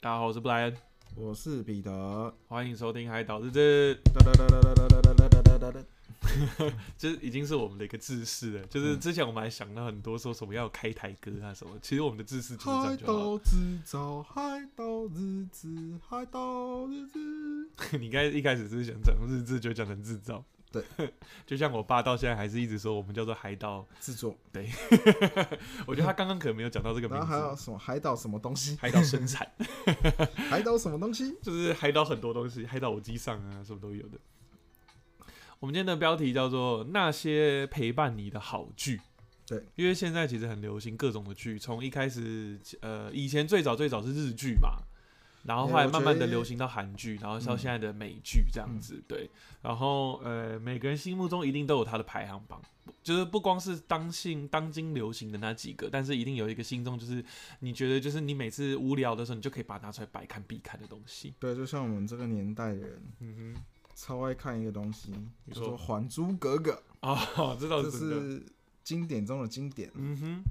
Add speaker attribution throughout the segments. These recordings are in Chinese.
Speaker 1: 大家好，我是布莱恩，
Speaker 2: 我是彼得。
Speaker 1: 欢迎收听《海岛日志
Speaker 2: 哒哒哒哒哒哒哒哒哒哒哒。》，
Speaker 1: 这已经是我们的一个制式了。
Speaker 2: 嗯
Speaker 1: 就是之前我们还想到很多说什么要有开台歌啊什么，其实我们的制式就是这
Speaker 2: 海
Speaker 1: 样就 好了。
Speaker 2: 岛制造，海岛日子，海岛日子。
Speaker 1: 你应该一开始是想讲日志，就讲成制造。
Speaker 2: 对，
Speaker 1: 就像我爸到现在还是一直说我们叫做海岛。
Speaker 2: 制作，
Speaker 1: 我觉得他刚刚可能没有讲到这个
Speaker 2: 然
Speaker 1: 名
Speaker 2: 后还有
Speaker 1: 字。
Speaker 2: 什么海岛什么东西？
Speaker 1: 海岛生产
Speaker 2: 海岛什么东西？
Speaker 1: 就是海岛很多东西，海岛我机上啊，什么都有的。我们今天的标题叫做“那些陪伴你的好剧”。
Speaker 2: 对，
Speaker 1: 因为现在其实很流行各种的剧，从一开始，呃，以前最早最早是日剧嘛，然后后来慢慢的流行到韩剧，然后到现在的美剧这样子，对。然后呃，每个人心目中一定都有他的排行榜，就是不光是当性当今流行的那几个，但是一定有一个心中就是你觉得就是你每次无聊的时候，你就可以把它拿出来百看必看的东西。
Speaker 2: 对，就像我们这个年代的人，
Speaker 1: 嗯
Speaker 2: 超爱看一个东西，
Speaker 1: 你
Speaker 2: 叫
Speaker 1: 说
Speaker 2: 做《还珠格格
Speaker 1: 哼，哦，这倒》，
Speaker 2: 这
Speaker 1: 是真的。
Speaker 2: 是经典中的经典。
Speaker 1: 嗯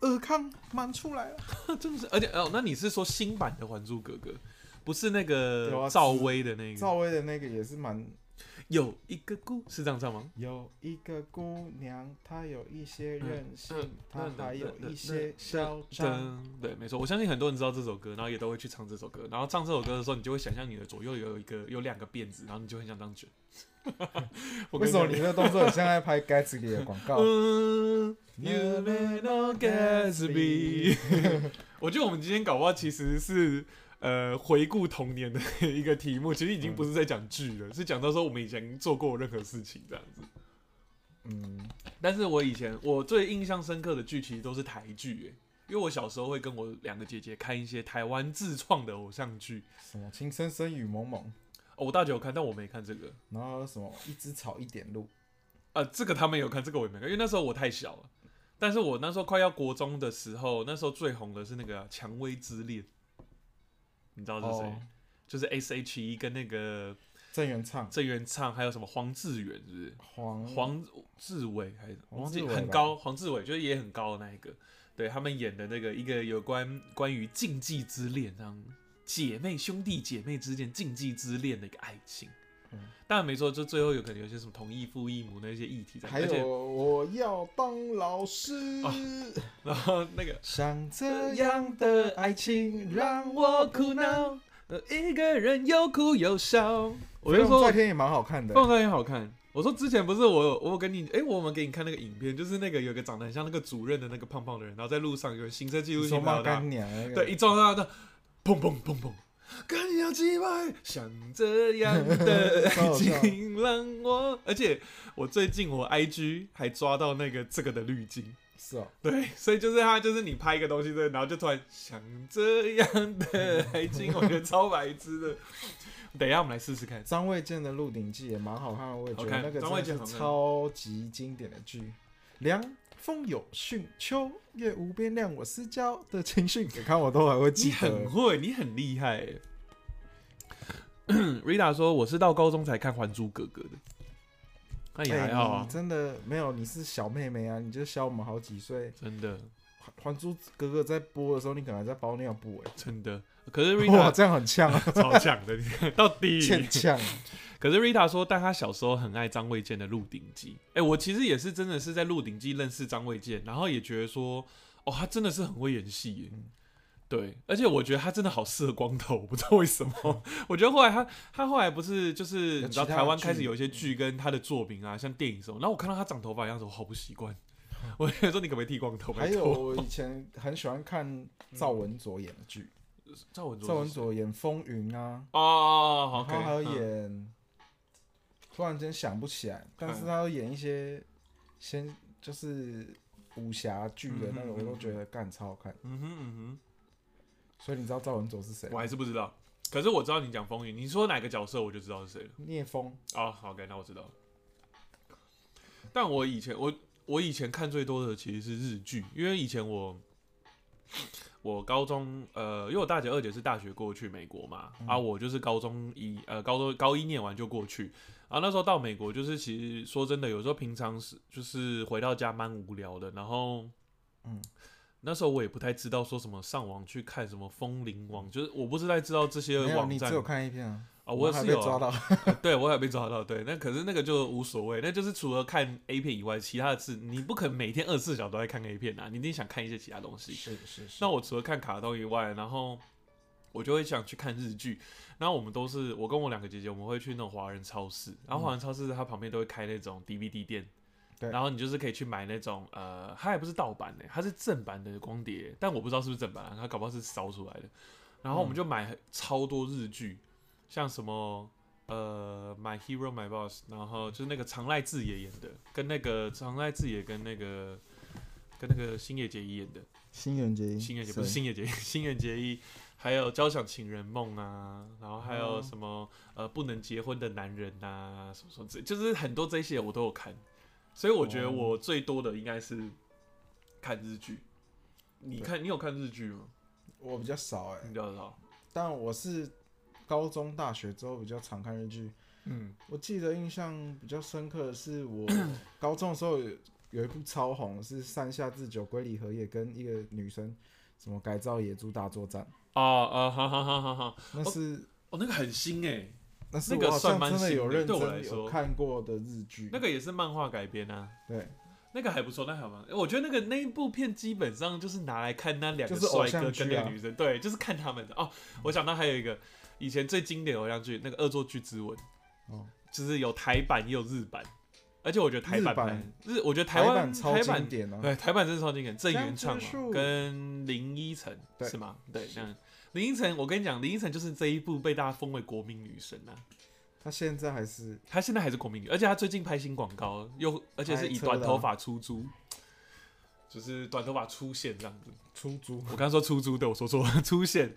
Speaker 2: 尔康满出来了，
Speaker 1: 哼， 真的是，而且哦，那你是说新版的《还珠格格》，不是那
Speaker 2: 有啊
Speaker 1: 个赵薇的那个？
Speaker 2: 赵薇的那个也是蛮
Speaker 1: 有一个故是这样唱吗？
Speaker 2: 有一个姑娘，她有一些任性，
Speaker 1: 嗯
Speaker 2: 她还有一些嚣张。
Speaker 1: 噔，对，没错，我相信很多人知道这首歌，然后也都会去唱这首歌。然后唱这首歌的时候，你就会想象你的左右有一个有两个辫子，然后你就很想当卷。 我
Speaker 2: 为
Speaker 1: 跟
Speaker 2: 什么
Speaker 1: 讲
Speaker 2: 你这个动作很像在拍 Gatsby 的广告？
Speaker 1: 嗯，Never know Gatsby。我 觉得我们今天搞不好其实是呃回顾童年的一个题目，其实已经不是在讲剧了，是讲到说我们以前做过任何事情这样子。
Speaker 2: 嗯，
Speaker 1: 但是我以前我最印象深刻的剧其实都是台剧、欸，因为我小时候会跟我两个姐姐看一些台湾自创的偶像剧、
Speaker 2: 什么《情深深雨蒙蒙
Speaker 1: 哦，我大姐有看，但我没看这个。》，
Speaker 2: 然后什么《一枝草一点露》，
Speaker 1: 啊，这个他们有看，这个我也没看，因为那时候我太小了。但是我那时候快要国中的时候，那时候最红的是那个啊《蔷薇之恋》，你知道是谁？
Speaker 2: 哦
Speaker 1: 就是 S.H.E 跟那个
Speaker 2: 郑元畅、
Speaker 1: 郑元畅，还有什么黄志远，是不是？
Speaker 2: 黄
Speaker 1: 黄志伟还是
Speaker 2: 黄
Speaker 1: 忘记
Speaker 2: 志伟
Speaker 1: 很
Speaker 2: 吧
Speaker 1: 高，黄志伟就是也很高的那一个，对他们演的那个一个有关关于禁忌之恋，这样姐妹兄弟姐妹之间禁忌之恋的一个爱情。
Speaker 2: 嗯
Speaker 1: 当然没错，就最后有可能有些什么同异父异母那些议题在，
Speaker 2: 还
Speaker 1: 而且啊
Speaker 2: 有我要当老师。
Speaker 1: 然后那个
Speaker 2: 像这样的爱情让我苦恼。，
Speaker 1: 一个人又哭又笑。我
Speaker 2: 我
Speaker 1: 就
Speaker 2: 觉得
Speaker 1: 说
Speaker 2: 在，天也蛮好看的。
Speaker 1: 凤在也好看。我说之前不是我有我有跟你，哎、我们给你看那个影片，就是那个有个长得很像那个主任的那个胖胖的人，然后在路上有行车记录
Speaker 2: 你
Speaker 1: 器
Speaker 2: 说骂
Speaker 1: 拍到他
Speaker 2: 干娘那个，
Speaker 1: 对，一撞到他，砰砰砰砰。干你要击败，像这样的
Speaker 2: 超
Speaker 1: 爱
Speaker 2: 好 笑
Speaker 1: 情让我，而且我最近我 IG 还抓到那个这个的滤镜，
Speaker 2: 是哦，
Speaker 1: 对，所以就是他，就是你拍一个东西对，然后就突然想这样 的爱情，我觉得超白痴的。等一下，我们来试试看。
Speaker 2: 张卫健的《鹿鼎记》也蛮好看的，我也觉
Speaker 1: 好
Speaker 2: 得
Speaker 1: 看
Speaker 2: 那个
Speaker 1: 张卫
Speaker 2: 真
Speaker 1: 健
Speaker 2: 的是
Speaker 1: 好看
Speaker 2: 超级经典的剧。凉风有讯，秋月无边亮我私交的情绪，你看我都还会
Speaker 1: 你
Speaker 2: 记
Speaker 1: 很
Speaker 2: 得。
Speaker 1: 会，啊你很厉害欸。Rita 说：“我是到高中才看《还珠格格》的，那也
Speaker 2: 哎
Speaker 1: 还好啊
Speaker 2: 你，真的没有，你是小妹妹啊，你就小我们好几岁。
Speaker 1: 真的，
Speaker 2: 还还珠格格在播的时候，你可能还在包尿布哎、
Speaker 1: 真的。可 是
Speaker 2: 哇，
Speaker 1: Rita
Speaker 2: 这样很 呛啊，
Speaker 1: 超强的，你看到底
Speaker 2: 欠呛。
Speaker 1: 可是 Rita 说，但她小时候很爱张卫健的《鹿鼎记》。哎，我其实也是真的是在《鹿鼎记》认识张卫健，然后也觉得说，哦，他真的是很会演戏耶。
Speaker 2: 嗯
Speaker 1: 对，而且我觉得他真的好适合光头，我不知道为什 么。我觉得后来他他后来不是就是
Speaker 2: 有
Speaker 1: 你知道
Speaker 2: 其他的
Speaker 1: 台湾开
Speaker 2: 剧嗯
Speaker 1: 始有一些剧跟他的作品啊，像电影什么，然后我看到他长头发的样子，我好不习 惯。我就说你可不可以剃光头？
Speaker 2: 还
Speaker 1: 拜
Speaker 2: 有
Speaker 1: 托
Speaker 2: 我以前很喜欢看赵文卓演的剧，
Speaker 1: 赵文卓是谁，
Speaker 2: 赵文卓演《风云》啊，
Speaker 1: 哦哦，好，
Speaker 2: 然后还有
Speaker 1: OK，嗯
Speaker 2: 演，突然间想不起来，但
Speaker 1: 嗯
Speaker 2: 是他有演一些先就是武侠剧的那
Speaker 1: 嗯
Speaker 2: 个，
Speaker 1: 哼
Speaker 2: 我都觉得干超好看。
Speaker 1: 嗯哼嗯哼。
Speaker 2: 所以你知道赵文卓是谁吗？
Speaker 1: 我还是不知道。可是我知道你讲风云，你说哪个角色我就知道是谁了。
Speaker 2: 聂风，
Speaker 1: 哦，好，OK，那我知道了。但我以前我我以前看最多的其实是日剧，因为以前我我高中呃，因为我大姐二姐是大学过去美国嘛，
Speaker 2: 嗯
Speaker 1: 啊，我就是高中一呃高中高一念完就过去，然后那时候到美国就是其实说真的，有时候平常是就是回到家蛮无聊的，然后
Speaker 2: 嗯
Speaker 1: 那时候我也不太知道说什么上网去看什么风铃网，就是我不知道知道这些
Speaker 2: 没有，
Speaker 1: 网
Speaker 2: 你
Speaker 1: 站
Speaker 2: 只有看 A 片啊？
Speaker 1: 啊，我也
Speaker 2: 还
Speaker 1: 是
Speaker 2: 被
Speaker 1: 有
Speaker 2: 抓
Speaker 1: 啊，
Speaker 2: 到，
Speaker 1: 对我也被抓到，对，那可是那个就无所谓，那就是除了看 A 片以外，其他的事你不可能每天二十四小时都在看 A 片啊，你一定想看一些其他东西。
Speaker 2: 是是是
Speaker 1: 那我除了看卡通以外，然后我就会想去看日剧。然后我们都是我跟我两个姐姐，我们会去那种华人超市，然后华人超市它旁边都会开那种 DVD 店。
Speaker 2: 嗯对
Speaker 1: 然后你就是可以去买那种，呃，它也不是盗版的、它是正版的光碟，但我不知道是不是正版、啊，它搞不好是烧出来的。然后
Speaker 2: 嗯
Speaker 1: 我们就买超多日剧，像什么呃《My Hero My Boss》，然后就是那个长濑智也演的，跟那个长濑智也跟那个跟那个星野结衣演的，
Speaker 2: 新垣结衣，
Speaker 1: 新垣结不是
Speaker 2: 谁
Speaker 1: 新垣结衣， 新垣结衣，还有《交响情人梦》啊，然后还有
Speaker 2: 哦
Speaker 1: 什么、呃不能结婚的男人呐、什么什么之类，就是很多这些我都有看，所以我觉得
Speaker 2: 哦
Speaker 1: 我最多的应该是看日剧。你看，你有看日剧吗？
Speaker 2: 我比较少哎、
Speaker 1: 你知道道？
Speaker 2: 但我是高中、大学之后比较常看日剧。
Speaker 1: 嗯，
Speaker 2: 我记得印象比较深刻的是， 我高中的时候有有一部超红，是山下智久、龟梨和也跟一个女生什么改造野猪大作战，
Speaker 1: 哦哦，好好好好好，
Speaker 2: 那是、
Speaker 1: 哦，那个很新哎、
Speaker 2: 那是
Speaker 1: 那个
Speaker 2: 我好
Speaker 1: 算
Speaker 2: 像
Speaker 1: 蛮
Speaker 2: 真的
Speaker 1: 新
Speaker 2: 有
Speaker 1: 的
Speaker 2: 认
Speaker 1: 对我来
Speaker 2: 真有
Speaker 1: 说
Speaker 2: 看过的日剧。
Speaker 1: 那个也是漫画改编啊，
Speaker 2: 对，
Speaker 1: 那个还不错，那个还蛮，我觉得那个那一部片基本上就是拿来看那两个
Speaker 2: 就是偶
Speaker 1: 帅
Speaker 2: 像
Speaker 1: 哥
Speaker 2: 剧啊
Speaker 1: 跟那个女生，对，就是看他们的哦。我想到还有一个以前最经典的偶像剧，那个《恶作剧之吻》，
Speaker 2: 哦，
Speaker 1: 就是有台版也有日版，而且我觉得台版
Speaker 2: 日版
Speaker 1: 蛮日，我觉得
Speaker 2: 台
Speaker 1: 台湾
Speaker 2: 版超
Speaker 1: 台
Speaker 2: 经
Speaker 1: 版
Speaker 2: 典啊！
Speaker 1: 对台版真的超经典，郑元畅
Speaker 2: 江直树
Speaker 1: 嘛跟林依晨
Speaker 2: 对
Speaker 1: 是吗？对，
Speaker 2: 是
Speaker 1: 这样林依晨，我跟你讲，林依晨就是这一部被大家封为国民女神啊。
Speaker 2: 他现在还是
Speaker 1: 她现在还是国民女，而且她最近拍新广告，又而且是以短头发出租，就是短头发出现这样子。
Speaker 2: 出租
Speaker 1: 我刚刚说出租，对我说错 了，出现。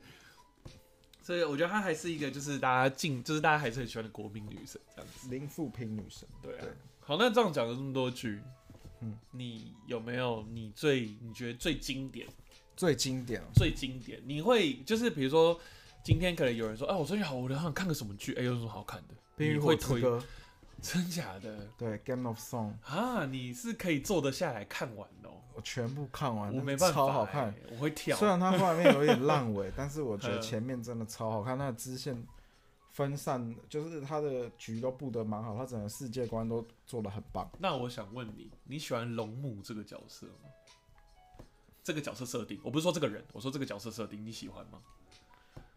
Speaker 1: 所以我觉得她还是一个，就是大家进，就是大家还是很喜欢的国民女神这样子。
Speaker 2: 零负评女神。
Speaker 1: 对啊。
Speaker 2: 对
Speaker 1: 好，那这样讲了这么多句，
Speaker 2: 嗯
Speaker 1: 你有没有你最你觉得最经典、
Speaker 2: 最经典哦，
Speaker 1: 最经典？你会就是比如说，今天可能有人说，哎、我最近好无聊，想看个什么剧？哎、有什么好看的？
Speaker 2: 《冰与
Speaker 1: 你
Speaker 2: 火
Speaker 1: 会
Speaker 2: 之
Speaker 1: 推？
Speaker 2: 歌》
Speaker 1: 真假的？
Speaker 2: 对《Game of Song》，
Speaker 1: 啊，你是可以坐得下来看完的哦、
Speaker 2: 我全部看完，
Speaker 1: 我
Speaker 2: 啊那
Speaker 1: 没
Speaker 2: 个
Speaker 1: 办法、欸
Speaker 2: 超好看。，
Speaker 1: 我会跳。
Speaker 2: 虽然它画面有点烂尾， 但是我觉得
Speaker 1: 嗯
Speaker 2: 前面真的超好看，它的支线分散，就是它的局都布得蛮好，它整个世界观都做得很棒。
Speaker 1: 那我想问你，你喜欢龙木这个角色吗？这个角色设定，我不是说这个人，我说这个角色设定你喜欢吗？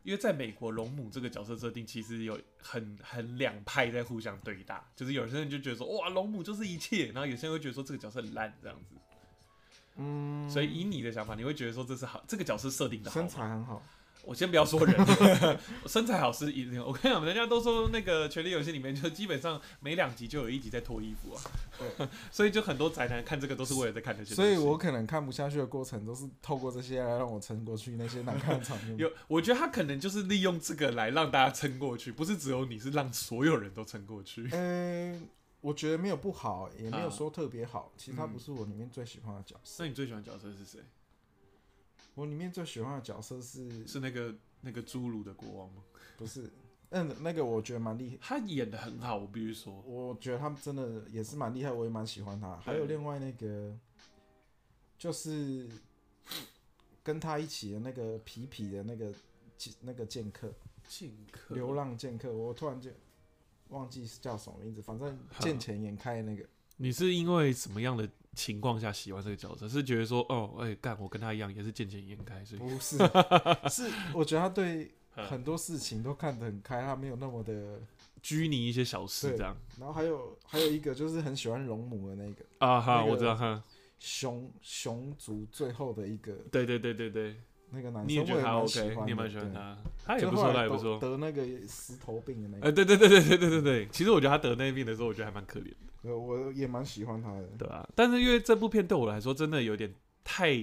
Speaker 1: 因为在美国，龙母这个角色设定其实有很很两派在互相对打，就是有些人就觉得说哇龙母就是一切，然后有些人会觉得说这个角色很烂这样子。
Speaker 2: 嗯，
Speaker 1: 所以以你的想法，你会觉得说这是好，这个角色设定的好
Speaker 2: 身
Speaker 1: 吗
Speaker 2: 材很好，
Speaker 1: 我先不要说人， 身材好是一定。我跟你讲，人家都说那个《权力游戏》里面，就基本上每两集就有一集在脱衣服啊， 所以就很多宅男看这个都是为了在看这些东
Speaker 2: 所
Speaker 1: 西。
Speaker 2: 以我可能看不下去的过程都是透过这些来让我撑过去那些难看的场面。
Speaker 1: 有，我觉得他可能就是利用这个来让大家撑过去，不是只有你，是让所有人都撑过去。
Speaker 2: 呃，我觉得没有不好，也没有
Speaker 1: 啊
Speaker 2: 说特别好。其实它
Speaker 1: 嗯
Speaker 2: 不是我里面最喜欢的角 色，
Speaker 1: 那你最喜欢的角色是谁？
Speaker 2: 我里面最喜欢的角色是
Speaker 1: 是那个那个侏儒的国王吗？
Speaker 2: 不是？嗯，那个我觉得蛮厉害。
Speaker 1: 他演的很好，我必须说。
Speaker 2: 我觉得他们真的也是蛮厉害，我也蛮喜欢他。还有另外那个，就是跟他一起的那个皮皮的那个剑那个剑客，
Speaker 1: 剑客
Speaker 2: 流浪剑客，我突然间忘记是叫什么名字，反正
Speaker 1: 好
Speaker 2: 见钱眼开的那个，
Speaker 1: 你是因为什么样的情况下喜欢这个角色？是觉得说，哦，哎、干，我跟他一样，也是见钱眼开，所以
Speaker 2: 不 是，是我觉得他对很多事情都看得很开，他没有那么的。
Speaker 1: 拘泥一些小事这样
Speaker 2: 然后还有还有一个就是很喜欢龙母的那个
Speaker 1: 啊哈，
Speaker 2: 那个
Speaker 1: 我知道哈，
Speaker 2: 熊熊族最后的一个
Speaker 1: 对对对对对，
Speaker 2: 那个男
Speaker 1: 你
Speaker 2: 生，
Speaker 1: 也觉
Speaker 2: 我
Speaker 1: 得他
Speaker 2: 蛮喜
Speaker 1: OK，
Speaker 2: 欢
Speaker 1: 你也
Speaker 2: 的
Speaker 1: 蛮喜欢
Speaker 2: 对
Speaker 1: 他，他也
Speaker 2: 就
Speaker 1: 不
Speaker 2: 后
Speaker 1: 错，
Speaker 2: 来
Speaker 1: 他也
Speaker 2: 得
Speaker 1: 不错，
Speaker 2: 得那个石头病的那个，
Speaker 1: 呃，对对对对对对对对，其实我觉得他得那病的时候，我觉得还蛮可怜的，
Speaker 2: 呃，我也蛮喜欢他的。
Speaker 1: 对哦吧、但是因为这部片对我来说真的有点太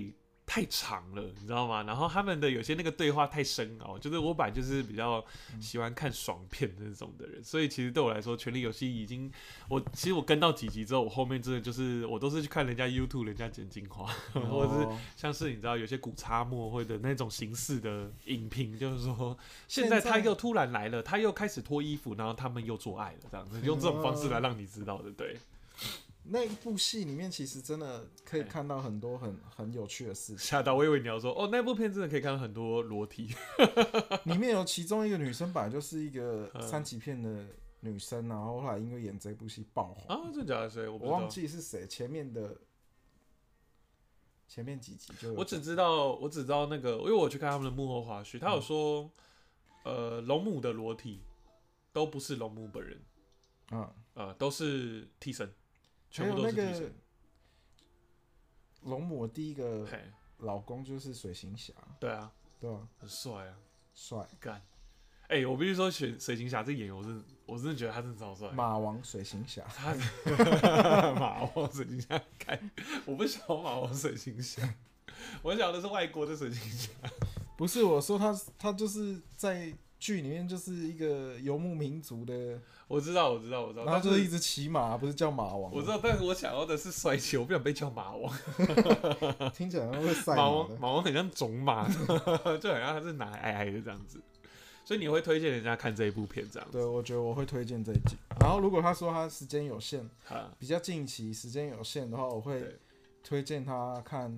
Speaker 1: 太长了，你知道吗？然后他们的有些那个对话太深奥，就是我本来就是比较
Speaker 2: 嗯
Speaker 1: 喜欢看爽片的那种的人，所以其实对我来说，《权力游戏》已经我其实我跟到几集之后，我后面真的就是我都是去看人家 YouTube 人家剪精华，
Speaker 2: 哦
Speaker 1: 或者是
Speaker 2: 是
Speaker 1: 像是你知道有些古插墨或者那种形式的影评，就是说现
Speaker 2: 现
Speaker 1: 在
Speaker 2: 在
Speaker 1: 他又突然来了，他又开始脱衣服，然后他们又做爱了，这样子用这种方式来让你知道的，对。
Speaker 2: 那一部戏里面其实真的可以看到很多很很有趣的事情。
Speaker 1: 吓到我以为你要说哦，那部片真的可以看到很多裸体，
Speaker 2: 里面有其中一个女生本来就是 一个
Speaker 1: 嗯
Speaker 2: 三级片的女生，然后后来因为演这部戏爆红。
Speaker 1: 啊，真的假的？谁？我不
Speaker 2: 我
Speaker 1: 知道
Speaker 2: 忘记是谁，前面的前面几集就有
Speaker 1: 我只知道，我只知道那个，因为我去看他们的幕后花絮，他有说，呃，龙母的裸体都不是龙母本人，
Speaker 2: 啊，
Speaker 1: 呃，都是替身，
Speaker 2: 还
Speaker 1: 全
Speaker 2: 有
Speaker 1: 部都
Speaker 2: 那
Speaker 1: 是替
Speaker 2: 个
Speaker 1: 身。
Speaker 2: 龙母第一个
Speaker 1: 嘿，
Speaker 2: 老公就是水行侠，
Speaker 1: 对啊，
Speaker 2: 对吧、
Speaker 1: 很帅啊，
Speaker 2: 帅
Speaker 1: 干。哎、我必须说，选水行侠这演员，我真的，我真的觉得他真的超帅。
Speaker 2: 马王水行侠，
Speaker 1: 他 马王水行侠，看，我不想要马王水行侠，我想的是外国的水行侠。
Speaker 2: 不是我说他他就是在剧里面就是一个游牧民族的，
Speaker 1: 我知道，我知道，我知道，
Speaker 2: 然后
Speaker 1: 哦但
Speaker 2: 就是一直骑马，不是叫马王吗，
Speaker 1: 我知道，但是我想要的是帅气，我不想被叫马王。
Speaker 2: 听起来好像会赛
Speaker 1: 马
Speaker 2: 马
Speaker 1: 王
Speaker 2: 的。
Speaker 1: 马王很像种马， 就很像他是拿矮矮的这样子，所以你会推荐人家看这一部片这样子
Speaker 2: 对，我觉得我会推荐这一集。然后如果他说他时间有限，
Speaker 1: 啊？
Speaker 2: 比较近期时间有限的话，我会
Speaker 1: 对
Speaker 2: 推荐他看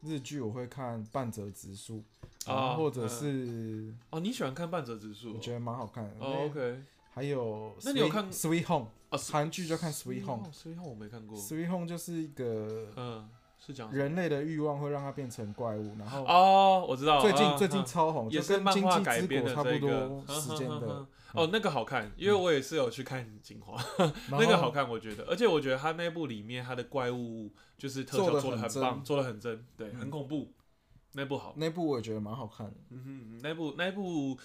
Speaker 2: 日剧，我会看《半泽直树》
Speaker 1: 哦
Speaker 2: 然后或者是、
Speaker 1: 哦，你喜欢看《半泽直树
Speaker 2: 我》觉得蛮好看的。
Speaker 1: 哦
Speaker 2: 那
Speaker 1: ？OK，
Speaker 2: 还有 Sweet,
Speaker 1: 那你有看
Speaker 2: Sweet Home？
Speaker 1: 啊
Speaker 2: 韩剧就看 Sweet Home。
Speaker 1: Home，Sweet Home 我没看过。
Speaker 2: Sweet Home 就是一个
Speaker 1: 嗯，是讲什么
Speaker 2: 人类的欲望会让它变成怪物，然后
Speaker 1: 哦，我知道。
Speaker 2: 最近、
Speaker 1: 啊
Speaker 2: 最近
Speaker 1: 啊
Speaker 2: 超红，
Speaker 1: 也
Speaker 2: 就是跟《
Speaker 1: 漫
Speaker 2: 经
Speaker 1: 画
Speaker 2: 济
Speaker 1: 改
Speaker 2: 之
Speaker 1: 编
Speaker 2: 国
Speaker 1: 的》
Speaker 2: 差不
Speaker 1: 这个
Speaker 2: 多时间
Speaker 1: 嗯嗯嗯
Speaker 2: 的
Speaker 1: 嗯，哦，那个好看，因为我也是有去看精华，
Speaker 2: 然
Speaker 1: 那个
Speaker 2: 后
Speaker 1: 好看，我觉得，而且我觉得他那部里面他的怪物就是特效
Speaker 2: 做
Speaker 1: 做
Speaker 2: 得
Speaker 1: 的
Speaker 2: 很嗯
Speaker 1: 很棒，做的很真，对，很恐怖，那部好。
Speaker 2: 那部我也觉得蛮好看的。
Speaker 1: 嗯哼，那一部那一部，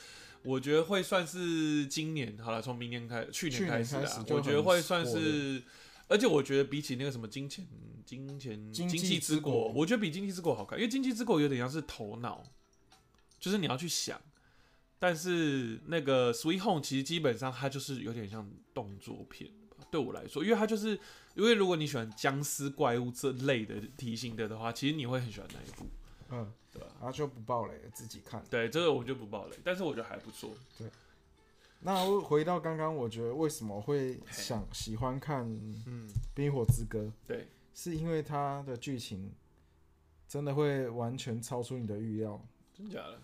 Speaker 1: 我觉得会算是今年好了，从明年开，去
Speaker 2: 去
Speaker 1: 年
Speaker 2: 年
Speaker 1: 开始
Speaker 2: 开
Speaker 1: 的、
Speaker 2: 始就
Speaker 1: 我
Speaker 2: 很
Speaker 1: 觉得会算
Speaker 2: 火
Speaker 1: 是，而且我觉得比起那个什么金钱金钱
Speaker 2: 经济
Speaker 1: 济
Speaker 2: 之
Speaker 1: 之
Speaker 2: 国
Speaker 1: 国，我觉得比经济之国好看，因为经济之国有点像是头脑，就是你要去想，但是那个 Sweet Home 其实基本上它就是有点像动作片吧。对我来说，因为它就是因为如果你喜欢僵尸、怪物这类的题型的的话，其实你会很喜欢那一部。
Speaker 2: 嗯，
Speaker 1: 对啊
Speaker 2: 然后就不爆雷了，自己看。
Speaker 1: 对，这个我就不爆雷，但是我觉得还不错。
Speaker 2: 那我回到刚刚，我觉得为什么会想喜欢看《
Speaker 1: 嗯，
Speaker 2: 冰与火之歌》，
Speaker 1: 对，
Speaker 2: 是因为它的剧情真的会完全超出你的预料，
Speaker 1: 真假的？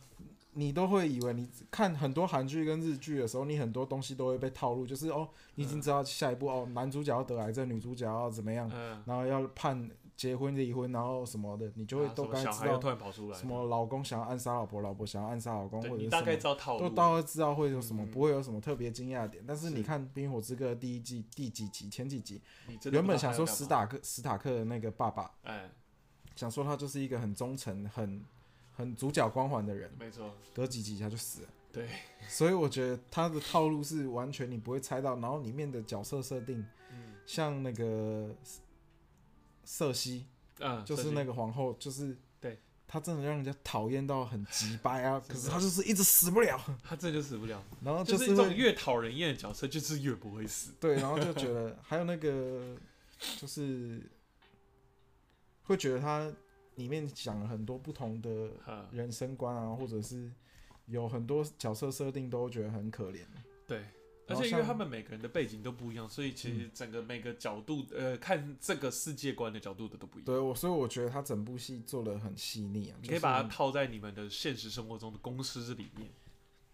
Speaker 2: 你都会以为你看很多韩剧跟日剧的时候，你很多东西都会被套路，就是哦，你已经知道下一步、哦，男主角要得癌症，女主角要怎么样，
Speaker 1: 嗯，
Speaker 2: 然后要判结婚离婚，然后什么的，你就会
Speaker 1: 啊
Speaker 2: 都
Speaker 1: 什么
Speaker 2: 该
Speaker 1: 小
Speaker 2: 知
Speaker 1: 孩又
Speaker 2: 道
Speaker 1: 突然跑出来，
Speaker 2: 什么老公想要暗杀老婆，老婆想要暗杀老公，
Speaker 1: 对
Speaker 2: 或者
Speaker 1: 你
Speaker 2: 是
Speaker 1: 大
Speaker 2: 什
Speaker 1: 概
Speaker 2: 么
Speaker 1: 知道套
Speaker 2: 都
Speaker 1: 路。
Speaker 2: 大概知道会有什么，
Speaker 1: 嗯
Speaker 2: 不会有什么特别惊讶的点。但是
Speaker 1: 是
Speaker 2: 你看《冰与火之歌》第一季第几集前几集，
Speaker 1: 你真的
Speaker 2: 原
Speaker 1: 不
Speaker 2: 本
Speaker 1: 知道他
Speaker 2: 想说
Speaker 1: 要干
Speaker 2: 史
Speaker 1: 嘛，
Speaker 2: 塔克史塔克的那个爸爸，
Speaker 1: 哎，
Speaker 2: 想说他就是一个很忠诚、很很主角光环的人，
Speaker 1: 没错，
Speaker 2: 隔几集他就死了。
Speaker 1: 对，
Speaker 2: 所以我觉得他的套路是完全你不会猜到，然后里面的角色设定，
Speaker 1: 嗯
Speaker 2: 像那个瑟西，
Speaker 1: 嗯，
Speaker 2: 就是那个皇后，就是
Speaker 1: 对。
Speaker 2: 她真的让人家讨厌到很急掰 啊！可
Speaker 1: 真的
Speaker 2: 是她就是一直死不了，
Speaker 1: 他真的就死不了，
Speaker 2: 然后
Speaker 1: 就是
Speaker 2: 是
Speaker 1: 这
Speaker 2: 会
Speaker 1: 种 越讨人厌的角色，就是越不会死。
Speaker 2: 对，然后就觉得还有那个就是会觉得它里面讲了很多不同的
Speaker 1: 哈，
Speaker 2: 人生观啊，或者是有很多角色设定都觉得很可怜。
Speaker 1: 对。而
Speaker 2: 然后
Speaker 1: 且因为
Speaker 2: 像
Speaker 1: 他们每个人的背景都不一样，所以其实整个每个角度，呃，看这个世界观的角度的都不一样。
Speaker 2: 嗯对我，所以我觉得他整部戏做的很细腻啊，
Speaker 1: 你
Speaker 2: 就
Speaker 1: 可以
Speaker 2: 是
Speaker 1: 把它套在你们的现实生活中的公司里面。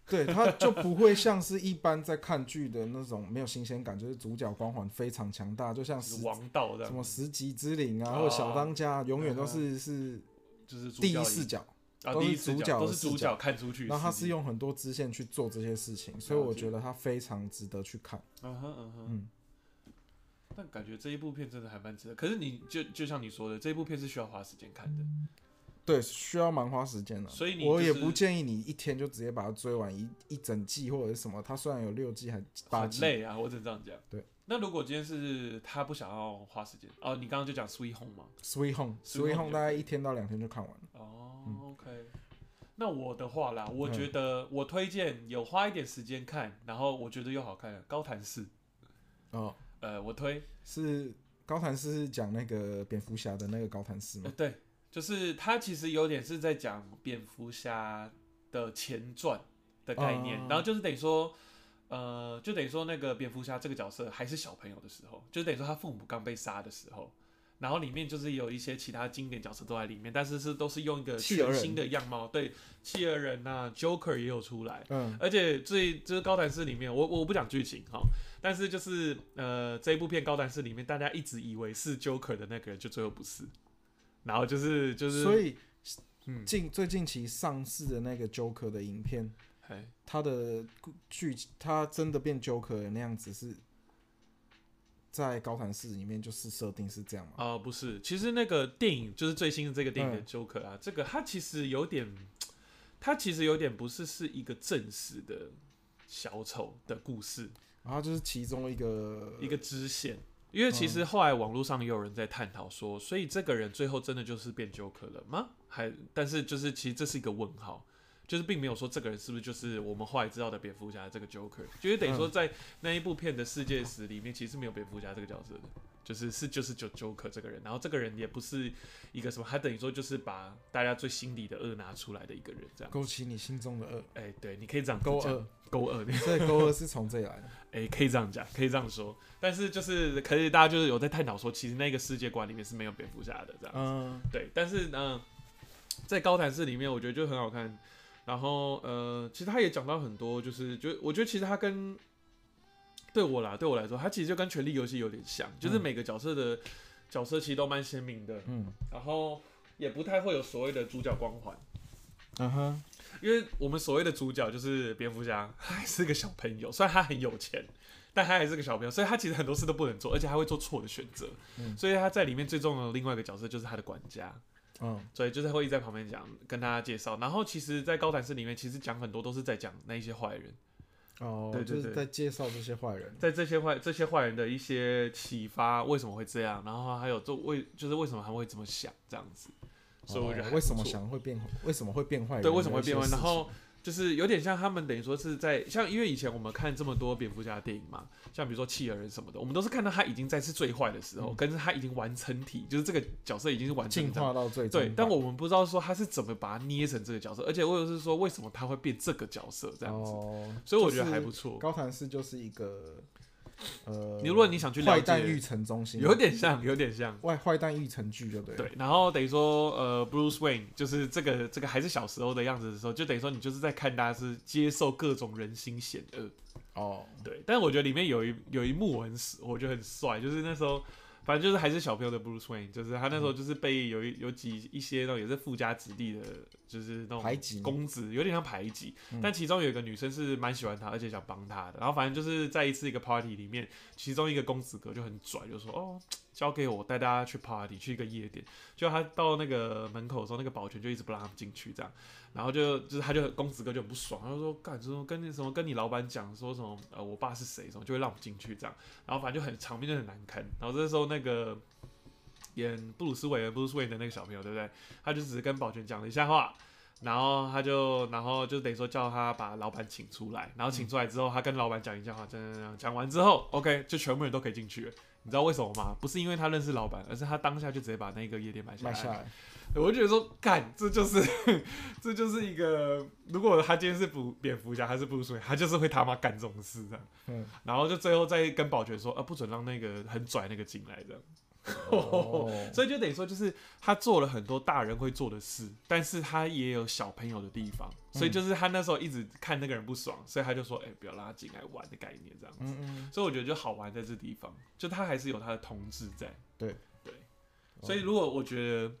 Speaker 2: 对，他就不会像是一般在看剧的那种没有新鲜感，就是主角光环非常强大，就像
Speaker 1: 就是
Speaker 2: 十
Speaker 1: 王道这
Speaker 2: 什
Speaker 1: 样
Speaker 2: 么
Speaker 1: 子，
Speaker 2: 十级之灵啊，
Speaker 1: 哦
Speaker 2: 或者小当家，永远都
Speaker 1: 嗯
Speaker 2: 是是
Speaker 1: 就是主
Speaker 2: 第一
Speaker 1: 角
Speaker 2: 视角。
Speaker 1: 啊，
Speaker 2: 都
Speaker 1: 第
Speaker 2: 是
Speaker 1: 一视
Speaker 2: 主角
Speaker 1: 角
Speaker 2: 的
Speaker 1: 都是
Speaker 2: 视
Speaker 1: 主
Speaker 2: 角
Speaker 1: 角看出去的世界。
Speaker 2: 然后他是用很多支线去做这些事情，所以我
Speaker 1: 了解
Speaker 2: 觉得他非常值得去看。
Speaker 1: 嗯哼嗯哼，
Speaker 2: 嗯
Speaker 1: 但感觉这一部片真的还蛮值得。可是你就就像你说的，这一部片是需要花时间看的。
Speaker 2: 对，需要蛮花时间的，
Speaker 1: 所以你
Speaker 2: 我
Speaker 1: 就
Speaker 2: 也
Speaker 1: 是
Speaker 2: 不建议你一天就直接把它追完一一整季或者是什么。它虽然有六季还八
Speaker 1: 很
Speaker 2: 季，
Speaker 1: 累啊，我只能这样讲。
Speaker 2: 对，
Speaker 1: 那如果今天是他不想要花时间，哦，你刚刚就讲 Sweet Home 嘛，
Speaker 2: Sweet Home
Speaker 1: Sweet Home
Speaker 2: Sweet
Speaker 1: 也
Speaker 2: Home 大概
Speaker 1: 可以
Speaker 2: 一天到两天就看完了。
Speaker 1: 哦、
Speaker 2: 嗯
Speaker 1: o k 那我的话啦，我觉得我推荐有花一点时间看，然后我觉得又好看的《高谭市》，
Speaker 2: 哦，
Speaker 1: 呃，我推，
Speaker 2: 是高谭市是讲那个蝙蝠侠的那个高谭市
Speaker 1: 呃
Speaker 2: 吗？
Speaker 1: 对，就是它其实有点是在讲蝙蝠侠的前传的概念，
Speaker 2: 哦
Speaker 1: 然后就是等于说，呃，就等于说那个蝙蝠侠这个角色还是小朋友的时候，就等于说他父母刚被杀的时候，然后里面就是有一些其他经典角色都在里面，但是是都是用一个
Speaker 3: 企鹅
Speaker 1: 全
Speaker 3: 人
Speaker 1: 新的样貌，对，企鹅人呐、Joker 也有出来，
Speaker 3: 嗯，
Speaker 1: 而且最就是高谭市里面，我我不讲剧情哈，但是就是呃这一部片高谭市里面，大家一直以为是 Joker 的那个人，就最后不是，然后就是就是
Speaker 3: 所以
Speaker 1: 嗯，
Speaker 3: 近最近期上市的那个 Joker 的影片，
Speaker 1: 嘿
Speaker 3: 他的故剧他真的变 Joker 的那样子是在高谭市里面就是设定是这样嘛？
Speaker 1: 啊、不是，其实那个电影就是最新的这个电影的
Speaker 3: 嗯
Speaker 1: Joker 啊，这个它其实有点，它其实有点不是是一个正式的小丑的故事，
Speaker 3: 然后就是其中一个
Speaker 1: 一个支线。因为其实
Speaker 3: 嗯
Speaker 1: 后来网络上也有人在探讨说，所以这个人最后真的就是变 Joker 了吗？还但是就是其实这是一个问号，就是并没有说这个人是不是就是我们后来知道的蝙蝠侠这个 Joker，就是等于
Speaker 3: 嗯
Speaker 1: 说在那一部片的世界史里面，其实是没有蝙蝠侠这个角色的，就是是就是就 Joker 这个人，然后这个人也不是一个什么，他等于说就是把大家最心底的恶拿出来的一个人这样。
Speaker 3: 勾起你心中的恶，
Speaker 1: 哎、对，你可以这样
Speaker 3: 勾
Speaker 1: 讲，
Speaker 3: 二，
Speaker 1: 勾二，对
Speaker 3: 所以勾二是从这里来的。
Speaker 1: 哎、可以这样讲，可以这样说，但是就是可以大家就是有在探讨说，其实那个世界观里面是没有蝙蝠侠的这样，
Speaker 3: 嗯，
Speaker 1: 对，但是呢、在高谭市里面，我觉得就很好看。然后呃，其实他也讲到很多，就是就我觉得其实他跟对我啦，对我来说，他其实就跟《权力游戏》有点像，就是
Speaker 3: 嗯
Speaker 1: 每个角色的角色其实都蛮鲜明的，
Speaker 3: 嗯
Speaker 1: 然后也不太会有所谓的主角光环。
Speaker 3: 嗯哼，
Speaker 1: 因为我们所谓的主角就是蝙蝠侠，他还是个小朋友，虽然他很有钱，但他还是个小朋友，所以他其实很多事都不能做，而且他会做错的选择。
Speaker 3: 嗯
Speaker 1: 所以他在里面最重要的另外一个角色就是他的管家，
Speaker 3: 嗯
Speaker 1: 所以就是会一直在旁边讲，跟大家介绍。然后其实，在高谭市里面，其实讲很多都是在讲那一些坏人，
Speaker 3: 哦，
Speaker 1: 对对
Speaker 3: 就是
Speaker 1: 对
Speaker 3: 在介绍这些坏人。
Speaker 1: 在这些坏这些坏人的一些启发，为什么会这样，然后还有做为就是为什么他会这么想这样子。所以我觉得
Speaker 3: 哦
Speaker 1: 还不
Speaker 3: 为什么
Speaker 1: 错
Speaker 3: 想会变，为什么会变坏人？
Speaker 1: 对，为什么会变
Speaker 3: 有
Speaker 1: 弯？
Speaker 3: 一些
Speaker 1: 然
Speaker 3: 事情
Speaker 1: 后就是有点像他们等于说是在像，因为以前我们看这么多蝙蝠侠的电影嘛，像比如说企鹅人什么的，我们都是看到他已经在是最坏的时候，
Speaker 3: 嗯
Speaker 1: 跟是他已经完成体，就是这个角色已经是完成
Speaker 3: 进
Speaker 1: 这
Speaker 3: 化
Speaker 1: 样。
Speaker 3: 到最终
Speaker 1: 对
Speaker 3: 吧，
Speaker 1: 但我们不知道说他是怎么把它捏成这个角色，而且或者是说为什么他会变这个角色这样子，
Speaker 3: 哦，
Speaker 1: 所以我觉得
Speaker 3: 就是
Speaker 1: 还不错。
Speaker 3: 高谭市就是一个呃，
Speaker 1: 你如果你想去了
Speaker 3: 坏蛋育
Speaker 1: 解，
Speaker 3: 成中心，
Speaker 1: 有点像，有点像。
Speaker 3: 坏坏蛋育成剧就对了。
Speaker 1: 对，然后等于说，呃，Bruce Wayne 就是这个这个还是小时候的样子的时候，就等于说你就是在看他是接受各种人心险恶，
Speaker 3: 哦，
Speaker 1: 对，但我觉得里面有一有一幕我很我觉得很帅，就是那时候，反正就是还是小朋友的 Bruce Wayne，就是他那时候
Speaker 3: 嗯
Speaker 1: 就是被有一有几一些那种也是富家子弟的，就是那
Speaker 3: 排
Speaker 1: 种
Speaker 3: 挤
Speaker 1: 公子，有点像排挤
Speaker 3: 嗯。
Speaker 1: 但其中有一个女生是蛮喜欢他，而且想帮他的。然后反正就是在一次一个 party 里面，其中一个公子哥就很拽，就说：“哦，交给我带大家去 party，去一个夜店。”就他到那个门口的时候，那个保全就一直不让他们进去，这样。然后就就是他就很公子哥就很不爽，他就说干什么跟你什么跟你老板讲说什么呃我爸是谁什么就会让我们进去这样，然后反正就很场面就很难堪。然后这时候那个演布鲁斯韦恩布鲁斯韦恩的那个小朋友对不对？他就只是跟保全讲了一下话。然后他就，然后就等于说叫他把老板请出来，然后请出来之后，他跟老板讲一下话，讲讲讲，讲完之后，OK，就全部人都可以进去了。你知道为什么吗？不是因为他认识老板，而是他当下就直接把那个夜店买下
Speaker 3: 买
Speaker 1: 来。
Speaker 3: 下 来，
Speaker 1: 我就觉得说，干，这就是 这就是一个，如果他今天是不蝙蝠侠，他是不水，他就是会他妈干这种事这样。
Speaker 3: 嗯，
Speaker 1: 然后就最后再跟保全说，啊，不准让那个很拽那个进来这样。
Speaker 3: 哦
Speaker 1: 所以就等于说，就是他做了很多大人会做的事，但是他也有小朋友的地方，所以就是他那时候一直看那个人不爽，所以他就说，哎、不要拉进来玩的概念这样子。
Speaker 3: 嗯嗯，
Speaker 1: 所以我觉得就好玩在这地方，就他还是有他的童稚在。
Speaker 3: 对
Speaker 1: 对，所以如果我觉得，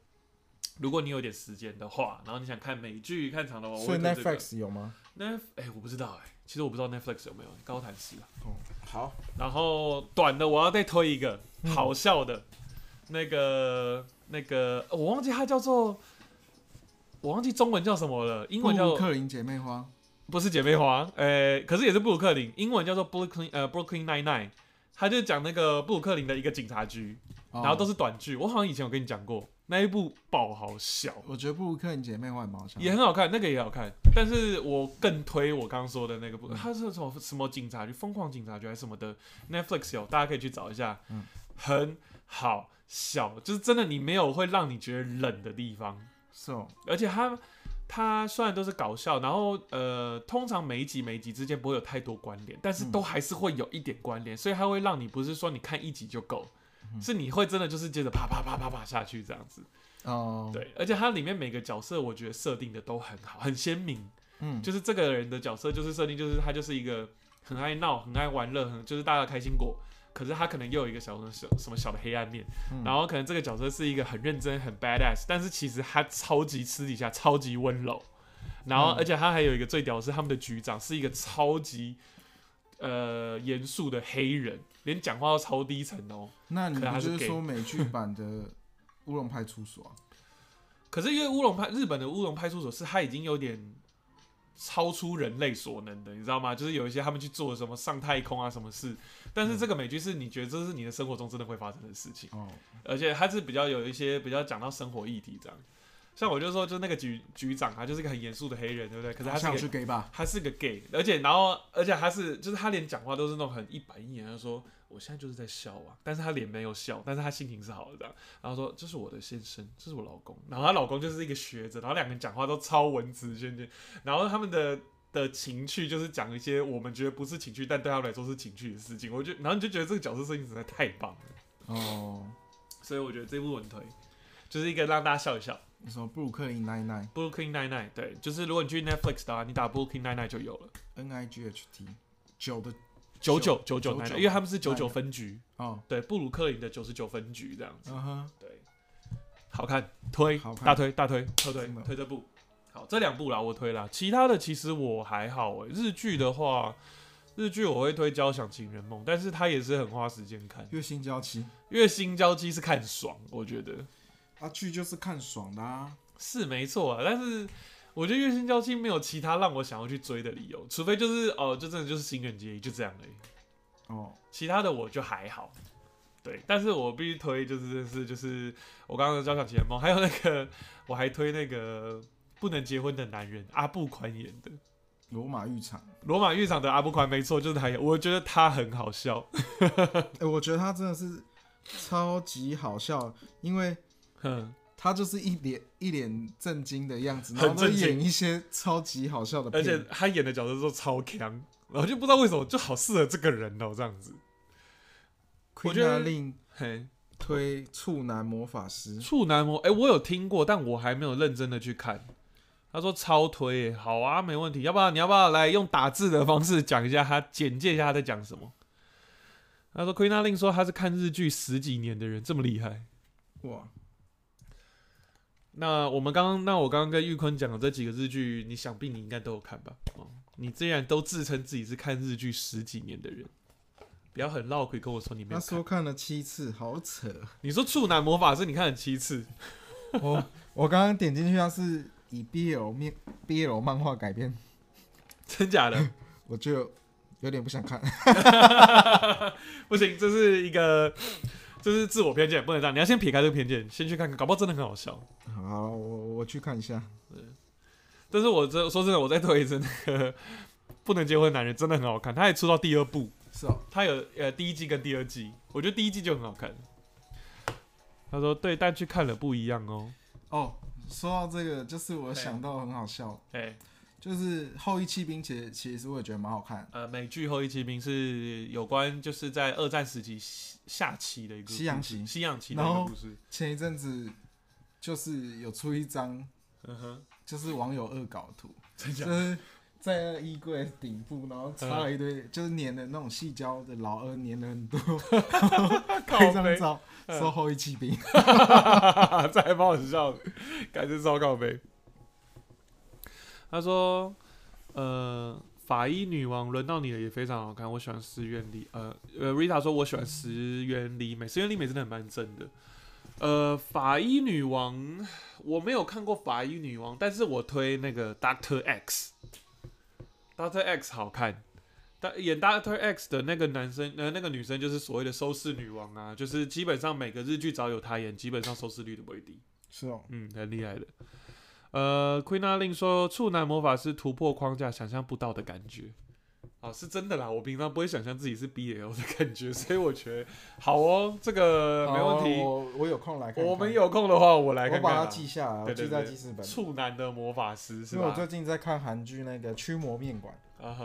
Speaker 1: 如果你有点时间的话，然后你想看美剧、看长的话，我
Speaker 3: 所以
Speaker 1: 会推这个
Speaker 3: Netflix 有吗？
Speaker 1: Net 哎、我不知道哎、其实我不知道 Netflix 有没有高谈市啊。
Speaker 3: 哦，好，
Speaker 1: 然后短的我要再推一个
Speaker 3: 嗯
Speaker 1: 好笑的，那个那个哦我忘记它叫做，我忘记中文叫什么了，英文叫
Speaker 3: 布鲁克林姐妹花，
Speaker 1: 不是姐妹花，呃，可是也是布鲁克林，英文叫做 Brooklyn 呃 Brooklyn Nine Nine，他就讲那个布鲁克林的一个警察局，
Speaker 2: 哦
Speaker 1: 然后都是短剧，我好像以前有跟你讲过，那一部爆好笑，
Speaker 2: 我觉得布鲁克林姐妹花很好笑，
Speaker 1: 也很好看，那个也好看，但是我更推我刚刚说的那个部，它是什么什么警察局、疯狂警察局还是什么的，Netflix 有，大家可以去找一下，
Speaker 2: 嗯
Speaker 1: 很好笑，就是真的你没有会让你觉得冷的地方，
Speaker 2: 是哦，
Speaker 1: 而且它它虽然都是搞笑，然后呃，通常每一集每一集之间不会有太多关联，但是都还是会有一点关联，所以它会让你不是说你看一集就够，是你会真的就是接着啪啪啪啪啪下去这样子。
Speaker 2: 哦，，
Speaker 1: 对，而且它里面每个角色我觉得设定的都很好，很鲜明，
Speaker 2: 嗯，
Speaker 1: 就是这个人的角色就是设定就是他就是一个很爱闹、很爱玩乐、很就是大家的开心果。可是他可能又有一个小什么什么小的黑暗面，
Speaker 2: 嗯
Speaker 1: 然后可能这个角色是一个很认真、很 badass，但是其实他超级私底下超级温柔，然后
Speaker 2: 嗯
Speaker 1: 而且他还有一个最屌的是他们的局长是一个超级呃严肃的黑人，连讲话都超低沉哦。
Speaker 2: 那你
Speaker 1: 可能
Speaker 2: 不
Speaker 1: 还是
Speaker 2: 就是
Speaker 1: gay
Speaker 2: 说美剧版的《乌龙派出所》啊？
Speaker 1: 可是因为乌龙派日本的乌龙派出所是他已经有点超出人类所能的，你知道吗？就是有一些他们去做什么上太空啊什么事，但是这个美剧是你觉得这是你的生活中真的会发生的事情，
Speaker 2: 哦，
Speaker 1: 而且它是比较有一些比较讲到生活议题这样。像我就说，就那个局局长啊，就是一个很严肃的黑人，对不对？可是他是一
Speaker 2: 想
Speaker 1: 个
Speaker 2: 去 gay 吧？
Speaker 1: 他是个 gay，而且然后而且他是就是他连讲话都是那种很一板一眼，他说我现在就是在笑啊，但是他脸没有笑，但是他心情是好的这样，然后说这是我的先生，这是我老公，然后她老公就是一个学者，然后两个人讲话都超文质彬彬，然后他们的。的情趣就是讲一些我们觉得不是情趣，但对他们来说是情趣的事情。我就然后你就觉得这个角色设定实在太棒了，
Speaker 2: 哦，
Speaker 1: 所以我觉得这部文推就是一个让大家笑一笑。
Speaker 2: 你说布鲁克林 nine nine
Speaker 1: Brooklyn Nine Nine，对，就是如果你去 Netflix 的话，你打 Brooklyn Nine Nine 就有了。
Speaker 2: N I G H T 九的
Speaker 1: 九九九九
Speaker 2: 99
Speaker 1: 因为他们是九九
Speaker 2: 99
Speaker 1: 分局，
Speaker 2: 哦，
Speaker 1: 对，布鲁克林的九十九分局这样子，
Speaker 2: 嗯哼，
Speaker 1: 对，好看，推，
Speaker 2: 好看
Speaker 1: 大推大推特推
Speaker 2: 真的
Speaker 1: 推这部，好，这两部啦我推啦，其他的其实我还好诶、日剧的话。日剧我会推《交响情人梦》，但是它也是很花时间看，
Speaker 2: 月薪娇妻
Speaker 1: 因为新交期是看爽，我觉得
Speaker 2: 啊，剧就是看爽的啊。
Speaker 1: 是没错啊。但是我觉得《月薪交期》没有其他让我想要去追的理由，除非就是哦，就真的就是心愿结衣，就这样而已。
Speaker 2: 哦，
Speaker 1: 其他的我就还好。对，但是我必须推就是真的是就是我刚刚的交响情人梦，还有那个我还推那个不能结婚的男人阿布宽演的
Speaker 2: 罗马浴场，
Speaker 1: 罗马浴场的阿布宽，没错，就是他演，我觉得他很好笑。
Speaker 2: 哎、我觉得他真的是超级好笑，因为
Speaker 1: 哼，
Speaker 2: 他就是一脸一脸震惊的样子，
Speaker 1: 很
Speaker 2: 然后都
Speaker 1: 震惊
Speaker 2: 演一些超级好笑的
Speaker 1: 而
Speaker 2: 片，
Speaker 1: 且他演的角色都超强，然后就不知道为什么就好适合这个人哦，这样子。我觉
Speaker 2: Queen
Speaker 1: 得
Speaker 2: Eileen
Speaker 1: 嘿，
Speaker 2: 推《处男魔法师》，
Speaker 1: 处男魔，哎、我有听过，但我还没有认真的去看。他说超推耶、好啊，没问题。要不然你要不要来用打字的方式讲一下他，简介一下他在讲什么？他说 Queen a l i n 说他是看日剧十几年的人，这么厉害。
Speaker 2: 哇，
Speaker 1: 那我们刚刚，那我刚刚跟玉坤讲的这几个日剧，你想必你应该都有看吧？哦，你既然都自称自己是看日剧十几年的人，不要很绕口跟我说你没
Speaker 2: 他
Speaker 1: 有看。
Speaker 2: 说看了七次，好扯。
Speaker 1: 你说处男魔法师你看了七次，
Speaker 2: 我我刚刚点进去，它是以 BL 面 BL 漫画改编，
Speaker 1: 真假的？
Speaker 2: 我就有点不想看。
Speaker 1: 不行，这是一个，这是自我偏见，不能这样。你要先撇开这个偏见，先去看看，搞不好真的很好笑。
Speaker 2: 好，我我去看一下。
Speaker 1: 但是我这说真的，我再推一次那个《不能结婚的男人》，真的很好看。他也出到第二部，
Speaker 2: 是哦，
Speaker 1: 他有呃第一季跟第二季，我觉得第一季就很好看。他说对，但去看了不一样哦。
Speaker 2: 哦，说到这个，就是我
Speaker 1: 对
Speaker 2: 想到很好笑，
Speaker 1: 哎、
Speaker 2: 就是《后羿弃兵》其实其实我也觉得蛮好看，
Speaker 1: 呃，美剧《后裔骑兵》是有关就是在二战时期下下棋的一个
Speaker 2: 西洋
Speaker 1: 故事
Speaker 2: 棋
Speaker 1: 西洋棋的一
Speaker 2: 然
Speaker 1: 个
Speaker 2: 后
Speaker 1: 故事。
Speaker 2: 前一阵子就是有出一张，
Speaker 1: 嗯哼，
Speaker 2: 就是网友恶搞图，
Speaker 1: 真
Speaker 2: 就
Speaker 1: 假？
Speaker 2: 是在那个衣柜的顶部，然后插了一堆，
Speaker 1: 嗯
Speaker 2: 就是粘的那种细胶的老二，粘了很多， 拍一
Speaker 1: 靠
Speaker 2: 张
Speaker 1: 背
Speaker 2: 照，
Speaker 1: 嗯
Speaker 2: 说《后羿弃兵》。
Speaker 1: 这还蛮好笑的，感觉糟糕呗。他说，呃，法医女王轮到你了，也非常好看，我喜欢石原里。呃呃，Rita 说我喜欢石原里美，石原里美真的很蛮正的。呃，法医女王我没有看过法医女王，但是我推那个 Doctor X，Doctor X 好看。但演 Doctor X 的那个男生，呃，那个女生就是所谓的收视女王啊，就是基本上每个日剧只要有她演，基本上收视率都不会低。
Speaker 2: 是 哦，
Speaker 1: 嗯，很厉害的。呃，Queen a l i n 说，处男魔法师突破框架，想象不到的感觉。啊，是真的啦！我平常不会想象自己是 BL 的感觉， 所以我觉得好哦，这个没问题。
Speaker 2: 哦我我有空来看看。
Speaker 1: 我们有空的话，我来
Speaker 2: 我
Speaker 1: 看
Speaker 2: 把
Speaker 1: 看
Speaker 2: 它
Speaker 1: 啦。
Speaker 2: 记下来，我
Speaker 1: 对对
Speaker 2: 记在
Speaker 1: 对
Speaker 2: 记事本。
Speaker 1: 处男的魔法师是
Speaker 2: 因为我
Speaker 1: 吧？
Speaker 2: 最近在看韩剧那个《驱魔面馆
Speaker 1: 啊哈，》，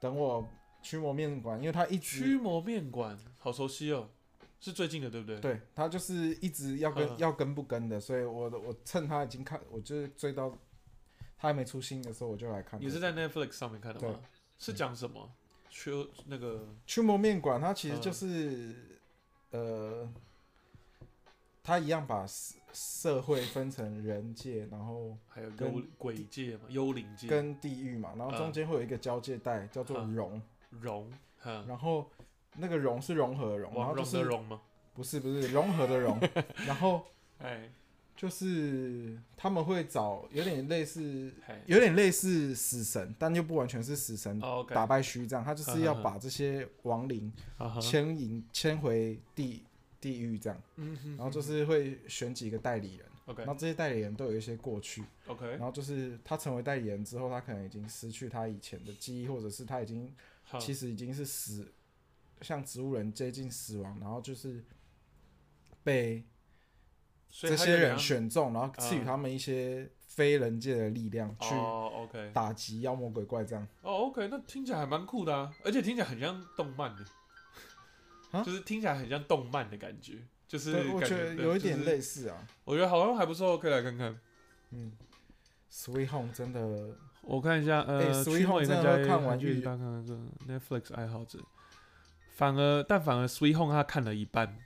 Speaker 2: 等我驱魔面馆，因为它一直
Speaker 1: 驱魔面馆好熟悉哦，是最近的对不对？
Speaker 2: 对它就是一直要跟、
Speaker 1: 嗯
Speaker 2: 要跟不跟的，所以我我趁它已经看，我就是追到它还没出新的时候，我就来看。
Speaker 1: 你是在 Netflix 上面看的
Speaker 2: 对嗯
Speaker 1: 吗？是讲什么？驱那个
Speaker 2: 驱魔面馆，它其实就
Speaker 1: 嗯
Speaker 2: 是、呃，它一样把社社会分成人界，然后
Speaker 1: 还有幽
Speaker 2: 跟
Speaker 1: 鬼界嘛，幽灵界，
Speaker 2: 跟地狱嘛，然后中
Speaker 1: 嗯
Speaker 2: 间会有一个交界带叫做
Speaker 1: 嗯
Speaker 2: 融，
Speaker 1: 融，哈，
Speaker 2: 然后那个融是融合的融，然
Speaker 1: 王
Speaker 2: 后就
Speaker 1: 融的
Speaker 2: 是
Speaker 1: 融吗？
Speaker 2: 不是不是融合的融， 然后
Speaker 1: 哎
Speaker 2: 就是他们会找有点类似。
Speaker 1: 哎
Speaker 2: 有点类似死神，但又不完全是死神
Speaker 1: 哦，OK，
Speaker 2: 嗯打败虚这样，他就是要
Speaker 1: 嗯嗯嗯
Speaker 2: 把这些亡灵
Speaker 1: 啊哈
Speaker 2: 牵引牵回地地狱这样。
Speaker 1: 嗯哼，
Speaker 2: 然后就是会选几个代理人，
Speaker 1: OK
Speaker 2: 然后这些代理人都有一些过去，然
Speaker 1: OK，
Speaker 2: 后就是他成为代理人之后，他可能已经失去他以前的记忆，或者是他已经
Speaker 1: 好，
Speaker 2: 其实已经是死，像植物人接近死亡，然后就是被
Speaker 1: 所以
Speaker 2: 这
Speaker 1: 它
Speaker 2: 些
Speaker 1: 有
Speaker 2: 人
Speaker 1: 点
Speaker 2: 选中，然后赐予
Speaker 1: 嗯
Speaker 2: 他们一些非人界的力量去
Speaker 1: 哦，OK，
Speaker 2: 打击妖魔鬼怪这样。
Speaker 1: 哦，OK，那听起来还蛮酷的啊，而且听起来很像动漫的，
Speaker 2: 啊
Speaker 1: 就是听起来很像动漫的感觉，就是
Speaker 2: 对，我
Speaker 1: 感
Speaker 2: 觉
Speaker 1: 觉
Speaker 2: 得有一点，
Speaker 1: 对就
Speaker 2: 类似啊，
Speaker 1: 是我觉得好像还不错，可以来看看。
Speaker 2: 嗯。Sweet Home 真的
Speaker 1: 我看一下，
Speaker 2: 哎
Speaker 1: 呃，
Speaker 2: ，Sweet
Speaker 1: 驱魔
Speaker 2: Home
Speaker 1: 也在
Speaker 2: 真的
Speaker 1: 家
Speaker 2: 会
Speaker 1: 里
Speaker 2: 看完
Speaker 1: 韩剧
Speaker 2: 欲
Speaker 1: 大看这 Netflix 爱好者，反而但反而 Sweet Home 他看了一半，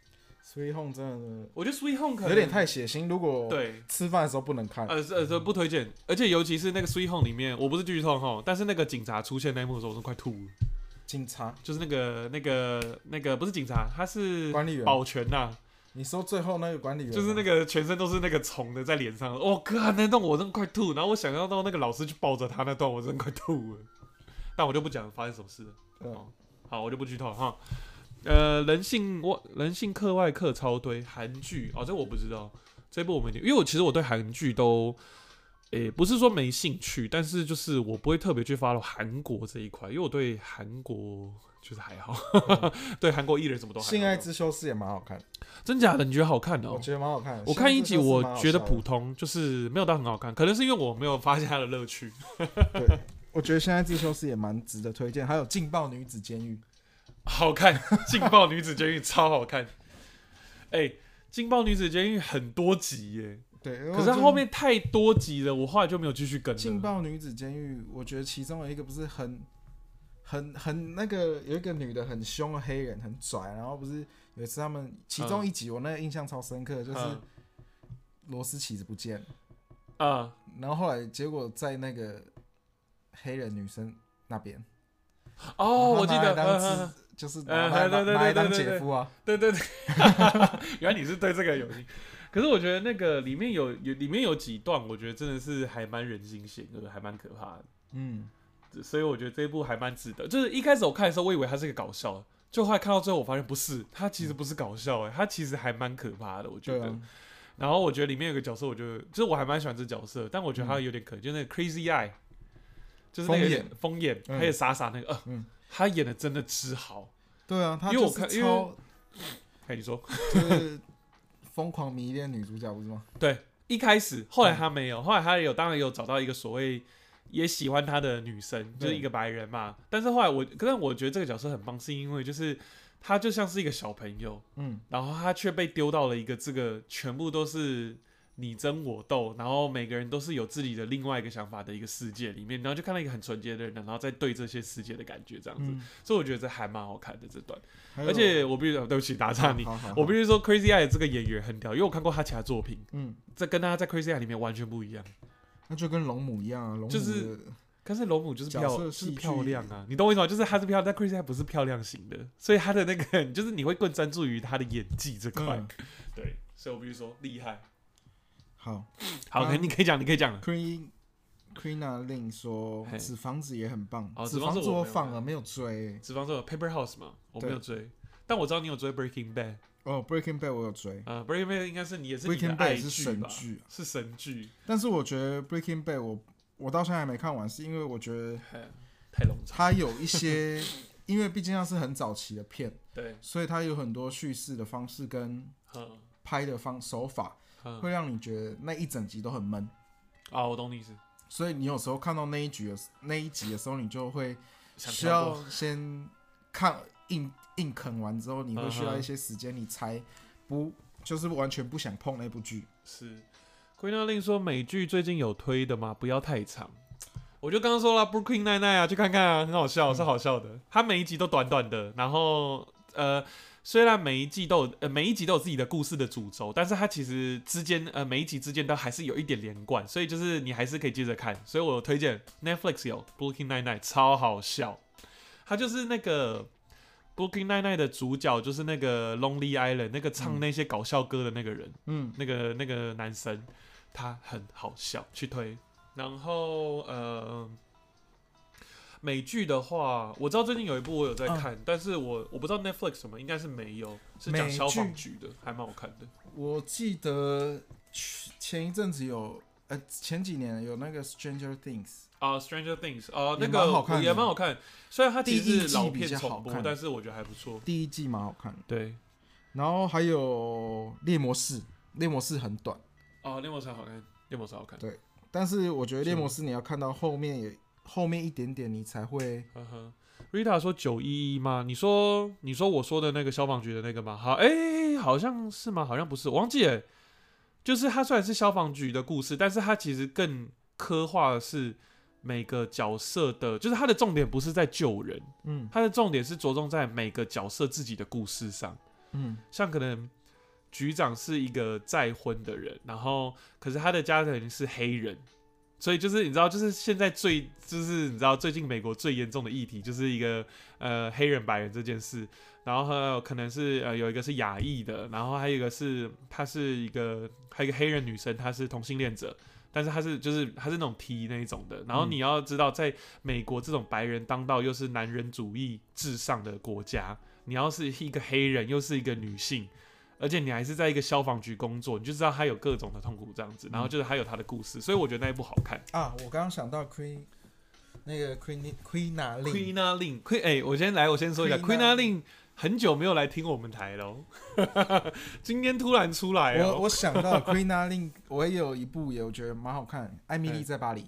Speaker 2: Sweet Home 真
Speaker 1: 我觉得 Sweet Home 可能
Speaker 2: 的有点太血腥，如果
Speaker 1: 对。
Speaker 2: 吃饭的时候不能看，
Speaker 1: 呃，是呃，这不推荐，而且尤其是那个《Sweet Home》里面，我不是剧透哈，但是那个警察出现那一幕的时候，我都快吐了。
Speaker 2: 警察
Speaker 1: 就是那个、那个、那个，不是警察，他是
Speaker 2: 管理员，
Speaker 1: 保全呐、
Speaker 2: 你说最后那个管理员吗，
Speaker 1: 就是那
Speaker 2: 个
Speaker 1: 个全身都是那个虫的在脸上，哦，哥，那段我真的快吐。然后我想象到那个老师去抱着他那段，我真的快吐了。但我就不讲发生什么事了，哦
Speaker 2: 嗯，
Speaker 1: 好，我就不剧透了哈。呃，人性我人性课外课超堆韩剧哦，这我不知道，这部我没听，因为我其实我对韩剧都，诶、不是说没兴趣，但是就是我不会特别去 follow 韩国这一块，因为我对韩国就是还好， 对韩国艺人什么都还好。
Speaker 2: 性爱之修士也蛮好看，
Speaker 1: 真假的你觉得好看哦、
Speaker 2: 我觉得蛮好看的。
Speaker 1: 我看一集，
Speaker 2: 性爱之修士蛮
Speaker 1: 我
Speaker 2: 好
Speaker 1: 觉得
Speaker 2: 笑的
Speaker 1: 普，通，就是没有到很好看，可能是因为我没有发现它的乐趣。
Speaker 2: 我觉得性爱之修士也蛮值得推荐，还有劲爆女子监狱，
Speaker 1: 好看，《劲爆女子监狱》超好看。哎、劲爆女子监狱》很多集耶，
Speaker 2: 对，因为
Speaker 1: 可是它
Speaker 2: 哦我就
Speaker 1: 后面太多集了，我后来就没有继续跟了。
Speaker 2: 劲爆女子监狱，我觉得其中有一个不是很。很很那个有一个女的很凶的黑人很拽，然后不是有一次他们其中一集我那个印象超深刻，就是
Speaker 1: 嗯
Speaker 2: 螺丝起子不见了，
Speaker 1: 啊、
Speaker 2: 然后后来结果在那个黑人女生那边，
Speaker 1: 哦，我记
Speaker 2: 拿来
Speaker 1: 得，
Speaker 2: 当
Speaker 1: 嗯
Speaker 2: 吃、
Speaker 1: 嗯嗯
Speaker 2: 就是
Speaker 1: 呃
Speaker 2: 拿来
Speaker 1: 对
Speaker 2: 当
Speaker 1: 对
Speaker 2: 拿来
Speaker 1: 对
Speaker 2: 当
Speaker 1: 对
Speaker 2: 姐
Speaker 1: 对
Speaker 2: 夫啊，
Speaker 1: 对对对，原来你是对 这个有兴趣。可是我觉得那个里面有有里面有几段，我觉得真的是还蛮人心险恶，还蛮可怕的。
Speaker 2: 嗯，
Speaker 1: 所以我觉得这一部还蛮值得。就是一开始我看的时候，我以为它是个搞笑的，就后来看到最后，我发现不是，它其实不是搞笑、欸，它其实还蛮可怕的，我觉
Speaker 2: 嗯对
Speaker 1: 得。
Speaker 2: 啊，
Speaker 1: 然后我觉得里面有个角色，我就就是我还蛮喜欢这角色，但我觉得他有点可，就是那个 Crazy Eye，就是那
Speaker 2: 疯
Speaker 1: 个
Speaker 2: 嗯眼
Speaker 1: 疯眼，
Speaker 2: 嗯
Speaker 1: 还有傻傻那个，呃
Speaker 2: 嗯，
Speaker 1: 他演的真的之好。
Speaker 2: 对啊，他
Speaker 1: 因为我
Speaker 2: 就是
Speaker 1: 看因为
Speaker 2: 超
Speaker 1: 看你说，
Speaker 2: 就是疯狂迷恋女主角不是吗？
Speaker 1: 一开始，后来他没
Speaker 2: 嗯
Speaker 1: 有，后来他有，当然有找到一个所谓也喜欢他的女生，就是
Speaker 2: 对
Speaker 1: 一个白人嘛。但是后来我，可是我觉得这个角色很棒，是因为就是他就像是一个小朋友，
Speaker 2: 嗯，
Speaker 1: 然后他却被丢到了一个这个全部都是你争我斗，然后每个人都是有自己的另外一个想法的一个世界里面，然后就看到一个很纯洁的人，然后在对这些世界的感觉这样子，
Speaker 2: 嗯哎
Speaker 1: 所以我觉得这还蛮好看的这段。
Speaker 2: 还有
Speaker 1: 而且我必须、哦对不起打岔你，
Speaker 2: 好好好
Speaker 1: 我必须说 Crazy Eye 这个演员很屌，因为我看过他其他作品，
Speaker 2: 嗯，
Speaker 1: 这跟他在 Crazy Eye 里面完全不一样。
Speaker 2: 那就跟龙母一样啊，龙母
Speaker 1: 就是
Speaker 2: 的
Speaker 1: 可是龙母就是
Speaker 2: 角
Speaker 1: 漂，
Speaker 2: 色
Speaker 1: 就
Speaker 2: 戏
Speaker 1: 是
Speaker 2: 剧
Speaker 1: 漂亮啊，你懂我意思吗？就是她是漂亮，但 Crazy 还不是漂亮型的，所以她的那个 就是你会更专注于她的演技这块。
Speaker 2: 嗯
Speaker 1: 对，所以我必须说厉害。
Speaker 2: 好
Speaker 1: 好，
Speaker 2: 啊
Speaker 1: 可以你可以讲，你可以讲了。
Speaker 2: ，Queen Queen Lin 说
Speaker 1: 哎嘿
Speaker 2: 纸房子也很棒
Speaker 1: 哦，
Speaker 2: 纸
Speaker 1: 纸房
Speaker 2: 房
Speaker 1: 子
Speaker 2: 子
Speaker 1: 我
Speaker 2: 我
Speaker 1: 没有
Speaker 2: 反
Speaker 1: 看
Speaker 2: 而没有追
Speaker 1: 脂肪说 Paper House 嘛，我没
Speaker 2: 对
Speaker 1: 有追，但我知道你有追 Breaking Bad
Speaker 2: 哦，Breaking Bad 我有追，
Speaker 1: 啊、b r e a k i n g Bad 应该是你也是你的
Speaker 2: Breaking Bad
Speaker 1: 爱
Speaker 2: 也是
Speaker 1: 剧
Speaker 2: 神
Speaker 1: 吧？
Speaker 2: 剧啊
Speaker 1: 是神剧，
Speaker 2: 但是我觉得 Breaking Bad 我我到现在还没看完，是因为我觉得
Speaker 1: 嘿太冗长。
Speaker 2: 它有一些，因为毕竟那是很早期的片，
Speaker 1: 对，
Speaker 2: 所以它有很多叙事的方式跟
Speaker 1: 嗯
Speaker 2: 拍的方手法，
Speaker 1: 嗯，
Speaker 2: 会让你觉得那一整集都很闷。
Speaker 1: 啊，我懂你意思，
Speaker 2: 所以你有时候看到那一局的那一集的时候，你就会
Speaker 1: 想
Speaker 2: 需
Speaker 1: 跳
Speaker 2: 要
Speaker 1: 过
Speaker 2: 先看硬硬啃完之后，你会需
Speaker 1: 嗯
Speaker 2: 要
Speaker 1: 哼
Speaker 2: 一些时间，你才不就是完全不想碰那部剧。
Speaker 1: 是。归纳令说美剧最近有推的吗？不要太长。我就刚刚说了，Brooklyn Nine Nine 啊，去看看啊，很好笑，是好笑的。它每一集都短短的，然后呃，虽然每一季都有呃每一集都有自己的故事的主轴，但是它其实之间呃每一集之间都还是有一点连贯，所以就是你还是可以接着看。所以我推荐 Netflix 有 Brooklyn Nine Nine，超好笑。它就是那个 Brooklyn Nine Nine 的主角，就是那个 Lonely Island 那个唱那些搞笑歌的那个人。
Speaker 2: 嗯，
Speaker 1: 那个那个男生，他很好笑，去推。然后呃，美剧的话，我知道最近有一部我有在看，但是我我不知道 Netflix 什么，应该是没有，是讲
Speaker 2: 嗯美
Speaker 1: 消防
Speaker 2: 剧
Speaker 1: 局的，还蛮好看的。
Speaker 2: 我记得去前一阵子有，呃，前几年有那个《Stranger Things》，
Speaker 1: 啊、s t r a n g e r Things 啊、那
Speaker 2: 也
Speaker 1: 个
Speaker 2: 蛮好看的
Speaker 1: 也蛮好看，虽然它其
Speaker 2: 第一
Speaker 1: 实是
Speaker 2: 季
Speaker 1: 老
Speaker 2: 比
Speaker 1: 片
Speaker 2: 较
Speaker 1: 重
Speaker 2: 好
Speaker 1: 播，
Speaker 2: 看
Speaker 1: 但是我觉得还不错。
Speaker 2: 第一季蛮好看的。
Speaker 1: 对，
Speaker 2: 然后还有《猎魔士》，《猎魔士》很短，
Speaker 1: 哦，猎魔山好看，猎魔山好看。
Speaker 2: 但是我觉得《
Speaker 1: 是
Speaker 2: 猎魔士》你要看到后面也后面一点点，你才会
Speaker 1: 呵呵，Rita 嗯说九一一吗？你说你说我说的那个消防局的那个吗？好，哎、好像是吗？好像不是，我忘记了。就是它虽然是消防局的故事，但是它其实更刻画的是每个角色的，就是它的重点不是在救人，
Speaker 2: 嗯
Speaker 1: 它的重点是着重在每个角色自己的故事上。
Speaker 2: 嗯
Speaker 1: 像可能局长是一个再婚的人，然后可是他的家人是黑人，所以就是你知道，就是现在最就是你知道最近美国最严重的议题就是一个呃黑人白人这件事，然后还有可能是呃有一个是亚裔的，然后还有一个是她是一个还有一个黑人女生，她是同性恋者。但是她是就是她是那种 T 那一种的，然后
Speaker 2: 嗯
Speaker 1: 你要知道，在美国这种白人当道又是男人主义至上的国家，你要是一个黑人又是一个女性，而且你还是在一个消防局工作，你就知道他有各种的痛苦这
Speaker 2: 嗯
Speaker 1: 样子，然后就是他有他的故事，所以我觉得那一部好看。
Speaker 2: 啊，我刚刚想到 Queen 那个 Queen Queen 哪
Speaker 1: Queen a l i n Queen，哎、我先来，我先说一下 Queen
Speaker 2: Queen 啊
Speaker 1: a
Speaker 2: A
Speaker 1: l i n 很久没有来听我们台喽， 今天突然出来
Speaker 2: 我
Speaker 1: 哦、
Speaker 2: 我想到 Queen a l i n 我也有一部也我觉得蛮好看，《艾米
Speaker 1: 哎
Speaker 2: 丽在巴黎》，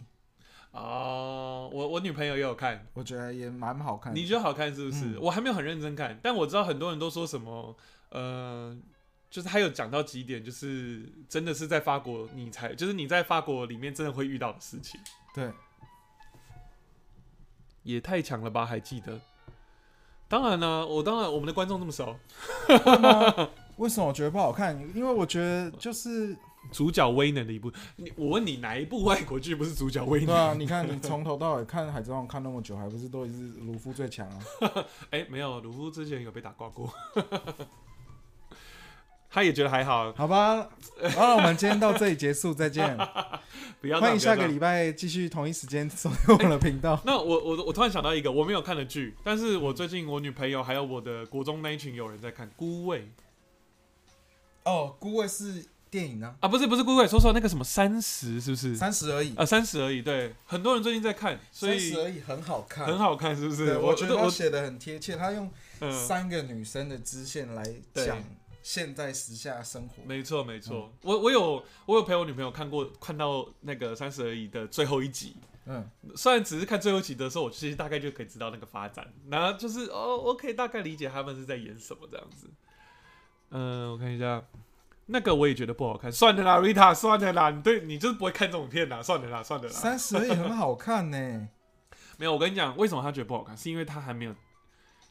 Speaker 1: 哦，我我女朋友也有看，
Speaker 2: 我觉得也蛮好看的。
Speaker 1: 你觉得好看是不是？
Speaker 2: 嗯
Speaker 1: 我还没有很认真看，但我知道很多人都说什么，呃。就是他有讲到几点，就是真的是在法国，你才就是你在法国里面真的会遇到的事情。
Speaker 2: 对，
Speaker 1: 也太强了吧，还记得？当然啦、我当然我们的观众这么少，
Speaker 2: 为什么我 觉得不好看？因为我觉得就是
Speaker 1: 主角威能的一部，你我问你哪一部外国剧不是主角威
Speaker 2: 对
Speaker 1: 能？
Speaker 2: 啊，你看你从头到尾看《海贼王》看那么久，还不是都是卢夫最强啊？
Speaker 1: 哎、没有，鲁夫之前有被打挂过， 他也觉得还好，
Speaker 2: 好吧，好了，我们今天到这里结束，再见。
Speaker 1: 不要这样
Speaker 2: 欢迎下
Speaker 1: 不要这
Speaker 2: 个
Speaker 1: 样
Speaker 2: 礼拜继续同一时间收听我们的频道。
Speaker 1: 那我我我突然想到一个我没有看的剧，但是我最近我女朋友还有我的国中那一群友人在看《孤味》
Speaker 2: 哦，《孤味》是电影啊，
Speaker 1: 啊，不是不是《孤味》，说说那个什么三十是不是？
Speaker 2: 三十而已，
Speaker 1: 啊三十而已，对，很多人最近在看，所
Speaker 2: 三
Speaker 1: 以
Speaker 2: 十而已很好看，
Speaker 1: 很。好看，是不是？
Speaker 2: 对，我觉得
Speaker 1: 我
Speaker 2: 他写的很贴切，他用
Speaker 1: 嗯。
Speaker 2: 三个女生的支线来
Speaker 1: 对
Speaker 2: 讲现在时下生活。
Speaker 1: 没错，没错。
Speaker 2: 嗯
Speaker 1: 我我有我有陪我女朋友看过，看到那个《三十而已》的最后一集。
Speaker 2: 嗯，
Speaker 1: 虽然只是看最后一集的时候，我其实大概就可以知道那个发展，然后就是哦，我可以大概理解他们是在演什么这样子。嗯、我看一下，那个我也觉得不好看。算了啦，Rita，算了啦，你对你就是不会看这种片啦，算了啦，算了啦。
Speaker 2: 三十而已很好看呢、
Speaker 1: 没有，我跟你讲，为什么他觉得不好看，是因为他还没有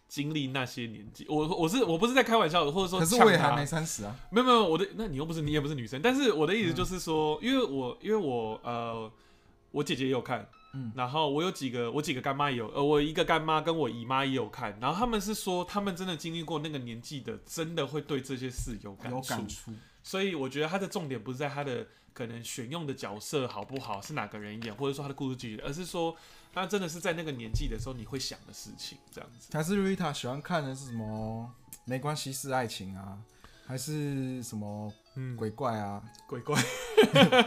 Speaker 1: 经历那些年纪。我我是我不是在开玩笑的，或者说
Speaker 2: 可是
Speaker 1: 呛
Speaker 2: 我也
Speaker 1: 他
Speaker 2: 还没三十啊。
Speaker 1: 没有没有，我的那你又不是你也不是女生，但是我的意思就是说，
Speaker 2: 嗯
Speaker 1: 因为我因为我呃，我姐姐也有看，
Speaker 2: 嗯
Speaker 1: 然后我有几个我几个干妈也有，呃，我一个干妈跟我姨妈也有看，然后他们是说他们真的经历过那个年纪的，真的会对这些事有感
Speaker 2: 有
Speaker 1: 触，
Speaker 2: 感触，
Speaker 1: 所以我觉得他的重点不是在他的可能选用的角色好不好，是哪个人演，或者说他的故事剧情，而是说他真的是在那个年纪的时候你会想的事情，这样子。
Speaker 2: 还是 Rita 喜欢看的是什么？没关系，是爱情啊，还是什么
Speaker 1: 嗯，
Speaker 2: 鬼怪啊，
Speaker 1: 鬼怪，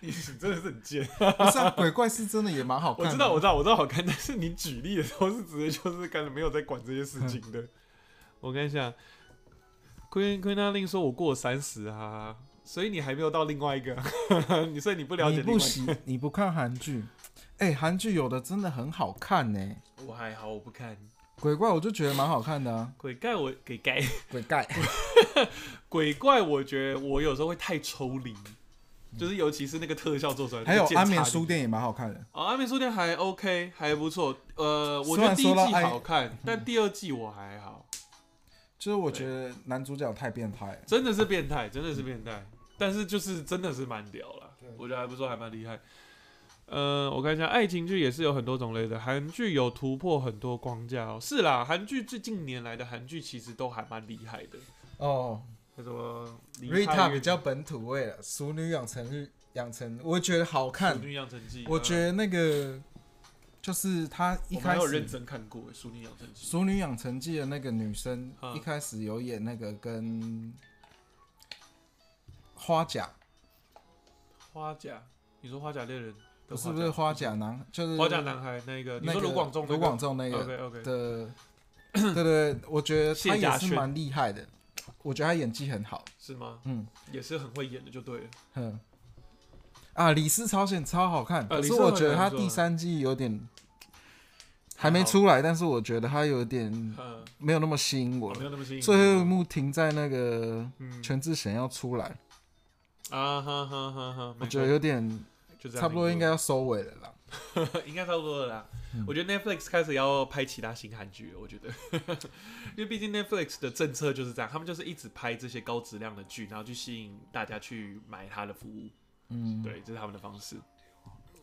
Speaker 1: 你真的是很贱。
Speaker 2: 不是啊， 鬼怪是真的也蛮好看
Speaker 1: 我
Speaker 2: 的。
Speaker 1: 知道，我知道，我知道好看，但是你举例的时候是直接就是根本没有在管这些事情的。 我跟你讲，Queen Queen a l i n 说我过三十啊，所以你还没有到另外一个， 你所以你不了解
Speaker 2: 你
Speaker 1: 另
Speaker 2: 不
Speaker 1: 外一
Speaker 2: 喜，你不看韩剧？哎、韩剧有的真的很好看呢、
Speaker 1: 个。我还好，我不看
Speaker 2: 鬼怪我就觉得蛮好看的啊。
Speaker 1: 鬼怪我，给盖
Speaker 2: 鬼怪，
Speaker 1: 鬼怪，我觉得我有时候会太抽离，就是尤其是那个特效做出来的，
Speaker 2: 还有
Speaker 1: 那个
Speaker 2: 安
Speaker 1: 剑
Speaker 2: 眠
Speaker 1: 插
Speaker 2: 书
Speaker 1: 进去
Speaker 2: 店也蛮好看的。
Speaker 1: 哦，安眠书店还 OK，还不错。呃，我觉
Speaker 2: 虽
Speaker 1: 得
Speaker 2: 然
Speaker 1: 第一
Speaker 2: 说到
Speaker 1: 季
Speaker 2: 爱
Speaker 1: 好看，但第二季我还好，
Speaker 2: 就是我觉得男主角太变态了，
Speaker 1: 真的是变态，真的是变态。但是就是真的是蛮屌了
Speaker 3: 对，
Speaker 1: 我觉得还不错，还蛮厉害。呃，我看一下，爱情剧也是有很多种类的，韩剧有突破很多框架哦。是啦，韩剧最近年来的韩剧其实都还蛮厉害的，
Speaker 2: 哦。
Speaker 1: 叫做梨泰院《
Speaker 2: Rita 比较本土味了，《熟女养成日养成》，我觉得好看
Speaker 1: 淑。女呃养成记》，
Speaker 2: 我觉
Speaker 1: 得
Speaker 2: 得那个就是她一
Speaker 1: 我们还
Speaker 2: 开
Speaker 1: 有
Speaker 2: 始
Speaker 1: 认
Speaker 2: 《
Speaker 1: 真看过《淑女养成记》，
Speaker 2: 熟女养成记》的那个女生
Speaker 1: 嗯
Speaker 2: 一开始有演那个跟花甲，
Speaker 1: 花甲，你说花甲猎人的
Speaker 2: 不
Speaker 1: 花
Speaker 2: 是
Speaker 1: 甲，
Speaker 2: 不是花甲男，就是
Speaker 1: 花甲男孩那个，你
Speaker 2: 那
Speaker 1: 说
Speaker 2: 个
Speaker 1: 卢广仲那
Speaker 2: 卢
Speaker 1: 个
Speaker 2: 广仲那个
Speaker 1: OK OK，
Speaker 2: 的，对对对，我觉得她
Speaker 1: 谢家
Speaker 2: 也是
Speaker 1: 轩
Speaker 2: 蛮厉害的，我觉得她演技很好，
Speaker 1: 是吗？
Speaker 2: 嗯
Speaker 1: 也是很会演的，就对了。
Speaker 2: 哼。嗯啊，李斯超演超好看，
Speaker 1: 呃
Speaker 2: 可
Speaker 1: 李
Speaker 2: 是
Speaker 1: 斯
Speaker 2: 我
Speaker 1: 超
Speaker 2: 觉得
Speaker 1: 演
Speaker 2: 他
Speaker 1: 不错
Speaker 2: 第
Speaker 1: 啊
Speaker 2: 三季有点还没出来，但是我觉得他有点
Speaker 1: 嗯，
Speaker 2: 没有那么吸引我
Speaker 1: 我没。有那么吸引。
Speaker 2: 最后一，幕停在那个
Speaker 1: 嗯，
Speaker 2: 全智贤要出来，
Speaker 1: 啊哈哈哈哈，
Speaker 2: 我觉得有点
Speaker 1: 就这样，
Speaker 2: 差不多应该要收尾了啦。
Speaker 1: 应该差不多了啦。
Speaker 2: 嗯
Speaker 1: 我觉得 Netflix 开始要拍其他新韩剧了，我觉得， 因为毕竟 Netflix 的政策就是这样，他们就是一直拍这些高质量的剧，然后去吸引大家去买他的服务。
Speaker 2: 嗯，
Speaker 1: 对，这是他们的方式。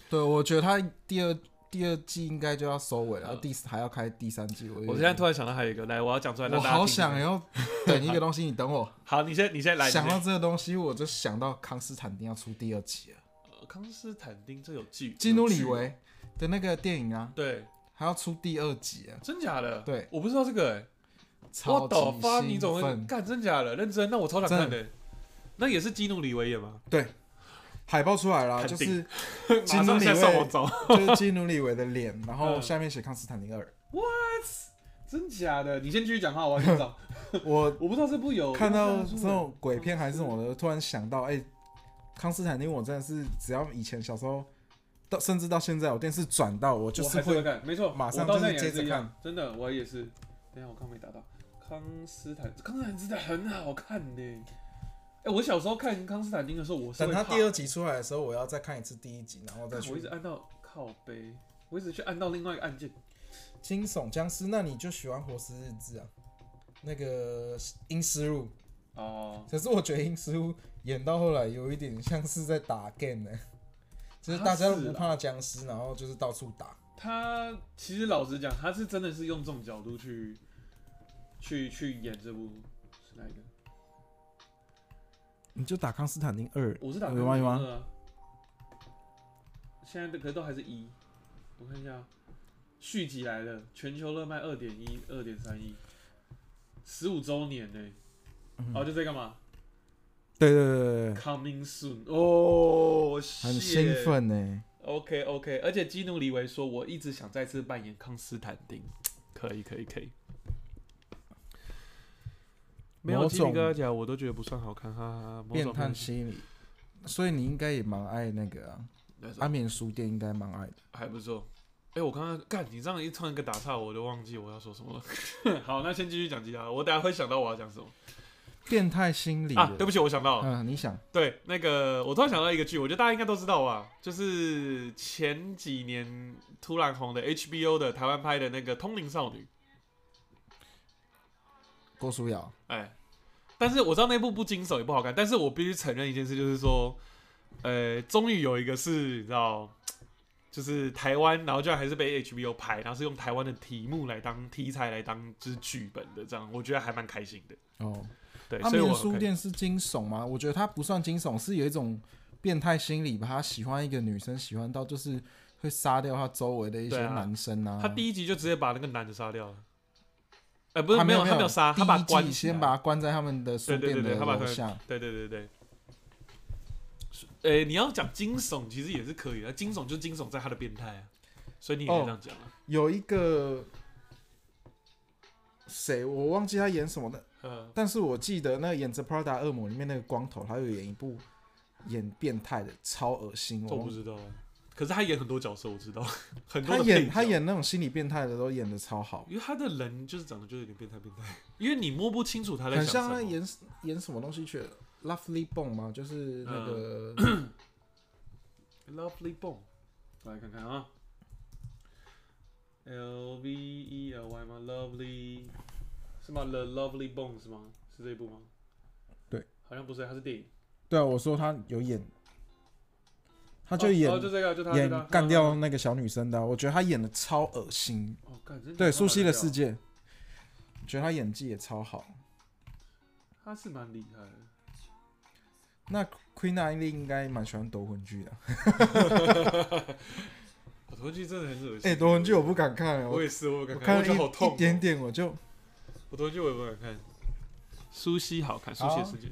Speaker 2: 对，我觉得他第二第二季应该就要收尾
Speaker 1: 嗯
Speaker 2: 了，然后第四还要开第三季。我
Speaker 1: 我
Speaker 2: 我
Speaker 1: 现在突然想到还有一个，来，我要讲出来
Speaker 2: 我
Speaker 1: 让大家
Speaker 2: 好
Speaker 1: 听
Speaker 2: 想要等一个东西，你等我。
Speaker 1: 好，你先，你 先来。你
Speaker 2: 想
Speaker 1: 先
Speaker 2: 到这个东西，我就想到康斯坦丁要出第二季了。
Speaker 1: 呃康斯坦丁这有剧，
Speaker 2: 基努
Speaker 1: 有哦剧
Speaker 2: 里维的那个电影啊，
Speaker 1: 对，
Speaker 2: 还要出第二集啊，
Speaker 1: 真假的？
Speaker 2: 对，
Speaker 1: 我不知道这个、欸。
Speaker 2: 超
Speaker 1: 我
Speaker 2: 级
Speaker 1: 倒发，你
Speaker 2: 兴
Speaker 1: 总会
Speaker 2: 奋。
Speaker 1: 干真假的？认真？那我超想看的、那也是基努里维演吗？
Speaker 2: 海报出来了啊，
Speaker 1: 肯
Speaker 2: 就
Speaker 1: 定
Speaker 2: 是基
Speaker 1: 马
Speaker 2: 努
Speaker 1: 上
Speaker 2: 里
Speaker 1: 现在上网
Speaker 2: 维，
Speaker 1: 找。
Speaker 2: 就是基努里维的脸，然后
Speaker 1: 嗯
Speaker 2: 下面写康斯坦丁二。
Speaker 1: 真假的？你先继续讲话，我要去 找。
Speaker 2: 我
Speaker 1: 我不知道这部有
Speaker 2: 看到这种鬼片还是什么的，突然想到，哎，康斯坦丁，我真的是只要以前小时候，到甚至到现在，我电视转到我就
Speaker 1: 我
Speaker 2: 是
Speaker 1: 还是会
Speaker 2: 会，
Speaker 1: 看，没错，
Speaker 2: 马上
Speaker 1: 我到现在
Speaker 2: 就是接
Speaker 1: 也是
Speaker 2: 着
Speaker 1: 一样
Speaker 2: 看，
Speaker 1: 真的，我也是。等一下我刚没打到康斯坦，康斯坦真的很好看呢、哎、我小时候看康斯坦丁的时候，我是
Speaker 2: 等
Speaker 1: 会
Speaker 2: 他
Speaker 1: 怕
Speaker 2: 第二集出来的时候，我要再看一次第一集，然后再
Speaker 1: 看我一直
Speaker 2: 去
Speaker 1: 哎按到靠背，我一直去按到另外一个按键。
Speaker 2: 惊悚僵尸。那你就喜欢活尸日志啊？那个阴尸路。
Speaker 1: 哦、
Speaker 2: 可是我觉得殷师傅演到后来有一点像是在打 game 呢、就是大家都不怕僵尸，然后就是到处打。
Speaker 1: 他其实老实讲，他是真的是用这种角度去去去演这部是哪一个？
Speaker 2: 你就打康斯坦丁二，
Speaker 1: 我是打
Speaker 2: 有吗有吗
Speaker 1: 康斯坦丁二啊？现在的可是都还是一，我看一下啊，续集来了，全球热卖二点一、二点三亿，十五周年呢、
Speaker 2: 嗯
Speaker 1: 哦，就这个嘛
Speaker 2: 对对对对对，
Speaker 1: ，Coming soon 哦，
Speaker 2: 很
Speaker 1: shit
Speaker 2: 兴。奋呢、
Speaker 1: OK OK，而且基努里维说，我一直想再次扮演康斯坦丁，可以可以可以。没有
Speaker 2: 某
Speaker 1: 鸡皮
Speaker 2: 种
Speaker 1: 疙瘩讲，我都觉得不算好看，哈哈哈。某
Speaker 2: 变
Speaker 1: 种
Speaker 2: 态
Speaker 1: 东西
Speaker 2: 心理。所以你应该也蛮爱那个啊，
Speaker 1: 那种
Speaker 2: 安眠书店应该蛮爱的。
Speaker 1: 还不错。哎、我刚刚干你这样一突然一个打岔，我都忘记我要说什么了。 好，那先继续讲其他的，我等下会想到我要讲什么
Speaker 2: 变态心理
Speaker 1: 啊。对
Speaker 2: 不
Speaker 1: 不起，我想到了，
Speaker 2: 嗯，你想，
Speaker 1: 对，那个我突然想到一个剧，我觉得大家应该都知道吧，就是前几年突然红的 HBO 的台湾拍的那个《通灵少女》。
Speaker 2: 郭书瑶，
Speaker 1: 哎，但是我知道那部不经手也不好看，但是我必须承认一件事，就是说，呃，终于有一个是你知道，就是台湾，然后居然还是被 HBO 拍，然后是用台湾的题目来当题材来当就是剧本的，这样我觉得还蛮开心的。
Speaker 2: 哦，
Speaker 1: 对，
Speaker 2: 安
Speaker 1: 所以
Speaker 2: 眠
Speaker 1: 我
Speaker 2: 书
Speaker 1: 很开
Speaker 2: 店是惊悚吗？我觉得它不算惊悚，是有一种变态心理吧。他喜欢一个女生，喜欢到就是会杀掉他周围的一些
Speaker 1: 对啊
Speaker 2: 男生啊。
Speaker 1: 他第一集就直接把那个男的杀掉了，呃，不是
Speaker 2: 啊
Speaker 1: 没
Speaker 2: 没
Speaker 1: 有，
Speaker 2: 有
Speaker 1: 他没
Speaker 2: 没
Speaker 1: 有
Speaker 2: 有
Speaker 1: 杀，他
Speaker 2: 第
Speaker 1: 把
Speaker 2: 一
Speaker 1: 它关
Speaker 2: 季
Speaker 1: 起来
Speaker 2: 先把它关在他们的书
Speaker 1: 对对
Speaker 2: 店
Speaker 1: 对
Speaker 2: 的
Speaker 1: 对，他把
Speaker 2: 楼
Speaker 1: 它
Speaker 2: 下。
Speaker 1: 对对对对。哎、你要讲惊悚，其实也是可以的。惊悚就惊悚在他的变态啊，所以你也可以
Speaker 2: 哦
Speaker 1: 这样讲啊。
Speaker 2: 有一个谁我忘记他演什么的，
Speaker 1: 嗯
Speaker 2: 但是我记得那个演《The Prada 恶魔》里面那个光头，他有演一部演变态的，超恶心
Speaker 1: 这我不
Speaker 2: 哦。
Speaker 1: 知道啊。可是他演很多角色，我知道 很多
Speaker 2: 他
Speaker 1: 的配
Speaker 2: 演
Speaker 1: 角
Speaker 2: 他，演那种心理变态的都演的超好，
Speaker 1: 因为他的人就是长得就有点变态变态，因为你摸不清楚他在
Speaker 2: 很
Speaker 1: 想
Speaker 2: 像
Speaker 1: 什
Speaker 2: 那
Speaker 1: 么。
Speaker 2: 演演什么东西去了，Lovely Bone 吗？就是那个
Speaker 1: 嗯 Lovely Bone，来看看啊，L V E L Y 吗？Lovely 是吗？The Lovely Bone 是吗？是这一部吗？
Speaker 2: 对，
Speaker 1: 好像不是，它是电影。
Speaker 2: 对啊，我说他有演，
Speaker 1: 他
Speaker 2: 他就演、
Speaker 1: 哦，就这个，就他
Speaker 2: 演
Speaker 1: 就他
Speaker 2: 干掉
Speaker 1: 嗯
Speaker 2: 那个小女生的啊、我觉得他演的超恶心。
Speaker 1: 嗯哦，干真的
Speaker 2: 对，
Speaker 1: 他
Speaker 2: 《苏西的
Speaker 1: 干掉
Speaker 2: 世界》，我觉得他演技也超好。
Speaker 1: 他是蛮厉害
Speaker 2: 那 Queen i l e 应该蛮喜欢夺魂剧的。
Speaker 1: 的。我头剧真的很恶心。
Speaker 2: 哎、夺魂剧我不敢看、欸，
Speaker 1: 我
Speaker 2: 我
Speaker 1: 也是，我有
Speaker 2: 我
Speaker 1: 敢
Speaker 2: 看
Speaker 1: 我
Speaker 2: 了
Speaker 1: 觉得好
Speaker 2: 一
Speaker 1: 痛、哦
Speaker 2: 一点。点我就
Speaker 1: 我头剧我也不敢看。苏西好看，苏西的世界。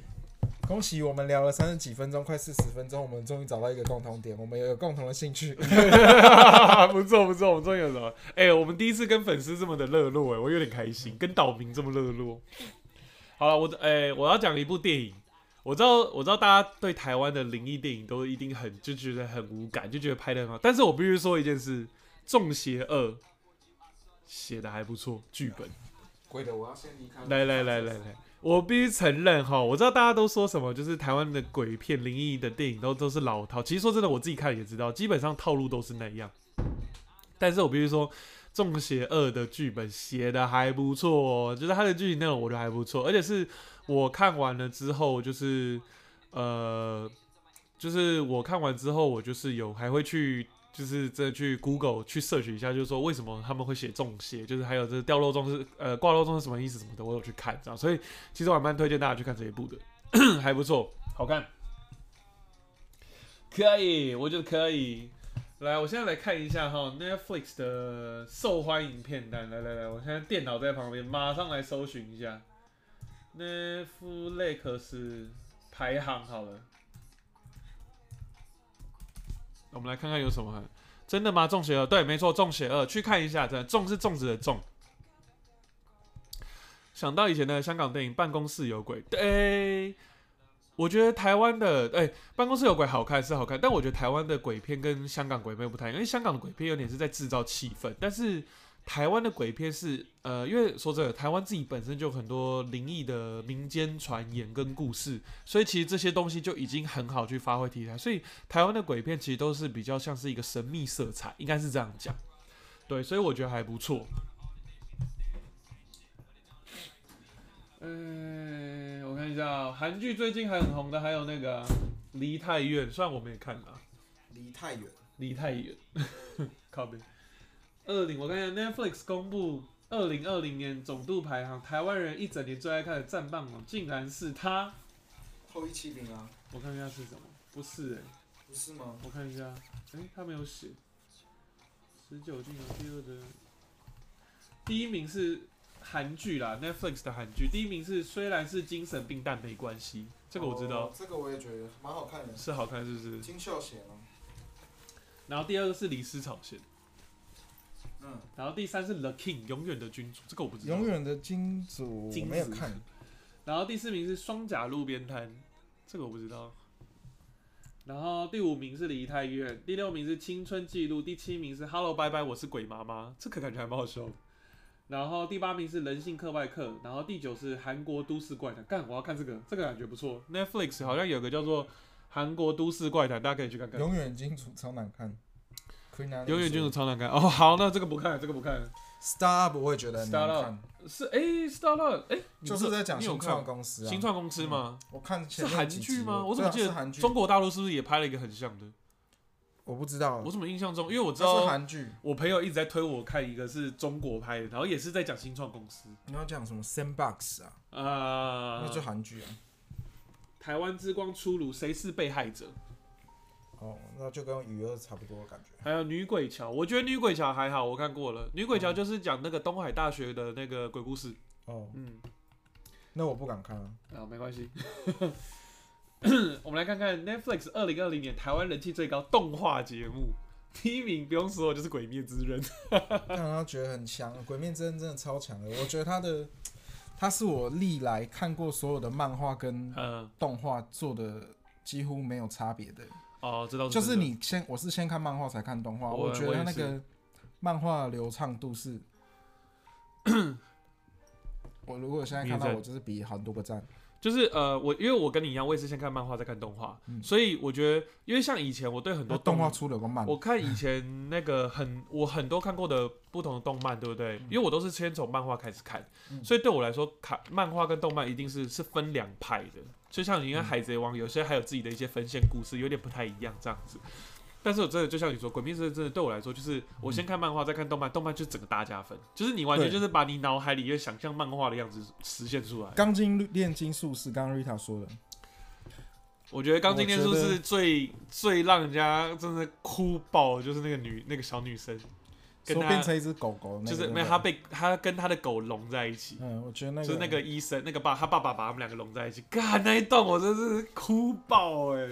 Speaker 2: 恭喜我们聊了三十几分钟，快四十分钟，我们终于找到一个共同点，我们有共同的兴 趣。
Speaker 1: 不错不错，我们终于有什么？哎、我们第一次跟粉丝这么的热络、哎，我有点开心，跟岛民这么热络。好了，我的哎、我要讲一部电影。我知道，我知道大家对台湾的灵异电影都一定很就觉得很无感，就觉得拍的很好。但是我必须说一件事，《中邪二》写的还不错，剧本。
Speaker 3: 鬼的，我要先离开。
Speaker 1: 来来来来来，我必须承认哈，我知道大家都说什么，就是台湾的鬼片、灵异的电影都都是老套。其实说真的，我自己看也知道，基本上套路都是那样。但是我必须说，《中邪二》的剧本写的还不错、哦，就是它的剧情内容我觉得还不错，而且是我看完了之后，就是呃，就是我看完之后，我就是有还会去。就是真的去 Google 去 search 一下，就是说为什么他们会写中邪，就是还有这掉肉粽是呃挂肉粽是什么意思什么的，我有去看这样，所以其实我还蛮推荐大家去看这一部的， 还不错，好看，可以，我觉得可以。来，我现在来看一下哈 Netflix 的受欢迎片单，来来来，我现在电脑在旁边，马上来搜寻一下 Netflix 排行好了。我们来看看有什么。真的吗？中邪二，对，没错，中邪二，去看一下，真的中是粽子的粽。想到以前的香港电影《办公室有鬼》，对，我觉得台湾的哎、办公室有鬼》好看是好看，但我觉得台湾的鬼片跟香港鬼片不太一样，因为香港的鬼片有点是在制造气氛，但是台湾的鬼片是呃，因为说真的，台湾自己本身就有很多灵异的民间传言跟故事，所以其实这些东西就已经很好去发挥题材，所以台湾的鬼片其实都是比较像是一个神秘色彩，应该是这样讲。对，所以我觉得还不错。嗯、我看一下啊，韩剧最近还很红的还有那个啊《梨泰院》，虽然我没看啊，
Speaker 3: 离太远。
Speaker 1: 离太远。 靠背。二零，我看一下 Netflix 公布二零二零年总度排行，台湾人一整年最爱看的战棒网，竟然是它。
Speaker 3: 后一七零啊，
Speaker 1: 我看一下是什么？不是哎、
Speaker 3: 不是吗？
Speaker 1: 我看一下，哎、他没有写。十九进第二的，第一名是韩剧啦，Netflix 的韩剧，第一名是虽然是精神病但没关系，这个我知道、
Speaker 3: 哦这个我也觉得蛮好看的。
Speaker 1: 是好看是不是？
Speaker 3: 金秀贤哦，
Speaker 1: 然后第二个是《李斯朝鲜》，
Speaker 3: 嗯，
Speaker 1: 然后第三是《The King》永远的君主，这个我不知道。
Speaker 2: 永远的金主
Speaker 1: 金
Speaker 2: 我没有
Speaker 1: 主
Speaker 2: 看，
Speaker 1: 然后第四名是双甲路边摊，这个我不知道。然后第五名是梨泰院，第六名是青春记录，第七名是 Hello 拜拜，我是鬼妈妈，这个感觉还蛮好笑的。然后第八名是人性课外课，然后第九是韩国都市怪谈，干我要看这个，这个感觉不错。Netflix 好像有个叫做韩国都市怪谈，大家可以去看看。
Speaker 2: 永远金主超难看。Queen Anne
Speaker 1: 永远君主
Speaker 2: 说
Speaker 1: 超难看哦，好，那这个不看，这个不看。
Speaker 2: Star Up 我也觉得很
Speaker 1: Start
Speaker 2: 难
Speaker 1: Up
Speaker 2: 看，
Speaker 1: 是哎，Star Up，哎，你
Speaker 2: 就
Speaker 1: 不
Speaker 2: 是在讲
Speaker 1: 你有
Speaker 2: 新
Speaker 1: 看
Speaker 2: 创公司啊。
Speaker 1: 新创公司吗？
Speaker 2: 我看
Speaker 1: 是
Speaker 2: 前面
Speaker 1: 韩
Speaker 2: 几
Speaker 1: 剧
Speaker 2: 集
Speaker 1: 吗？我怎
Speaker 2: 对
Speaker 1: 么
Speaker 2: 啊
Speaker 1: 记
Speaker 2: 是
Speaker 1: 得
Speaker 2: 韩剧？嗯
Speaker 1: 中国大陆是不是也拍了一个很像的？
Speaker 2: 我不知道
Speaker 1: 我，怎么印象中，因为我知
Speaker 2: 这是
Speaker 1: 道啊
Speaker 2: 韩剧。啊
Speaker 1: 我朋友一直在推我看一个是中国拍的，然后也是在讲新创公司
Speaker 2: 你要讲什么 Sandbox 啊？
Speaker 1: 啊、
Speaker 2: 那就韩剧啊。
Speaker 1: 台湾之光出炉，谁是被害者？
Speaker 2: 哦，那就跟娱乐差不多的感觉。
Speaker 1: 还有女
Speaker 2: 嗯
Speaker 1: 鬼桥，我觉得女鬼桥还好，我看过了。女鬼桥就是讲那个东海大学的那个鬼故事，
Speaker 2: 哦，
Speaker 1: 嗯，
Speaker 2: 那我不敢看啊。
Speaker 1: 啊，没关系。 我们来看看 Netflix 二零二零年台湾人气最高动画节目，第一名不用说就是《鬼灭之刃》。
Speaker 2: 让他觉得很强，《鬼灭之刃》真的超强的。我觉得他的，他是我历来看过所有的漫 画跟
Speaker 1: 嗯，
Speaker 2: 动画做的几乎没有差别的。
Speaker 1: 哦，这倒是
Speaker 2: 就
Speaker 1: 真
Speaker 2: 是
Speaker 1: 的，
Speaker 2: 你先，我是先看漫画才看动画，
Speaker 1: 我
Speaker 2: 我觉得他
Speaker 1: 我也
Speaker 2: 那
Speaker 1: 是
Speaker 2: 个漫画流畅度 是。我如果现在看
Speaker 1: 你
Speaker 2: 到
Speaker 1: 也在
Speaker 2: 我，就是比很多个赞，
Speaker 1: 就是呃，我因为我跟你一样，我也是先看漫画再看动画，
Speaker 2: 嗯
Speaker 1: 所以我觉得，因为像以前我对很
Speaker 2: 那
Speaker 1: 多
Speaker 2: 动画
Speaker 1: 漫
Speaker 2: 出的有个慢，
Speaker 1: 我看 以前那个很，我很多看过的不同的动漫，对不对？因为我都是先从漫画开始看，
Speaker 2: 嗯
Speaker 1: 所以对我来说，看漫画跟动漫一定是是分两派的。就像你看《
Speaker 2: 嗯
Speaker 1: 海贼王》，有些还有自己的一些分线故事，有点不太一样这样子。但是我真的就像你说，《鬼灭之刃》真的对我来说，就是我先看漫画，再看动漫，动漫就整个大加分，就是你完全
Speaker 2: 嗯对
Speaker 1: 就是把你脑海里面想象漫画的样子实现出来。
Speaker 2: 《钢筋炼金术士》刚刚 Rita 说的，
Speaker 1: 我觉得《钢
Speaker 2: 我
Speaker 1: 筋炼
Speaker 2: 觉
Speaker 1: 术
Speaker 2: 得
Speaker 1: 是最最让人家真的哭爆的，就是那个女那个小女生，跟
Speaker 2: 说
Speaker 1: 他
Speaker 2: 变成一只狗狗，
Speaker 1: 就是没
Speaker 2: 没
Speaker 1: 有他被他跟他的狗笼在一起，
Speaker 2: 嗯，我觉得那个
Speaker 1: 就是那个医生那个爸他爸爸把他们两个笼在一起，干那一段我真是哭爆哎、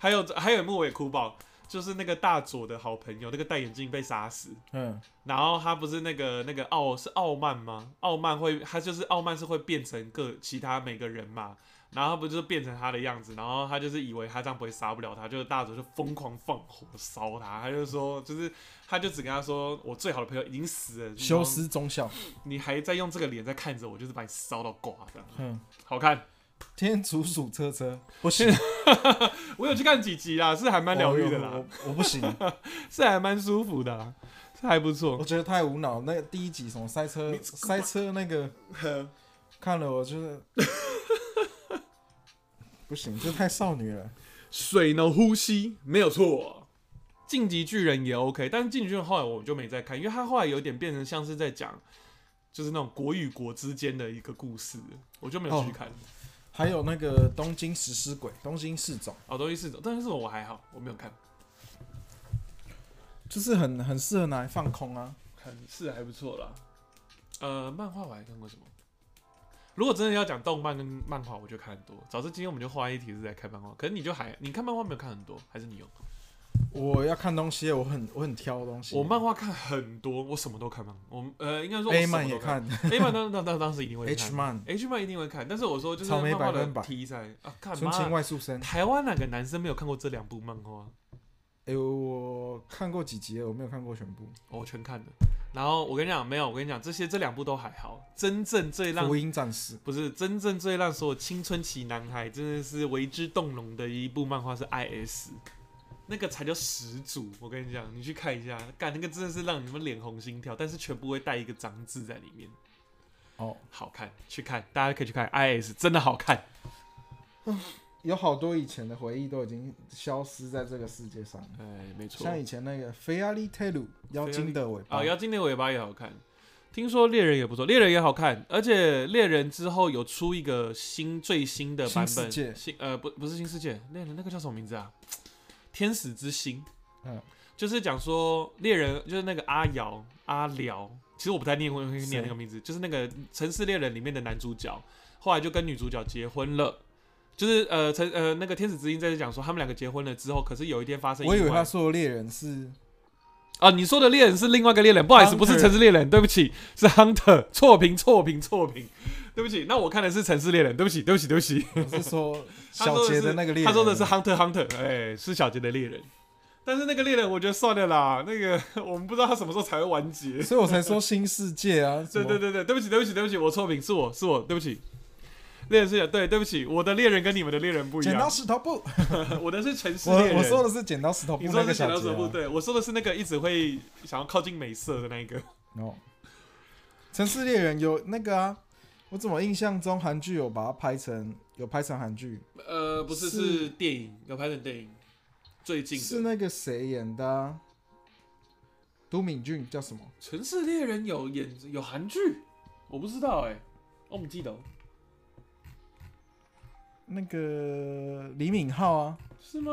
Speaker 1: 还有还有一幕我也哭爆，就是那个大佐的好朋友那个戴眼镜被杀死，
Speaker 2: 嗯，
Speaker 1: 然后他不是那个那个傲是傲慢吗？傲慢会他就是傲慢是会变成各其他每个人嘛，然后他不就是变成他的样子，然后他就是以为他这样不会杀不了他，就是大佐就疯狂放火烧他，他就说就是他就只跟他说我最好的朋友已经死了，
Speaker 2: 修
Speaker 1: 然
Speaker 2: 斯中校，
Speaker 1: 后你还在用这个脸在看着我，就是把你烧到挂这样，
Speaker 2: 嗯，
Speaker 1: 好看。
Speaker 2: 天竺鼠车车不 行，
Speaker 1: 我有去看几集啦，是还蛮疗愈的
Speaker 2: 我
Speaker 1: 啦，
Speaker 2: 我我不行，
Speaker 1: 是还蛮舒服的啦，是还不错
Speaker 2: 我。觉得太无脑。那个第一集什么塞车
Speaker 1: 你
Speaker 2: 塞车那个，看了我就是 不行，这太少女了。
Speaker 1: 水能呼吸，没有错。晋级巨人也 OK，但是晋级巨人后来我就没再看，因为他后来有点变成像是在讲，就是那种国与国之间的一个故事，我就没有继续看。
Speaker 2: 还有那个东京食尸鬼，东京市种，
Speaker 1: 哦，东西是种，但是我还好，我没有看，
Speaker 2: 就是很很适合拿来放空啊。
Speaker 1: 看是还不错啦。呃，漫画我还看过什么？如果真的要讲动漫跟漫画，我就看很多。早知今天我们就花一题是在看漫画，可是你就还你看漫画没有看很多，还是你有？
Speaker 2: 我要看东西，我很我很挑东西。
Speaker 1: 我漫画看很多，我什么都看漫，我呃应该说我
Speaker 2: A
Speaker 1: 什么
Speaker 2: 漫
Speaker 1: 都
Speaker 2: 也看
Speaker 1: A 漫当当当当时一定会看
Speaker 2: ，H。漫，
Speaker 1: H 漫一定会看，但是我说就是
Speaker 2: 草莓
Speaker 1: 漫画
Speaker 2: 百
Speaker 1: 的
Speaker 2: 分百
Speaker 1: 题材啊，看
Speaker 2: 纯情
Speaker 1: 嘛，
Speaker 2: 外宿生。
Speaker 1: 台湾哪个男生没有看过这两部漫画？
Speaker 2: 哎、我看过几集了，我没有看过全部。
Speaker 1: 我全看了。然后我跟你讲，没有，我跟你讲，这些这两部都还好，真正最让
Speaker 2: 福音战士，
Speaker 1: 不是真正最让所有青春期男孩真的是为之动容的一部漫画是 I S，那个才叫始祖。我跟你讲，你去看一下，干那个真的是让你们脸红心跳，但是全部会带一个脏字在里面，
Speaker 2: 哦，
Speaker 1: 好看，去看，大家可以去看 I S，真的好看。
Speaker 2: 有好多以前的回忆都已经消失在这个世界上了。
Speaker 1: 哎，没错，
Speaker 2: 像以前那个《菲亚利泰鲁妖精的尾巴
Speaker 1: 啊，》，妖精的尾巴也好看，听说猎人也不错，猎人也好看，而且猎人之后有出一个新最新的版
Speaker 2: 新世
Speaker 1: 本，
Speaker 2: 界
Speaker 1: 新呃不不是新世界，猎人那个叫什么名字 啊？天使之心，
Speaker 2: 嗯，
Speaker 1: 就是讲说猎人就是那个阿瑶阿辽，其实我不太念会会
Speaker 2: 谁
Speaker 1: 念那个名字，就是那个《城市猎人》里面的男主角，后来就跟女主角结婚了。就是呃，城呃那个天使之心在这讲说，他们两个结婚了之后，可是有一天发生意
Speaker 2: 我
Speaker 1: 外。
Speaker 2: 以为他说的猎人是
Speaker 1: 啊，你说的猎人是另外一个猎人，不好意思，
Speaker 2: Hunter
Speaker 1: 不是城市猎人，对不起，是 Hunter，错评错评错评，对不起，那我看的是城市猎人，对不起，对不起，对不起，
Speaker 2: 我是说
Speaker 1: 他
Speaker 2: 小
Speaker 1: 说
Speaker 2: 杰
Speaker 1: 的
Speaker 2: 的
Speaker 1: 是
Speaker 2: 那个猎人，啊
Speaker 1: 他说的是 Hunter Hunter，哎、是小杰的猎人，但是那个猎人我觉得算了啦，那个 我们不知道他什么时候才会完结，
Speaker 2: 所以我才说新世界啊，什
Speaker 1: 对
Speaker 2: 么
Speaker 1: 对对对，对不起对不起对不起，我错评是我是我，对不起，猎人是对对不起，我的猎人跟你们的猎人不一
Speaker 2: 剪刀
Speaker 1: 样，
Speaker 2: 石头布，
Speaker 1: 我的是城市猎人，
Speaker 2: 我我说的是剪刀石头布
Speaker 1: 你说的
Speaker 2: 那个
Speaker 1: 是剪
Speaker 2: 小
Speaker 1: 刀
Speaker 2: 杰
Speaker 1: 手部，
Speaker 2: 啊，
Speaker 1: 对我说的是那个一直会想要靠近美色的那一个。
Speaker 2: 哦，城市猎人有那个啊，我怎么印象中韩剧有把它拍成有拍成韩剧，
Speaker 1: 呃，不是，
Speaker 2: 是
Speaker 1: 是电影，有拍成电影，最近
Speaker 2: 是
Speaker 1: 的《
Speaker 2: 那个谁演的啊？都敏俊叫什么？
Speaker 1: 城市猎人》有演有韩剧，我不知道哎、我们记得
Speaker 2: 那个李敏镐啊，
Speaker 1: 是吗？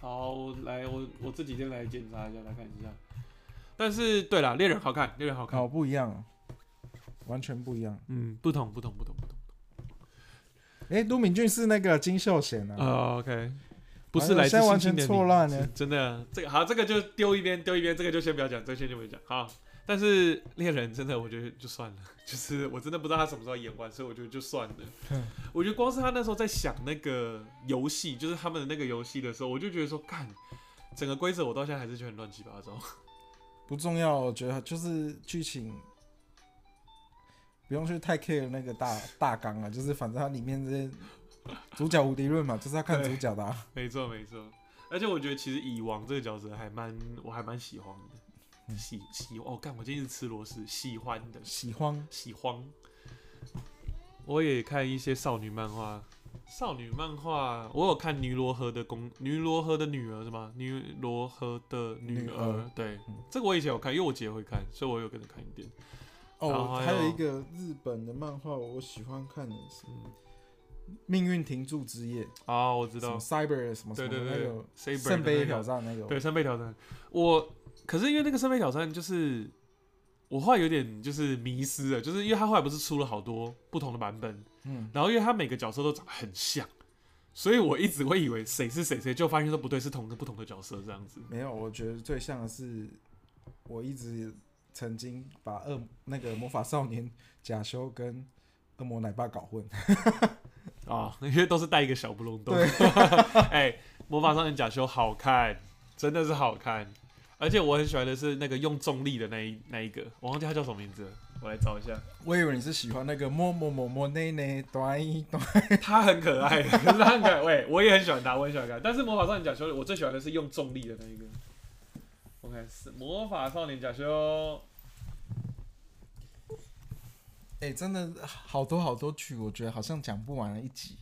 Speaker 1: 好，我来，我我这几天来检查一下，来看一下。但是对啦，猎人好看，猎人好看。
Speaker 2: 哦不一样啊，完全不一样。
Speaker 1: 嗯，不同不同不同不同。
Speaker 2: 哎，陆敏俊是那个金秀贤啊，
Speaker 1: 啊、o k 不
Speaker 2: 完
Speaker 1: 是
Speaker 2: 了
Speaker 1: 来
Speaker 2: 我
Speaker 1: 自
Speaker 2: 现在完
Speaker 1: 星星的
Speaker 2: 全错
Speaker 1: 你
Speaker 2: 乱
Speaker 1: 是
Speaker 2: 了
Speaker 1: 真的，啊这个好，这个就丢一边，丢一边，这个就先不要讲，这个先就不要讲。好，但是猎人真的，我觉得就算了， 就是我真的不知道他什么时候演完，所以我觉得就算了。我觉得光是他那时候在想那个游戏，就是他们的那个游戏的时候，我就觉得说，干，整个规则我到现在还是觉得很乱七八糟。
Speaker 2: 不重要，我觉得就是剧情不用去太 care 那个 大大纲啊，就是反正它里面这些主角无敌论嘛，就是要看
Speaker 1: 对
Speaker 2: 主角的、啊。
Speaker 1: 没错没错，而且我觉得其实蚁王这个角色还蛮，我还蛮喜欢的，
Speaker 2: 嗯
Speaker 1: 喜喜哦，干，我今天一直吃螺丝，喜欢的
Speaker 2: 喜欢
Speaker 1: 喜欢。我也看一些少女漫画，少女漫画我有看尼罗河的公，尼罗河的女儿是吗？尼罗河的女
Speaker 2: 女
Speaker 1: 儿，
Speaker 2: 儿
Speaker 1: 对
Speaker 2: 嗯，
Speaker 1: 这个我以前有看，因为我姐会看，所以我有跟着看一点。然后
Speaker 2: 哦，
Speaker 1: 还
Speaker 2: 还
Speaker 1: 有
Speaker 2: 有一个日本的漫画，我喜欢看的是《
Speaker 1: 嗯，
Speaker 2: 命运停驻之夜》，
Speaker 1: 啊，我知
Speaker 2: 什么
Speaker 1: 道，
Speaker 2: Cyber 什么什
Speaker 1: 对
Speaker 2: 么
Speaker 1: 对
Speaker 2: 的
Speaker 1: 对
Speaker 2: 那
Speaker 1: ，Saber 的那个
Speaker 2: 个圣杯挑战那个，
Speaker 1: 对，三倍挑战。我可是因为那个三倍挑战，就是我后来有点就是迷失了，就是因为他后来不是出了好多不同的版本，
Speaker 2: 嗯，
Speaker 1: 然后因为他每个角色都长得很像，所以我一直会以为谁是谁谁，就发现都不对，是同个不同的角色这样子。
Speaker 2: 没有，我觉得最像的是我一直曾经把恶那个魔法少年假修跟恶魔奶爸搞混，
Speaker 1: 啊，因为都是带一个小不隆咚。
Speaker 2: 对
Speaker 1: 哎、魔法少年假修好看，真的是好看，而且我很喜欢的是那个用重力的那一那一个，我忘记他叫什么名字了，我来找一下。
Speaker 2: 我以为你是喜欢那个摸摸摸摸内内短一短，
Speaker 1: 他很可爱，可是 他很可爱，喂，我也很喜欢他，我很喜欢他。但是魔法少年假修，我最喜欢的是用重力的那一个。我看是魔法少年假修，
Speaker 2: 哎、真的好多好多剧，我觉得好像讲不完的一集，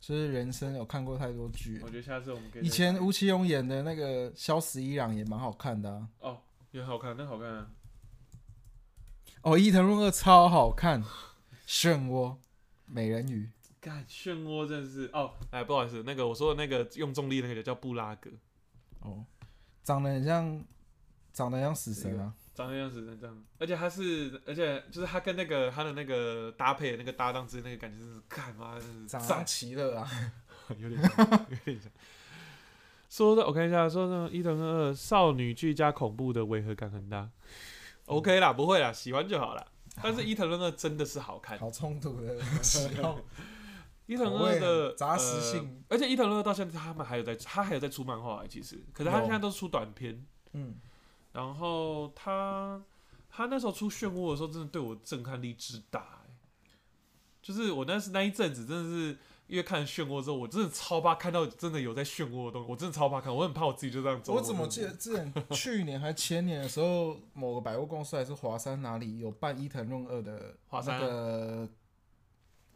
Speaker 2: 就是人生有看过太多剧
Speaker 1: 我。觉得下次我们可以
Speaker 2: 以
Speaker 1: 再
Speaker 2: 前
Speaker 1: 讲
Speaker 2: 吴奇隆演的那个《萧十一郎》也蛮好看的、啊，
Speaker 1: 哦也好看，那好看、啊。
Speaker 2: 哦，伊藤润二超好看，《漩涡》、美人鱼，
Speaker 1: 干漩涡真的是哦，哎，不好意思，那个我说的那个用重力那个叫布拉格，
Speaker 2: 哦，长得很像，长得很像死神啊，
Speaker 1: 长得像死神这样，而且他是，而且就是他跟那个他的那个搭配的那个搭档之间那个感觉真是，干妈真是
Speaker 2: 长得
Speaker 1: 赞
Speaker 2: 像奇乐啊。
Speaker 1: 有点像，有点像。 说的我看一下，说呢，一等二少女剧加恐怖的违和感很大。OK 啦，不会啦，喜欢就 好啦。但是伊藤润二真的是好看，
Speaker 2: 好冲突的喜好，
Speaker 1: 伊藤润二
Speaker 2: 口味
Speaker 1: 的
Speaker 2: 很杂食
Speaker 1: 呃
Speaker 2: 性
Speaker 1: 而且伊藤润二到现在他们还有在，他还有在出漫画欸、其实，可是他
Speaker 2: 有
Speaker 1: 现在都是出短片。
Speaker 2: 嗯，
Speaker 1: 然后他他那时候出漩涡的时候，真的对我震撼力之大、欸，就是我那是那一阵子真的是。因为看漩涡之后，我真的超怕看到真的有在漩涡的东西，我真的超怕看，我很怕我自己就这样走。
Speaker 2: 我怎么记得之前去年还前年的时候，某个百货公司还是华山哪里有办伊藤润二的
Speaker 1: 华山啊
Speaker 2: 那个，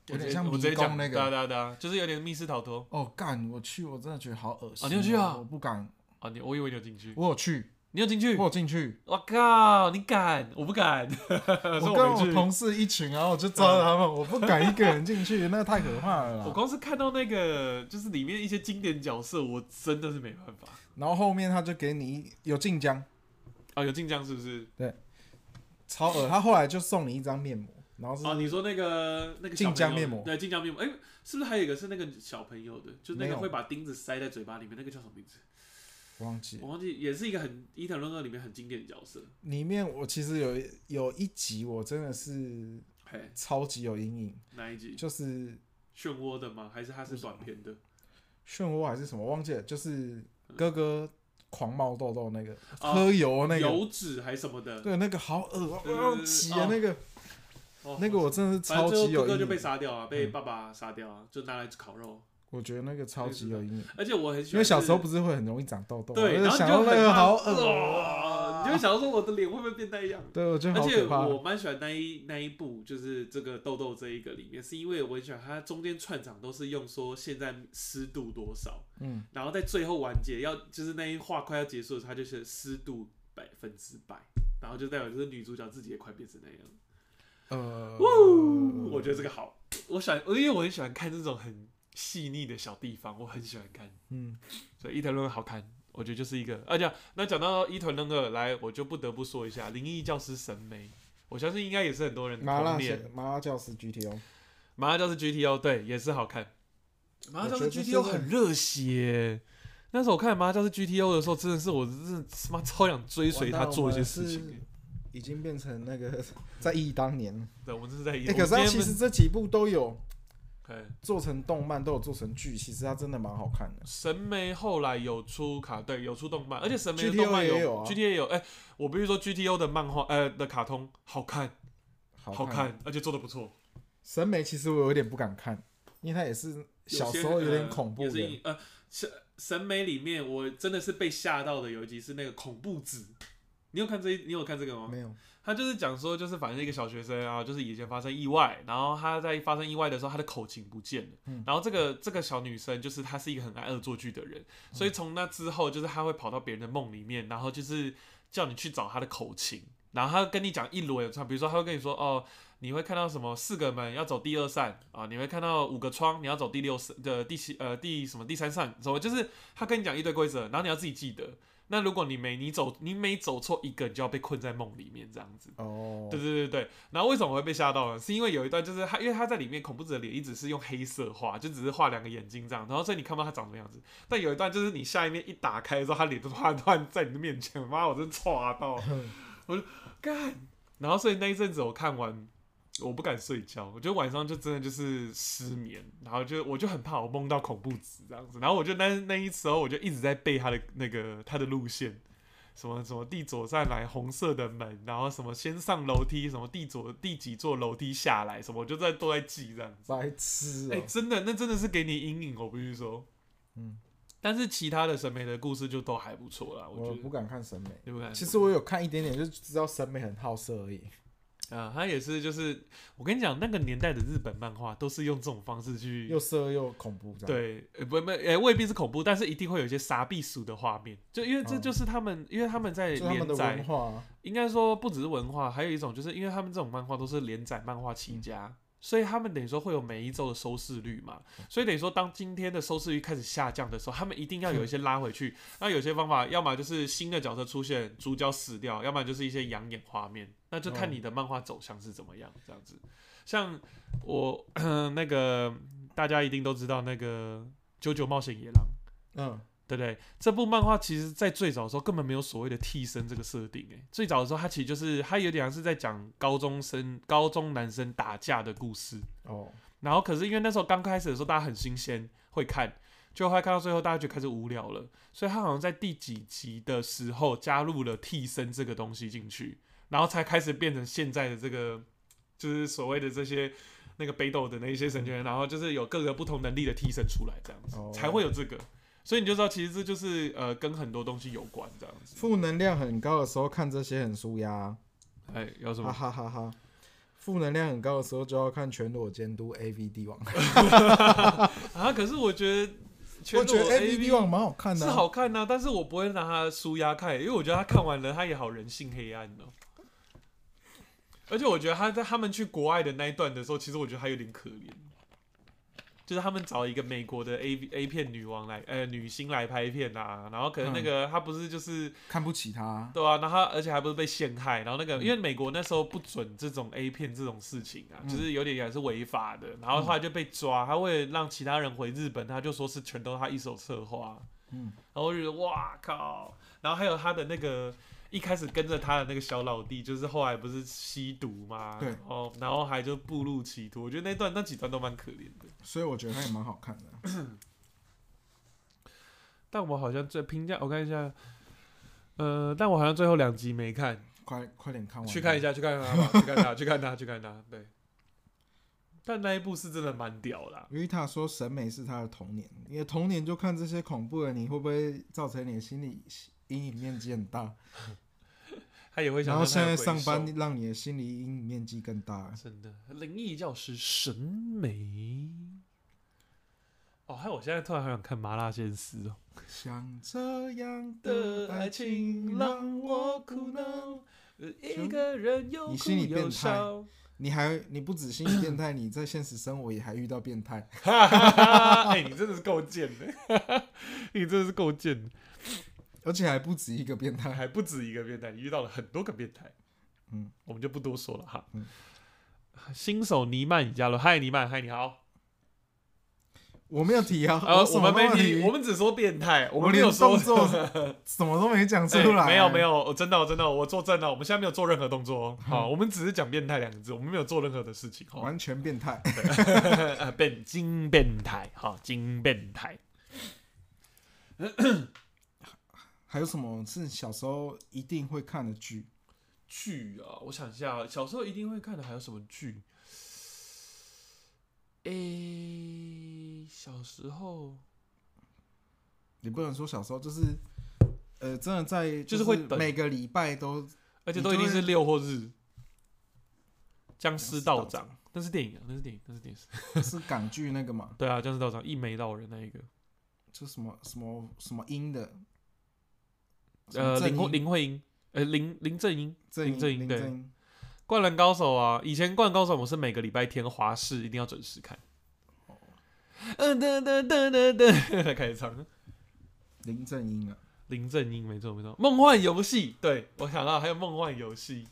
Speaker 1: 我直
Speaker 2: 有点
Speaker 1: 接
Speaker 2: 像
Speaker 1: 我
Speaker 2: 迷
Speaker 1: 直接
Speaker 2: 宫
Speaker 1: 讲
Speaker 2: 那
Speaker 1: 对啊
Speaker 2: 个。
Speaker 1: 对啊对啊，就是有点密室逃脱
Speaker 2: 哦，干！我去，我真的觉得好恶
Speaker 1: 啊
Speaker 2: 心、哦
Speaker 1: 你有去啊
Speaker 2: 我不敢，
Speaker 1: 啊！你我以为你有进去，
Speaker 2: 我有去，
Speaker 1: 你有进去
Speaker 2: 我？有进去。
Speaker 1: 我靠！你敢？我不敢， 所
Speaker 2: 我
Speaker 1: 以
Speaker 2: 跟
Speaker 1: 没
Speaker 2: 我
Speaker 1: 去
Speaker 2: 同事一群，然后我就抓 着他们，我不敢一个人进去，那太可怕了
Speaker 1: 我
Speaker 2: 啦。
Speaker 1: 光是看到那个就是里面一些经典角色，我真的是没办法。
Speaker 2: 然后后面他就给你一有晋江，
Speaker 1: 啊，有晋江是不是？
Speaker 2: 超恶。他后来就送你一张面膜，然后是
Speaker 1: 啊，你说那个那个小
Speaker 2: 晋江
Speaker 1: 朋友
Speaker 2: 面膜
Speaker 1: 对，晋江面膜，哎、是不是还有一个是那个小朋友的，就那
Speaker 2: 没
Speaker 1: 个
Speaker 2: 有
Speaker 1: 会把钉子塞在嘴巴里面，那个叫什么名字？
Speaker 2: 我忘记了
Speaker 1: 我忘记，也是一个很《伊藤润二》里面很经典的角色。
Speaker 2: 里面我其实有一有一集我真的是
Speaker 1: 嘿，
Speaker 2: 超级有阴影，
Speaker 1: 哪一集？
Speaker 2: 就是
Speaker 1: 漩涡的吗？还是它是短片的？
Speaker 2: 漩涡还是什么忘记了，就是哥哥狂冒痘痘那个、
Speaker 1: 哦
Speaker 2: 喝油那个，
Speaker 1: 油脂还是什么的？
Speaker 2: 对那个好恶
Speaker 1: 对对
Speaker 2: 哦，
Speaker 1: 对
Speaker 2: 急
Speaker 1: 哦
Speaker 2: 啊那个、
Speaker 1: 哦
Speaker 2: 那个我真的是
Speaker 1: 反正
Speaker 2: 超
Speaker 1: 最
Speaker 2: 级
Speaker 1: 后
Speaker 2: 有
Speaker 1: 哥哥
Speaker 2: 阴
Speaker 1: 就被
Speaker 2: 影，嗯
Speaker 1: 杀掉啊，被爸爸杀掉啊，就拿来烤肉。
Speaker 2: 我觉得那个超级有阴影，
Speaker 1: 而且我很喜欢是，
Speaker 2: 因为小时候不是会很容易长痘痘吗，
Speaker 1: 对，
Speaker 2: 我
Speaker 1: 然
Speaker 2: 就
Speaker 1: 后
Speaker 2: 想
Speaker 1: 你
Speaker 2: 到
Speaker 1: 就
Speaker 2: 那
Speaker 1: 很
Speaker 2: 个
Speaker 1: 怕
Speaker 2: 好
Speaker 1: 哇
Speaker 2: 恶哦
Speaker 1: 你就会想说我的脸会不会变那样？
Speaker 2: 对我觉得
Speaker 1: 而
Speaker 2: 好
Speaker 1: 且
Speaker 2: 可怕，
Speaker 1: 我蛮喜欢那一那一部，就是这个痘痘这一个里面，是因为我很喜欢它中间串场都是用说现在湿度多少，
Speaker 2: 嗯，
Speaker 1: 然后在最后完结要就是那一话快要结束的时候，它就是湿度百分之百，然后就代表就是女主角自己也快变成那样。
Speaker 2: 呃，
Speaker 1: 我觉得这个好，我喜欢，因为我很喜欢看这种很细腻的小地方，我很喜欢看。
Speaker 2: 嗯，
Speaker 1: 所以伊藤润二好看，我觉呃得就是一个。而且那讲到伊藤润二，来，我就不得不说一下《灵异教师》神眉，我相信应该也是很多人
Speaker 2: 麻辣
Speaker 1: 童
Speaker 2: 鲜
Speaker 1: 年。
Speaker 2: 麻辣教师 GTO，
Speaker 1: 麻辣教师 GTO 对也是好看，麻辣教师
Speaker 2: 我觉得
Speaker 1: GTO
Speaker 2: 这个
Speaker 1: 很热血。那时候我看麻辣教师 GTO 的时候，真的是我真的他妈超想追随他做一些事情
Speaker 2: 完蛋我
Speaker 1: 的。
Speaker 2: 们已经变成那个在忆当年。
Speaker 1: 对，我们这是在一。
Speaker 2: 哎、可是
Speaker 1: 我
Speaker 2: 它
Speaker 1: 们今
Speaker 2: 其
Speaker 1: 天
Speaker 2: 实这几部都有
Speaker 1: 不哎
Speaker 2: 做成动漫，都有做成剧，其实它真的蛮好看的。
Speaker 1: 神媒后来有出卡，对，有出动漫，而且神媒的
Speaker 2: GTO
Speaker 1: 动漫
Speaker 2: 也有啊
Speaker 1: GTA 也有。哎、我必须说 GTO 的漫画，呃，的卡通好看，
Speaker 2: 好
Speaker 1: 好
Speaker 2: 看。
Speaker 1: 看，而且做的不错。
Speaker 2: 审美其实我有点不敢看，因为它也是小时候有点恐怖
Speaker 1: 也
Speaker 2: 的。
Speaker 1: 是呃，神神美里面，我真的是被吓到的。有一集是那个恐怖子，你有看这一？你有看这个吗？
Speaker 2: 没有，
Speaker 1: 他就是讲说，就是反正一个小学生啊，就是以前发生意外，然后他在发生意外的时候，他的口琴不见了。
Speaker 2: 嗯
Speaker 1: 然后这个这个小女生就是她是一个很爱恶作剧的人，所以从那之后就是她会跑到别人的梦里面，然后就是叫你去找她的口琴，然后她跟你讲一轮，比如说她会跟你说哦。你会看到什么？四个门要走第二扇啊！你会看到五个窗，你要走第六扇的、第七呃第什么第三扇，什么就是他跟你讲一堆规则，然后你要自己记得。那如果你每你走你每走错一个，你就要被困在梦里面这样子。
Speaker 2: 哦，
Speaker 1: 对对对对，然后为什么我会被吓到呢？是因为有一段就是他，因为他在里面恐怖子的脸一直是用黑色画，就只是画两个眼睛这样，然后所以你看不到他长什么样子。但有一段就是你下一面一打开之后，他脸就突然突然在你的面前，妈，我真抓到，我就干。然后所以那一阵子我看完，我不敢睡觉，我觉得晚上就真的就是失眠，然后就我就很怕我梦到恐怖子这样子，然后我就那那一时候我就一直在背他的那个他的路线。什么什么地左站来红色的门，然后什么先上楼梯，什么地左第几座楼梯下来，什么我就在都在记这样子。
Speaker 2: 白痴
Speaker 1: 哎、
Speaker 2: 哦、
Speaker 1: 真的，那真的是给你阴影，我必须说。
Speaker 2: 嗯，
Speaker 1: 但是其他的审美的故事就都还不错啦，
Speaker 2: 我
Speaker 1: 我觉
Speaker 2: 不
Speaker 1: 得。嗯
Speaker 2: 敢看审美。
Speaker 1: 对不对？
Speaker 2: 其实我有看一点点，就知道审美很好色而已。
Speaker 1: 啊，他也是，就是我跟你讲，那个年代的日本漫画都是用这种方式去
Speaker 2: 又色又恐怖这样。，
Speaker 1: 对，呃不不，呃，未必是恐怖，但是一定会有一些傻避暑的画面，就因为这
Speaker 2: 嗯
Speaker 1: 就是他们，因为他们在
Speaker 2: 就他们的
Speaker 1: 连载
Speaker 2: 文，化啊，
Speaker 1: 应该说不只是文化，还有一种就是因为他们这种漫画都是连载漫画起家，所以他们等于说会有每一周的收视率嘛，所以等于说当今天的收视率开始下降的时候，他们一定要有一些拉回去。那有些方法，要么就是新的角色出现，主角死掉，要么就是一些养眼画面，那就看你的漫画走向是怎么样这样子。像我 那个大家一定都知道那个《九九冒险野狼》。
Speaker 2: 嗯，
Speaker 1: 对不对？这部漫画其实，在最早的时候根本没有所谓的替身这个设定，诶，最早的时候它其实就是它有点像是在讲高中生、高中男生打架的故事。
Speaker 2: 哦，
Speaker 1: 然后可是因为那时候刚开始的时候，大家很新鲜，会看，就后来看到最后，大家就开始无聊了，所以他好像在第几集的时候加入了替身这个东西进去，然后才开始变成现在的这个，就是所谓的这些那个北斗的那一些神权，然后就是有各个不同能力的替身出来，这样子、
Speaker 2: 哦
Speaker 1: 才会有这个。所以你就知道，其实这就是呃跟很多东西有关这样子。
Speaker 2: 负能量很高的时候看这些很舒压啊，
Speaker 1: 哎，有什
Speaker 2: 哈
Speaker 1: 么？
Speaker 2: 哈哈哈。负能量很高的时候就要看全裸监督 A V 帝王，
Speaker 1: 啊，可是我觉得，
Speaker 2: 我觉得
Speaker 1: A
Speaker 2: A V 帝王蛮好看的
Speaker 1: 是
Speaker 2: 啊、
Speaker 1: 好看呐、但是我不会拿它舒压看，因为我觉得他看完了，他也好人性黑暗哦、而且我觉得他在他们去国外的那一段的时候，其实我觉得他有点可怜，就是他们找一个美国的 A A 片女王来，呃，女星来拍片啊，然后可
Speaker 2: 嗯
Speaker 1: 能那个他不是就是
Speaker 2: 看不起他啊、
Speaker 1: 对啊，然后他而且还不是被陷害，然后那个因为美国那时候不准这种 A 片这种事情啊，就是有点也是违法的，然后后来就被抓，他为了让其他人回日本，他就说是全都他一手策划，
Speaker 2: 嗯，
Speaker 1: 然后我就觉得哇靠，然后还有他的那个。一开始跟着他的那个小老弟，就是后来不是吸毒嘛，
Speaker 2: 对
Speaker 1: 哦，然后还就步入歧途。我觉得那段那几段都蛮可怜的，
Speaker 2: 所以我觉得他也蛮好看的啊。
Speaker 1: 但我好像最评价，我看一下，呃，但我好像最后两集没看，
Speaker 2: 快快点看完，
Speaker 1: 去看一
Speaker 2: 下。
Speaker 1: 下，去看他吧，去看他，去看他，去看他。对，但那一部是真的啊蛮屌啦。
Speaker 2: 维塔说审美是他的童年，你的童年就看这些恐怖的，你会不会造成你的心理阴影面积很大？
Speaker 1: 他也会想让
Speaker 2: 然后
Speaker 1: 他
Speaker 2: 现在
Speaker 1: 有回
Speaker 2: 上班
Speaker 1: 收，
Speaker 2: 让你的心理阴影面积更大。
Speaker 1: 真的灵异教师审美。哦，还有我现在突然好想看《麻辣鲜师》哦。
Speaker 2: 像这样的爱情让我苦恼。，
Speaker 1: 一个人又
Speaker 2: 你
Speaker 1: 哭
Speaker 2: 心里变
Speaker 1: 又
Speaker 2: 态
Speaker 1: 笑。
Speaker 2: 你还你不止心理变态，你在现实生活也还遇到变态。
Speaker 1: 哈哈哈！哎，你真的是够贱的， 你真的是够贱的，
Speaker 2: 而且还不止一个变态，
Speaker 1: 还不止一个变态，你遇到了很多个变态。嗯，我们就不多说了哈。新手尼曼已加入，嗨尼曼，嗨你好。
Speaker 2: 我没有提啊，
Speaker 1: 呃，
Speaker 2: 什
Speaker 1: 啊我
Speaker 2: 么
Speaker 1: 们没
Speaker 2: 都
Speaker 1: 提，
Speaker 2: 提，
Speaker 1: 我们只说变态，我
Speaker 2: 我
Speaker 1: 们没
Speaker 2: 连
Speaker 1: 有说
Speaker 2: 动作什么都没讲出
Speaker 1: 哎
Speaker 2: 来，
Speaker 1: 没有没有，我真的我真的我作证了，我们现在没有做任何动作哦。好，我们只是讲变态两个字，我们没有做任何的事情哦。
Speaker 2: 完全变态。
Speaker 1: 呃，变金变态，哈，金变态。
Speaker 2: 还有什么是小时候一定会看的剧？
Speaker 1: 剧啊，我想一下，小时候一定会看的还有什么剧？诶、小时候
Speaker 2: 你不能说小时候，就是呃，真的在
Speaker 1: 就是
Speaker 2: 是
Speaker 1: 会等
Speaker 2: 每个礼拜都
Speaker 1: 而且
Speaker 2: 你
Speaker 1: 都一
Speaker 2: 就
Speaker 1: 定
Speaker 2: 会
Speaker 1: 是六或日。僵尸道
Speaker 2: 道
Speaker 1: 长，那是电影啊，那是电影，那是电视。
Speaker 2: 是港剧那个嘛，
Speaker 1: 对啊，僵尸道长一眉道人那一个，
Speaker 2: 就什么什么什么音的，
Speaker 1: 呃，
Speaker 2: 什
Speaker 1: 林慧
Speaker 2: 么正音
Speaker 1: 林慧英，呃，林林正英，林正
Speaker 2: 正
Speaker 1: 英
Speaker 2: 林
Speaker 1: 对
Speaker 2: 正英，
Speaker 1: 灌篮高手啊，以前灌篮高手我是每个礼拜天华视一定要准时看。嗯噔噔噔噔噔， 开始唱。
Speaker 2: 林正英啊，
Speaker 1: 林正英，没错没错，梦幻游戏，对我想到还有梦幻游戏，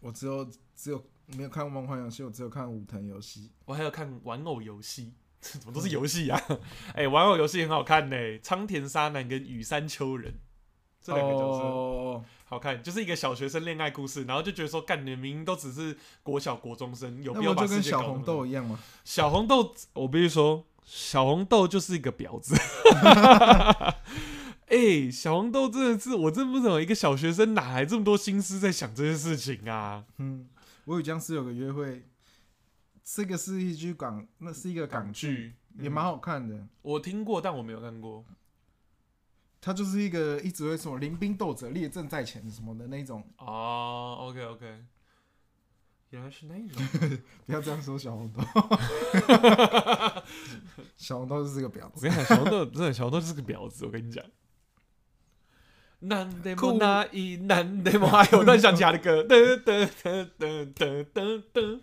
Speaker 2: 我只有只有没有看过《梦幻游戏》，我只有看《武藤游戏
Speaker 1: 我还有看玩偶游戏， 这怎么都是游戏啊？ 哎、玩偶游戏很好看呢、苍田沙男跟羽山秋人》这两个角色、
Speaker 2: 哦，
Speaker 1: 好看，就是一个小学生恋爱故事，然后就觉得说，干你们明明都只是国小国中生，有
Speaker 2: 那
Speaker 1: 必
Speaker 2: 不
Speaker 1: 要把
Speaker 2: 就
Speaker 1: 世
Speaker 2: 跟
Speaker 1: 界搞
Speaker 2: 小
Speaker 1: 那么
Speaker 2: 红豆一样吗？
Speaker 1: 小红豆，我必须说，小红豆就是一个婊子。 哎、小红豆真的是，我真不懂一个小学生哪来这么多心思在想这些事情啊？
Speaker 2: 嗯，我与僵尸有个约会，这个是一句港，那是一个港剧，
Speaker 1: 剧嗯
Speaker 2: 也蛮好看的。
Speaker 1: 我听过，但我没有看过。
Speaker 2: 它就是一个一直会什么临兵斗者列阵在前什么的那种，
Speaker 1: 哦，OK OK，原来是那 种。
Speaker 2: 不要这样说小红豆，小红豆就是个婊
Speaker 1: 我
Speaker 2: 子。
Speaker 1: 跟你讲，小红豆真的，小红豆就是个婊子。我跟你讲。难得莫
Speaker 2: 酷
Speaker 1: 那一难得莫，哎呦，我突然想起他的 歌，噔噔噔噔噔噔噔。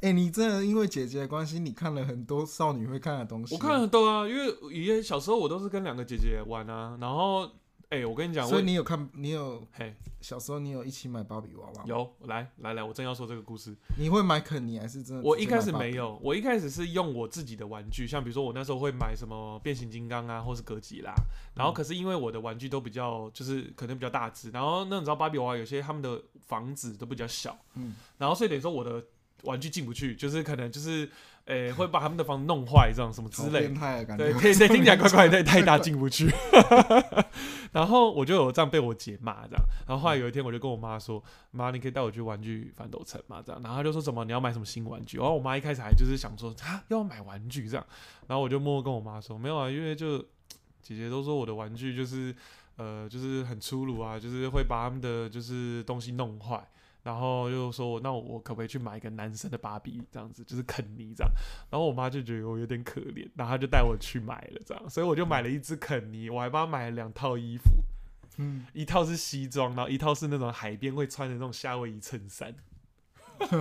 Speaker 2: 哎、你真的因为姐姐的关系，你看了很多少女会看的东西。
Speaker 1: 我看很多啊，因为以前小时候我都是跟两个姐姐玩啊，然后哎、我跟你讲，
Speaker 2: 所
Speaker 1: 我
Speaker 2: 以你有看，你有
Speaker 1: 嘿
Speaker 2: 小时候你有一起买芭比娃娃吗？
Speaker 1: 有来来来，我正要说这个故事，
Speaker 2: 你会买肯尼还是真的？
Speaker 1: 我一开始没，有，我一开始是用我自己的玩具，像比如说我那时候会买什么变形金刚啊，或是哥吉拉，然
Speaker 2: 嗯
Speaker 1: 后可是因为我的玩具都比较就是可能比较大只，然后那你知道芭比娃娃有些他们的房子都比较小，
Speaker 2: 嗯，
Speaker 1: 然后所以等于说我的玩具进不去，就是可能就是诶、会把他们的房子弄坏这样什么之
Speaker 2: 好
Speaker 1: 类的
Speaker 2: 变态的感
Speaker 1: 对，
Speaker 2: 觉。
Speaker 1: 可以，对，听起来怪怪的，太大进不去。 然后我就有这样被我姐骂这样，然后后来有一天我就跟我妈说：“妈，你可以带我去玩具反斗城嘛？”这样，然后她就说什么你要买什么新玩具？然后我妈一开始还就是想说啊要买玩具这样，然后我就默默跟我妈说没有啊，因为就姐姐都说我的玩具就是呃就是很粗鲁啊，就是会把他们的就是东西弄坏。然后又说，那我可不可以去买一个男生的芭比这样子，就是肯尼这样？然后我妈就觉得我有点可怜，然后她就带我去买了这样，所以我就买了一只肯尼，我还帮她买了两套衣服，
Speaker 2: 嗯，
Speaker 1: 一套是西装，然后一套是那种海边会穿的那种夏威夷衬 衫。哎、
Speaker 2: 肯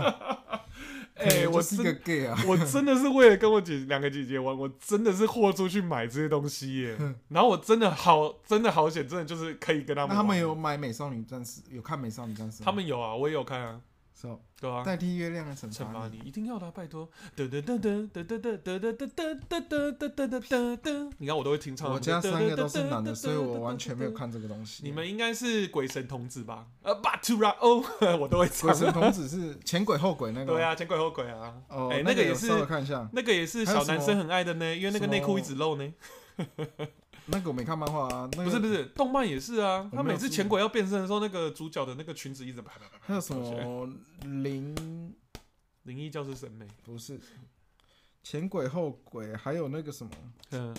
Speaker 2: 尼就
Speaker 1: 我
Speaker 2: 是一
Speaker 1: 真
Speaker 2: 个 gay 啊，
Speaker 1: 我真的是为了跟我姐两个姐姐玩，我真的是豁出去买这些东西耶。然后我真的好，真的好险，真的就是可以跟他
Speaker 2: 那
Speaker 1: 们玩。
Speaker 2: 他们有买《美少女战士》，有看《美少女战士》吗？
Speaker 1: 他们有啊，我也有看啊，
Speaker 2: 是哦
Speaker 1: 对啊。
Speaker 2: 代替月亮的惩
Speaker 1: 惩
Speaker 2: 罚
Speaker 1: 罚
Speaker 2: 你。
Speaker 1: 你，一定要的啊，拜托。噔噔噔噔噔噔噔噔噔噔噔噔噔噔噔噔噔，你看我都会听唱。
Speaker 2: 我家三个都是男的，所以我完全没有。看这个东西。
Speaker 1: 你们应该是鬼神童子吧？呃，巴图拉哦， 我都会唱
Speaker 2: 鬼。神童子是前鬼后鬼那个？
Speaker 1: 对，啊，前鬼后鬼啊。
Speaker 2: 哦，
Speaker 1: 哎，
Speaker 2: 那
Speaker 1: 个也
Speaker 2: 有
Speaker 1: 是，
Speaker 2: 稍微看一下，
Speaker 1: 那个也是小男生很爱的呢，因为那个内裤一直露呢。
Speaker 2: 那个我没看漫画啊，
Speaker 1: 不
Speaker 2: 那个
Speaker 1: 是不是，动漫也是啊。他每次
Speaker 2: 注意
Speaker 1: 前鬼要变身的时候，那个主角的那个裙子一直啪啪啪啪。
Speaker 2: 还有什么灵
Speaker 1: 灵异教师审美，
Speaker 2: 不是前鬼后鬼，还有那个什么
Speaker 1: 嗯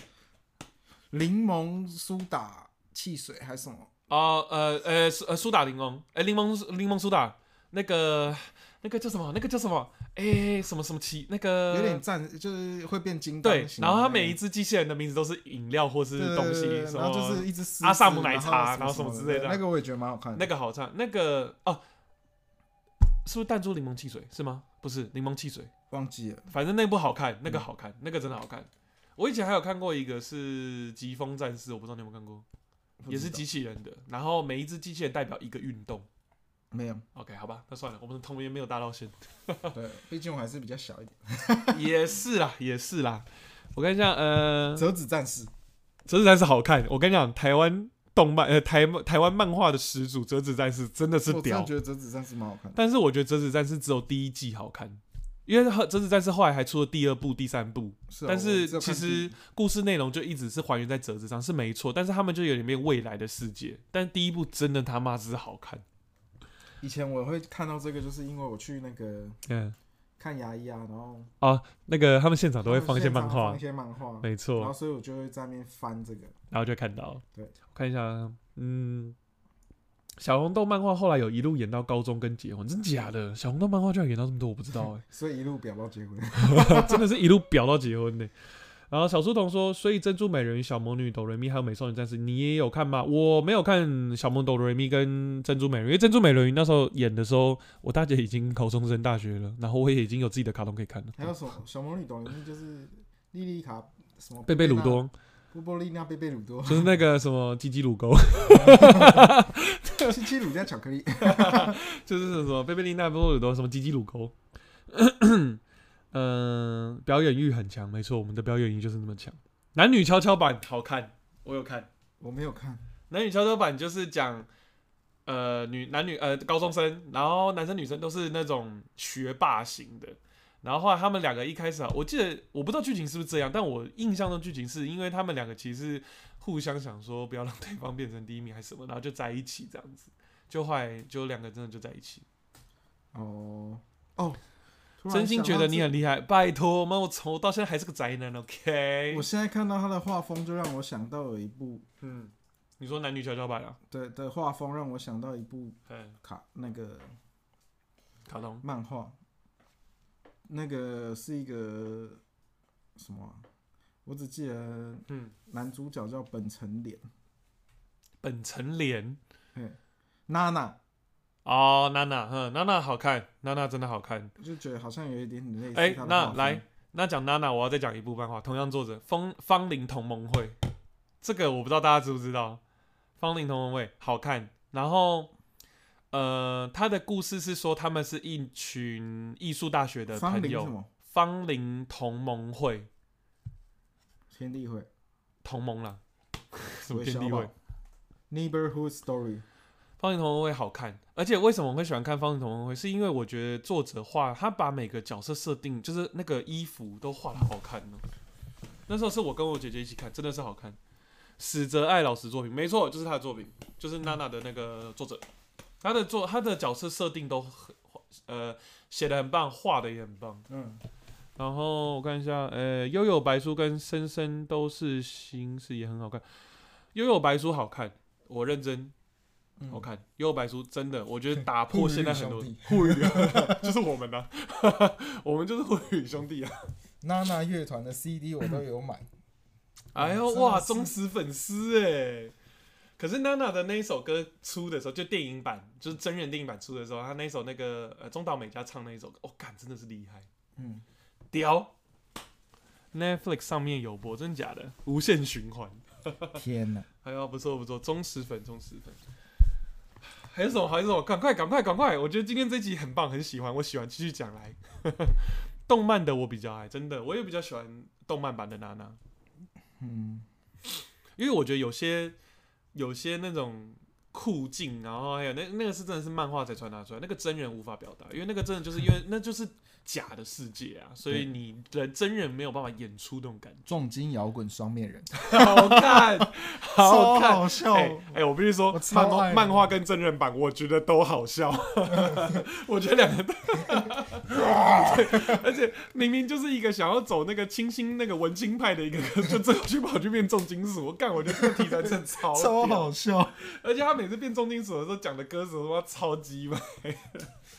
Speaker 2: 柠檬苏打汽水还是什么？
Speaker 1: 哦，呃呃苏呃苏打柠檬，哎、柠檬柠檬苏打，那个那个叫什么？那个叫什么？哎、什么什么奇？那个
Speaker 2: 有点战，就是会变金刚
Speaker 1: 呃对。
Speaker 2: 型的那个。
Speaker 1: 然后它每一只机器人的名字都是饮料或是
Speaker 2: 对对
Speaker 1: 东西，
Speaker 2: 对对
Speaker 1: 什
Speaker 2: 然后就
Speaker 1: 么
Speaker 2: 是一只狮子
Speaker 1: 阿萨姆奶茶
Speaker 2: 然
Speaker 1: 然后什么
Speaker 2: 的
Speaker 1: 之类的
Speaker 2: 那个我也觉得蛮好看的。
Speaker 1: 那个好唱，那个哦，是不是弹珠柠檬汽水？是吗？不是柠檬汽水，
Speaker 2: 忘记了，
Speaker 1: 反正那部好看，那个好看，
Speaker 2: 嗯
Speaker 1: 那个真的好看。我以前还有看过一个是《疾风战士》，我不知道你有没有看过，
Speaker 2: 不
Speaker 1: 也
Speaker 2: 知
Speaker 1: 是
Speaker 2: 道
Speaker 1: 机器人的，然后每一只机器人代表一个运动。
Speaker 2: 没有，
Speaker 1: OK，好吧，那算了，我们的童年没有大到现。
Speaker 2: 对，毕竟我还是比较小一 点。
Speaker 1: 也是啦，也是啦。我跟你讲，呃，
Speaker 2: 折纸战士，
Speaker 1: 折纸战士好看。我跟你讲，台湾动漫，呃，台台湾漫画的始祖折纸战士真的是
Speaker 2: 我真
Speaker 1: 屌
Speaker 2: 的。觉得折纸战士蛮好看的。
Speaker 1: 但是我觉得折纸战士只有第一季好看，因为后折纸战士后来还出了第二部、第三部，
Speaker 2: 是啊，
Speaker 1: 但
Speaker 2: 我
Speaker 1: 是
Speaker 2: 只有
Speaker 1: 其
Speaker 2: 看
Speaker 1: 实
Speaker 2: 第
Speaker 1: 故事内容就一直是还原在折纸上，是没错。但是他们就有点变未来的世界，但第一部真的他妈之好看。
Speaker 2: 以前我会看到这个，就是因为我去那个
Speaker 1: 嗯，
Speaker 2: 看牙医啊，然后
Speaker 1: 哦，那个他们现场都会
Speaker 2: 他们
Speaker 1: 放一些
Speaker 2: 现
Speaker 1: 漫
Speaker 2: 场
Speaker 1: 画
Speaker 2: 放一，些漫画，
Speaker 1: 没
Speaker 2: 然后
Speaker 1: 错，
Speaker 2: 所以我就会在那边翻这个。
Speaker 1: 然后就看到。
Speaker 2: 对
Speaker 1: 我看一下，嗯，小红豆漫画后来有一路演到高中跟结婚，真假的？小红豆漫画居然演到这么多，我不知道哎、
Speaker 2: 所以一路表到结婚，
Speaker 1: 真的是一路表到结婚呢、欸然后小书童说，所以珍珠美人鱼、小魔女哆瑞咪还有美少女战士，你也有看吗？我没有看小魔女哆瑞咪跟珍珠美人鱼，因为珍珠美人鱼那时候演的时候，我大姐已经高中升大学了，然后我也已经有自己的卡通可以看了。
Speaker 2: 还有什么小魔女懂人就是莉莉卡什么
Speaker 1: 贝贝鲁
Speaker 2: 娜、
Speaker 1: 多
Speaker 2: 波波丽娜、贝贝鲁多、
Speaker 1: 就是那个什么吉吉鲁沟，
Speaker 2: 七七乳加巧克力，
Speaker 1: 就是什么贝贝琳娜波鲁多什么吉吉鲁沟， 嗯、表演欲很强，没错，我们的表演欲就是那么强。男女跷跷板好看，我有看。
Speaker 2: 我没有看，
Speaker 1: 男女跷跷板就是讲，呃，女男女呃高中生，然后男生女生都是那种学霸型的。然后后来他们两个一开始啊，我记得我不知道剧情是不是这样，但我印象中剧情是因为他们两个其实是互相想说不要让对方变成第一名还是什么，然后就在一起这样子，就后来就两个真的就在一起。
Speaker 2: 哦哦，突然
Speaker 1: 真心觉得你
Speaker 2: 想到
Speaker 1: 很厉害，拜托妈，我从我到现在还是个宅男
Speaker 2: 这，
Speaker 1: ，OK？
Speaker 2: 我现在看到他的画风就让我想到有一部
Speaker 1: 嗯，你说男女跷跷板啊？
Speaker 2: 对的画风让我想到一部
Speaker 1: 嗯，
Speaker 2: 卡那个
Speaker 1: 卡通
Speaker 2: 漫画，那个是一个什么啊、我只记得
Speaker 1: 嗯，
Speaker 2: 男主角叫本城脸
Speaker 1: 本城莲
Speaker 2: 娜娜，
Speaker 1: 哦，娜娜，哼，娜娜好看，娜娜真的好看。
Speaker 2: 我就觉得好像有一点点类似。
Speaker 1: 哎那来，那讲娜娜，我要再讲一部漫画，同样作者方方龄同盟会，这个我不知道大家知不知道，方龄同盟会好看。然后，呃，他的故事是说他们是一群艺术大学的
Speaker 2: 方
Speaker 1: 朋
Speaker 2: 龄什
Speaker 1: 友，
Speaker 2: 么？
Speaker 1: 方龄同盟会。
Speaker 2: 天地会，
Speaker 1: 同盟啦，什么
Speaker 2: 韦
Speaker 1: 天
Speaker 2: 小
Speaker 1: 地
Speaker 2: 宝
Speaker 1: 会？
Speaker 2: Neighborhood Story，
Speaker 1: 方形同盟会好看，而且为什么我会喜欢看方形同盟会？是因为我觉得作者画他把每个角色设定，就是那个衣服都画的好看呢。那时候是我跟我姐姐一起看，真的是好看。史哲爱老师作品，没错，就是他的作品，就是娜娜的那个作者，他的作他的角色设定都很呃写的很棒，画的也很棒。
Speaker 2: 嗯，
Speaker 1: 然后我看一下，呃，悠悠白书跟深深都是心事也很好看，悠悠白书好看，我认真
Speaker 2: 嗯
Speaker 1: 好看，悠悠白书真的，我觉得打破现在很多
Speaker 2: 护宇
Speaker 1: 护宇， 就是我们呐、 我们就是护宇兄弟啊！
Speaker 2: 娜娜乐团的 CD 我都有买，
Speaker 1: 哎呦
Speaker 2: 真的
Speaker 1: 哇，
Speaker 2: 是
Speaker 1: 忠实粉丝哎！可是娜娜的那一首歌出的时候，就电影版，就是真人电影版出的时候，她那一首那个呃中岛美嘉唱那一首歌，我、哦、干真的是厉害。
Speaker 2: 嗯，
Speaker 1: 屌！Netflix 上面有播，真的假的？无限循环。
Speaker 2: 天哪，
Speaker 1: 哎呀，不错不错，忠实粉，忠实粉。还有什么？还有什么？赶快，赶快，赶快！我觉得今天这集很棒，很喜欢，我喜欢，继续讲来。 动漫的我比较爱，真的，我也比较喜欢动漫版的娜娜，
Speaker 2: 嗯，
Speaker 1: 因为我觉得有些有些那种酷劲，然后还有那那个是真的是漫画才传达出来，那个真人无法表达，因为那个真的就是因为那就是假的世界啊，所以
Speaker 2: 对
Speaker 1: 你的真人没有办法演出那种 感觉。
Speaker 2: 重金摇滚双面人，
Speaker 1: 好看，好
Speaker 2: 超
Speaker 1: 看。
Speaker 2: 好笑，
Speaker 1: 哎、哎我必须说
Speaker 2: 哦我，超
Speaker 1: 漫画
Speaker 2: 爱
Speaker 1: 漫画跟真人版，我觉得都好笑。 我觉得两个都， 对，而且明明就是一个想要走那个清新、那个文青派的一个，就最后去跑去变重金属。我干，我觉得这个题材真的超
Speaker 2: 超
Speaker 1: 屌
Speaker 2: 好笑，
Speaker 1: 而且他每次变重金属的时候讲的歌词他妈超级嘛，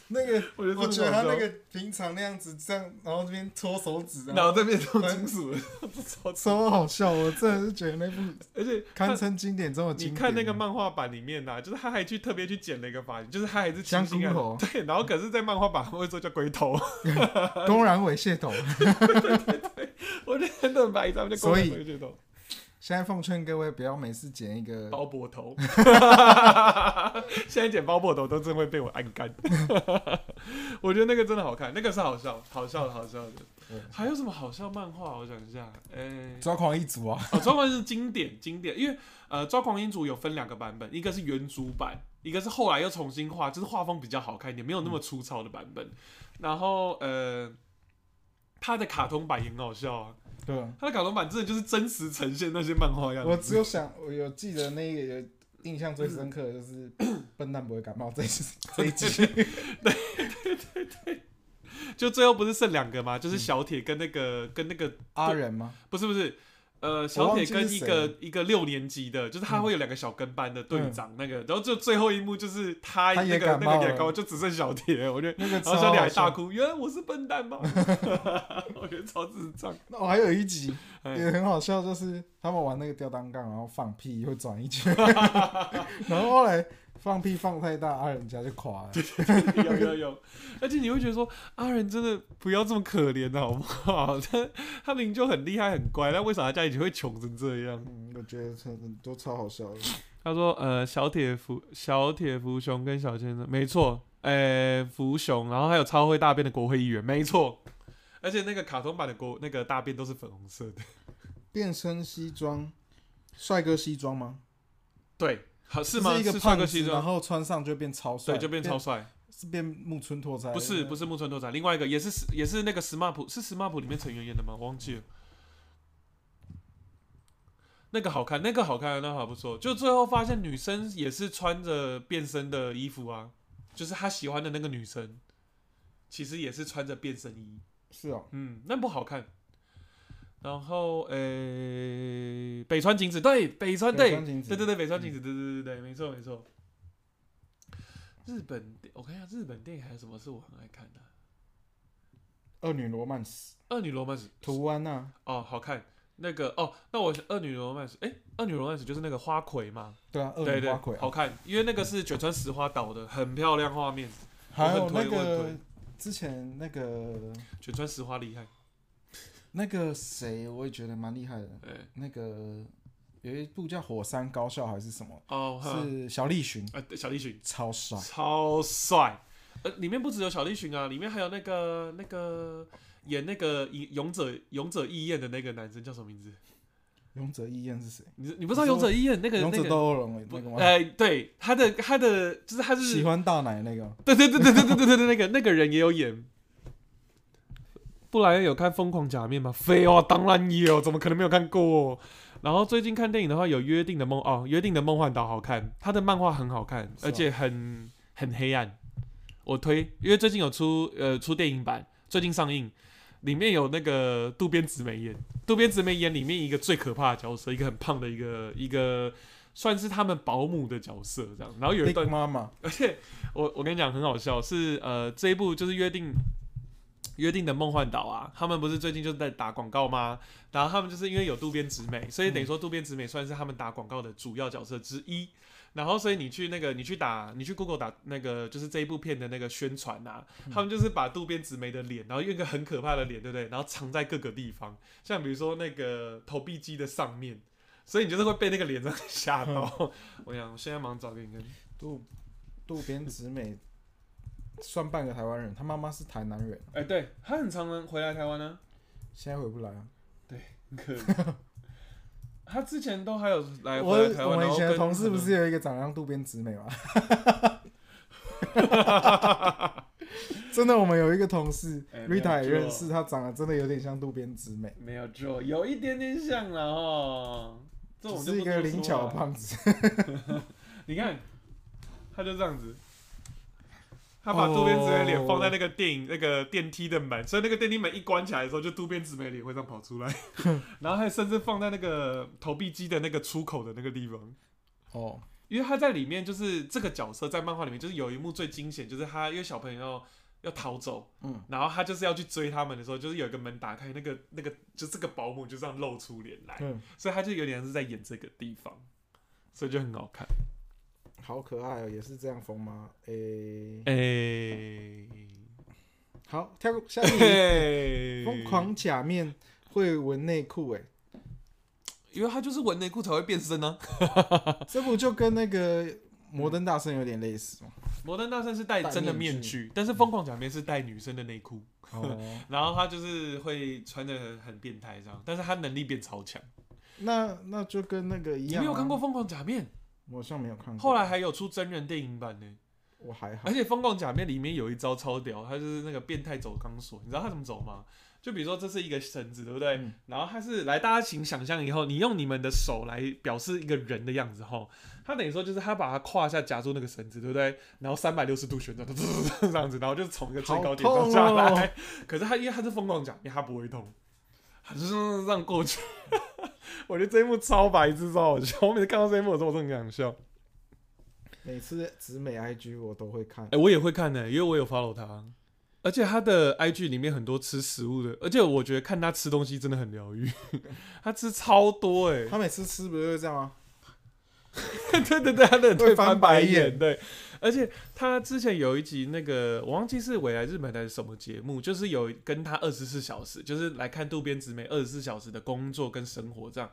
Speaker 2: 那个。
Speaker 1: 我觉得
Speaker 2: 我
Speaker 1: 真的
Speaker 2: 觉得他
Speaker 1: 很好笑
Speaker 2: 那个平常那样子这样，然后这边搓手指，
Speaker 1: 然
Speaker 2: 然
Speaker 1: 后
Speaker 2: 后
Speaker 1: 再变重金属，超
Speaker 2: 超好笑，我真的是觉得 那部
Speaker 1: 而且他
Speaker 2: 堪称经典中的经
Speaker 1: 你
Speaker 2: 典。啊
Speaker 1: 看那个漫画版里面呐、就是他还去特别去剪了一个发型，就是他还是清
Speaker 2: 香
Speaker 1: 新啊
Speaker 2: 菇头
Speaker 1: 对，然后可是，在漫画版会说叫龟头，
Speaker 2: 公然猥亵头，
Speaker 1: 我觉得很白痴，他们叫
Speaker 2: 所
Speaker 1: 龟
Speaker 2: 以
Speaker 1: 头。
Speaker 2: 现在奉劝各位不要每次剪一个，
Speaker 1: 包脖头， 现在剪包脖头都真会被我按干。 我觉得那个真的好看，那个是好笑，好笑的，好笑的
Speaker 3: 嗯。
Speaker 1: 还有什么好笑漫画？我想一下，哎、
Speaker 2: 抓狂一族啊，
Speaker 1: 哦，抓狂是经典经典，因为呃，抓狂音组有分两个版本，一个是原主版，一个是后来又重新画，就是画风比较好看一点，没有那么粗糙的版本。然后呃，它的卡通版也很好笑啊，
Speaker 2: 对啊，
Speaker 1: 它的卡通版真的就是真实呈现那些漫画样
Speaker 2: 我
Speaker 1: 子。
Speaker 2: 只有想，我有记得那个有印象最深刻的就是 笨蛋不会感冒这一 这一集，
Speaker 1: 就最后不是剩两个
Speaker 2: 嗯
Speaker 1: 吗？就是小铁跟那个、跟那个
Speaker 2: 阿仁 吗？
Speaker 1: 不是不是。呃，
Speaker 2: 我
Speaker 1: 小
Speaker 2: 忘
Speaker 1: 铁
Speaker 2: 记是
Speaker 1: 跟一
Speaker 2: 谁
Speaker 1: 个一个六年级的，就是他会有两个小跟班的队
Speaker 2: 嗯
Speaker 1: 长，那个，然后就最后一幕就是他
Speaker 2: 他也
Speaker 1: 那个
Speaker 2: 感
Speaker 1: 那
Speaker 2: 冒
Speaker 1: 个
Speaker 2: 了
Speaker 1: 眼膏就只剩小铁，我觉得
Speaker 2: 那个
Speaker 1: 然
Speaker 2: 超
Speaker 1: 后小李
Speaker 2: 好
Speaker 1: 还大
Speaker 2: 笑。
Speaker 1: 哭，原来我是笨蛋 吗？ 我觉得超智障。
Speaker 2: 那哦我还有一集
Speaker 1: 哎
Speaker 2: 也很好笑，就是他们玩那个吊单杠，然后放屁会转 一圈，然后后来放屁放太大，阿仁家就垮了。
Speaker 1: 有有有，而且你会觉得说，阿仁真的不要这么可怜好不好？ 他他明明就很厉害很乖，但为啥他家里会穷成这样？
Speaker 2: 嗯，我觉得真的都超好笑的。
Speaker 1: 他说，呃，小铁福小铁福雄跟小千生，没错，呃，福雄，然后还有超会大便的国会议员，没错。而且那个卡通版的国那个大便都是粉红色的，
Speaker 2: 变身西装，帅哥西装吗？
Speaker 1: 对，好是吗？
Speaker 2: 一个
Speaker 1: 是帅
Speaker 2: 胖
Speaker 1: 哥
Speaker 2: 子，
Speaker 1: 西
Speaker 2: 然
Speaker 1: 装，
Speaker 2: 后穿上就变超帅，
Speaker 1: 对，就变超帅。
Speaker 2: 是变木村拓哉？
Speaker 1: 不是不
Speaker 2: 是，
Speaker 1: 是木村拓哉，另外一个也是也是那个 SMAP 是 SMAP 里面成员演的吗？我忘记了。那个好看，那个好看，那个还不错。就最后发现女生也是穿着变身的衣服啊，就是他喜欢的那个女生，其实也是穿着变身衣。
Speaker 2: 是哦，
Speaker 1: 嗯，那部好看。然后呃、北川景子对北川啊对
Speaker 2: 北川景子嗯
Speaker 1: 对对对北川景子对对对对对没错没错。日本电我看一下日本电影还有什么是我很爱看的、啊
Speaker 2: 恶女罗曼史，
Speaker 1: 恶女罗曼史》
Speaker 2: 图安娜，
Speaker 1: 哦，好看。那个哦，那我《恶女罗曼史》哎，《恶女罗曼史》就是那个花魁嘛，
Speaker 2: 对啊，恶
Speaker 1: 对
Speaker 2: 女
Speaker 1: 对
Speaker 2: 花魁，，
Speaker 1: 好看，因为那个是卷川石花导的，很漂亮画面。
Speaker 2: 还有那
Speaker 1: 我很推我
Speaker 2: 个
Speaker 1: 很
Speaker 2: 之前那个
Speaker 1: 卷川石花厉害，
Speaker 2: 那个谁，我也觉得蛮厉害的，
Speaker 1: 哎
Speaker 2: 那个有一部叫《火山高校》还是什么，
Speaker 1: 哦，哼
Speaker 2: 是小栗旬，
Speaker 1: 呃小栗旬
Speaker 2: 超帅，
Speaker 1: 超帅，呃里面不只有小栗旬啊，里面还有那个那个演那个勇者勇者义彦的那个男生叫什么名字？
Speaker 2: 勇者义彦是谁？
Speaker 1: 你你不知道勇者义彦那个
Speaker 2: 勇
Speaker 1: 那
Speaker 2: 者
Speaker 1: 个？
Speaker 2: 斗恶龙那个
Speaker 1: 不，
Speaker 2: 吗？
Speaker 1: 哎，对，他的他的就是他是
Speaker 2: 喜欢大奶那个吗，
Speaker 1: 对对对对对对对对对，那个那个人也有演。布莱恩有看《疯狂假面》吗？废话，当然有，怎么可能没有看过？然后最近看电影的话，有《约定的梦》哦，《约定的梦幻岛》好看，他的漫画很好看，
Speaker 2: 是啊
Speaker 1: 而且很很黑暗。我推，因为最近有出呃出电影版，最近上映，里面有那个渡边直美演，渡边直美演里面一个最可怕的角色，一个很胖的一个一个算是他们保姆的角色这样。然后有一
Speaker 2: Big
Speaker 1: 段
Speaker 2: Mama，
Speaker 1: 而且我我跟你讲很好笑，是呃这一部就是约定约定的梦幻岛啊，他们不是最近就是在打广告吗？然后他们就是因为有渡边直美，所以等于说渡边直美算是他们打广告的主要角色之一。然后，所以你去那个，你去打，你去 Google 打那个，就是这一部片的那个宣传啊，他们就是把渡边直美的脸，然后用一个很可怕的脸，对不对？然后藏在各个地方，像比如说那个投币机的上面，所以你就是会被那个脸上 吓到。我想，我现在忙找给你看。
Speaker 2: 渡渡边直美算半个台湾人，他妈妈是台南人，
Speaker 1: 哎、对他很常能回来台湾 呢、
Speaker 2: 现在回不来啊。
Speaker 1: 很可怜。他之前都还有来
Speaker 2: 我
Speaker 1: 回来台湾，
Speaker 2: 我们以前
Speaker 1: 然后跟
Speaker 2: 的同事不是有一个长得像渡边直美吗？ 真的，我们有一个同事
Speaker 1: 哎没有
Speaker 2: ，Rita 也
Speaker 1: 错
Speaker 2: 认识，她长得真的有点像渡边直美，
Speaker 1: 没有就有一点点像了哦。这我
Speaker 2: 只
Speaker 1: 们
Speaker 2: 是
Speaker 1: 就
Speaker 2: 一
Speaker 1: 不
Speaker 2: 个
Speaker 1: 多
Speaker 2: 灵
Speaker 1: 说
Speaker 2: 巧
Speaker 1: 了
Speaker 2: 的胖子。
Speaker 1: 你看，他就这样子，他把渡边直美脸放在那个电
Speaker 2: 哦
Speaker 1: 影、那个电梯的门，所以那个电梯门一关起来的时候，就渡边直美脸会这样跑出来， 然后还甚至放在那个投币机的那个出口的那个地方。
Speaker 2: 哦，
Speaker 1: 因为他在里面就是这个角色在漫画里面就是有一幕最惊险，就是他因为小朋友要逃走，
Speaker 2: 嗯，
Speaker 1: 然后他就是要去追他们的时候，就是有一个门打开，那个那个就这个保姆就这样露出脸来，
Speaker 2: 嗯，
Speaker 1: 所以他就有点像是在演这个地方，所以就很好看。
Speaker 2: 好可爱哦，也是这样疯吗？诶、
Speaker 1: 诶、
Speaker 2: 好，跳过 下一题。
Speaker 1: 嘿
Speaker 2: 疯狂假面会闻内裤，哎，
Speaker 1: 因为他就是闻内裤才会变身啊呢、
Speaker 2: 这不就跟那个《摩登大圣》有点类似吗？
Speaker 1: 摩登大圣是戴
Speaker 3: 戴
Speaker 1: 真的
Speaker 3: 面
Speaker 1: 面具，但是疯狂假面是戴女生的内裤，
Speaker 2: 哦，
Speaker 1: 然后他就是会穿的很很变态这样，但是他能力变超强。
Speaker 2: 那那就跟那个一
Speaker 1: 你
Speaker 2: 样、啊。
Speaker 1: 没有看过《疯狂假面
Speaker 2: 我好像没有看》？过。
Speaker 1: 后来还有出真人电影版呢、
Speaker 2: 我还好
Speaker 1: 而，且《疯狂假面》里面有一招超屌，他就是那个变态走钢索，你知道他怎么走吗？就比如说这是一个绳子，对不对？
Speaker 2: 嗯
Speaker 1: 然后他是来，大家请想象以后，你用你们的手来表示一个人的样子吼，他等于说就是他把他胯下夹住那个绳子，对不对？然后三百六十度旋转，嘟嘟嘟嘟这样子，然后就是从一个最高点
Speaker 2: 好
Speaker 1: 上
Speaker 2: 痛
Speaker 1: 下
Speaker 2: 哦
Speaker 1: 来。可是他因为他是疯狂假面，他不会痛，他就是这样过去。 我觉得这一幕超白痴，超好笑。我每次看到这一幕的时候，我真的很想笑。
Speaker 2: 每次直美 IG 我都会看
Speaker 1: 哎、。我也会看呢、因为我有 follow 他，而且他的 IG 里面很多吃食物的，而且我觉得看他吃东西真的很疗愈， 他吃超多 哎、
Speaker 2: 他每次吃不就是这样吗？
Speaker 1: 对对对，他的人
Speaker 2: 会
Speaker 1: 会
Speaker 2: 翻
Speaker 1: 翻白
Speaker 2: 白眼
Speaker 1: 眼，对，而且他之前有一集那个我忘记是未来日本还是什么节目，就是有跟他二十四小时，就是来看渡边直美二十四小时的工作跟生活这样，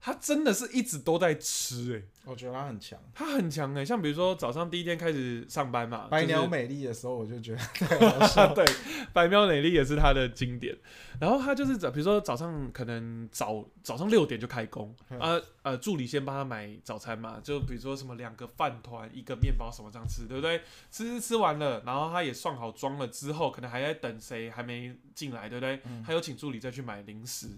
Speaker 1: 他真的是一直都在吃哎、
Speaker 2: 我觉得他很强。
Speaker 1: 他很强哎、像比如说早上第一天开始上班嘛，
Speaker 2: 白
Speaker 1: 就是
Speaker 2: 鸟美丽的时候，我就觉 得太好笑。
Speaker 1: 啊，对，白喵美丽也是他的经典。然后他就是早，比如说早上可能早早上六点就开工，
Speaker 2: 嗯
Speaker 1: 啊呃，助理先帮他买早餐嘛，就比如说什么两个饭团、一个面包什么这样吃，对不对？吃吃吃完了，然后他也算好装了之后，可能还在等谁还没进来，对不对？
Speaker 2: 嗯
Speaker 1: 他有请助理再去买零食。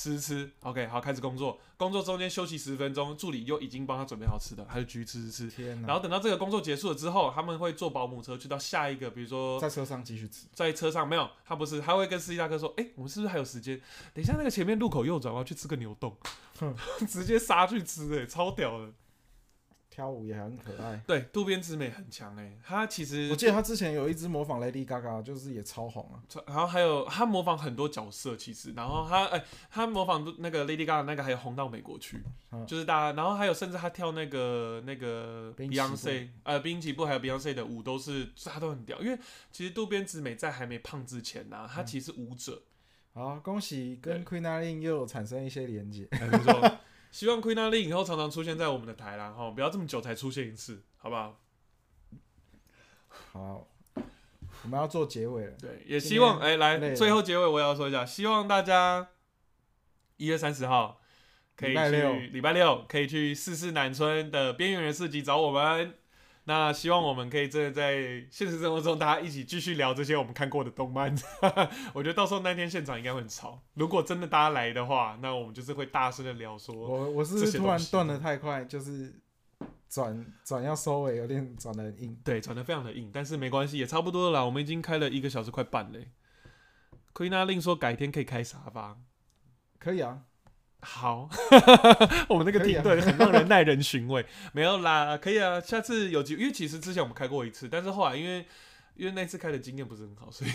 Speaker 1: 吃吃吃，OK，好，开始工作。工作中间休息十分钟，助理又已经帮他准备好吃的，他就继续吃吃吃。
Speaker 2: 天啊
Speaker 1: 然
Speaker 2: 哪！
Speaker 1: 后等到这个工作结束了之后，他们会坐保姆车去到下一个，比如说
Speaker 2: 在车上继续吃。
Speaker 1: 在车上没有，他不是，他会跟司机大哥说：“哎、我们是不是还有时间？等一下那个前面路口右转，我要去吃个牛冻。
Speaker 2: 哼”
Speaker 1: 直接杀去吃、哎，超屌的。
Speaker 2: 跳舞也很可爱。
Speaker 1: 对，渡边直美很强哎、他其实
Speaker 2: 我记得他之前有一支模仿 Lady Gaga，就是也超红啊。
Speaker 1: 然后还有他模仿很多角色，其实，然后他哎、他模仿那个 Lady Gaga 那个还有红到美国去，
Speaker 2: 嗯
Speaker 1: 就是大家，然后还有甚至他跳那个那个
Speaker 2: 滨崎步
Speaker 1: Beyonce 呃滨崎步还有 Beyonce 的舞都是他都很屌，因为其实渡边直美在还没胖之前呢、啊，
Speaker 2: 嗯
Speaker 1: 他其实舞者。
Speaker 2: 好，恭喜跟 Queen Eileen 又有产生一些 连接。
Speaker 1: 哎没错，希望 Queen a l i 以后常常出现在我们的台啦，哈，不要这么久才出现一次，好不好？
Speaker 2: 好，我们要做结尾了。
Speaker 1: 对，也希望
Speaker 2: 今
Speaker 1: 哎、
Speaker 2: 累
Speaker 1: 来
Speaker 2: 了
Speaker 1: 最后结尾我也要说一下，希望大家一月三十号可以
Speaker 2: 礼拜六
Speaker 1: 去礼拜六可以去四四南村的边缘人市集找我们。那希望我们可以真的在现实生活中，大家一起继续聊这些我们看过的动漫。 我觉得到时候那天现场应该会很吵。如果真的大家来的话，那我们就是会大声的聊说，
Speaker 2: 我我是不
Speaker 1: 这
Speaker 2: 是
Speaker 1: 些
Speaker 2: 突然
Speaker 1: 东西
Speaker 2: 断的太快，就是转转要收尾，有点转的硬。
Speaker 1: 对，转的非常的硬，但是没关系，也差不多了啦。我们已经开了一个小时快半嘞。奎纳令说改天可以开沙发，
Speaker 2: 可以啊，
Speaker 1: 好，我们那个
Speaker 2: 可以
Speaker 1: 停
Speaker 2: 啊
Speaker 1: 顿很让人耐人寻味。没有啦，可以啊，下次有机，因为其实之前我们开过一次，但是后来因为因为那次开的经验不是很好，所以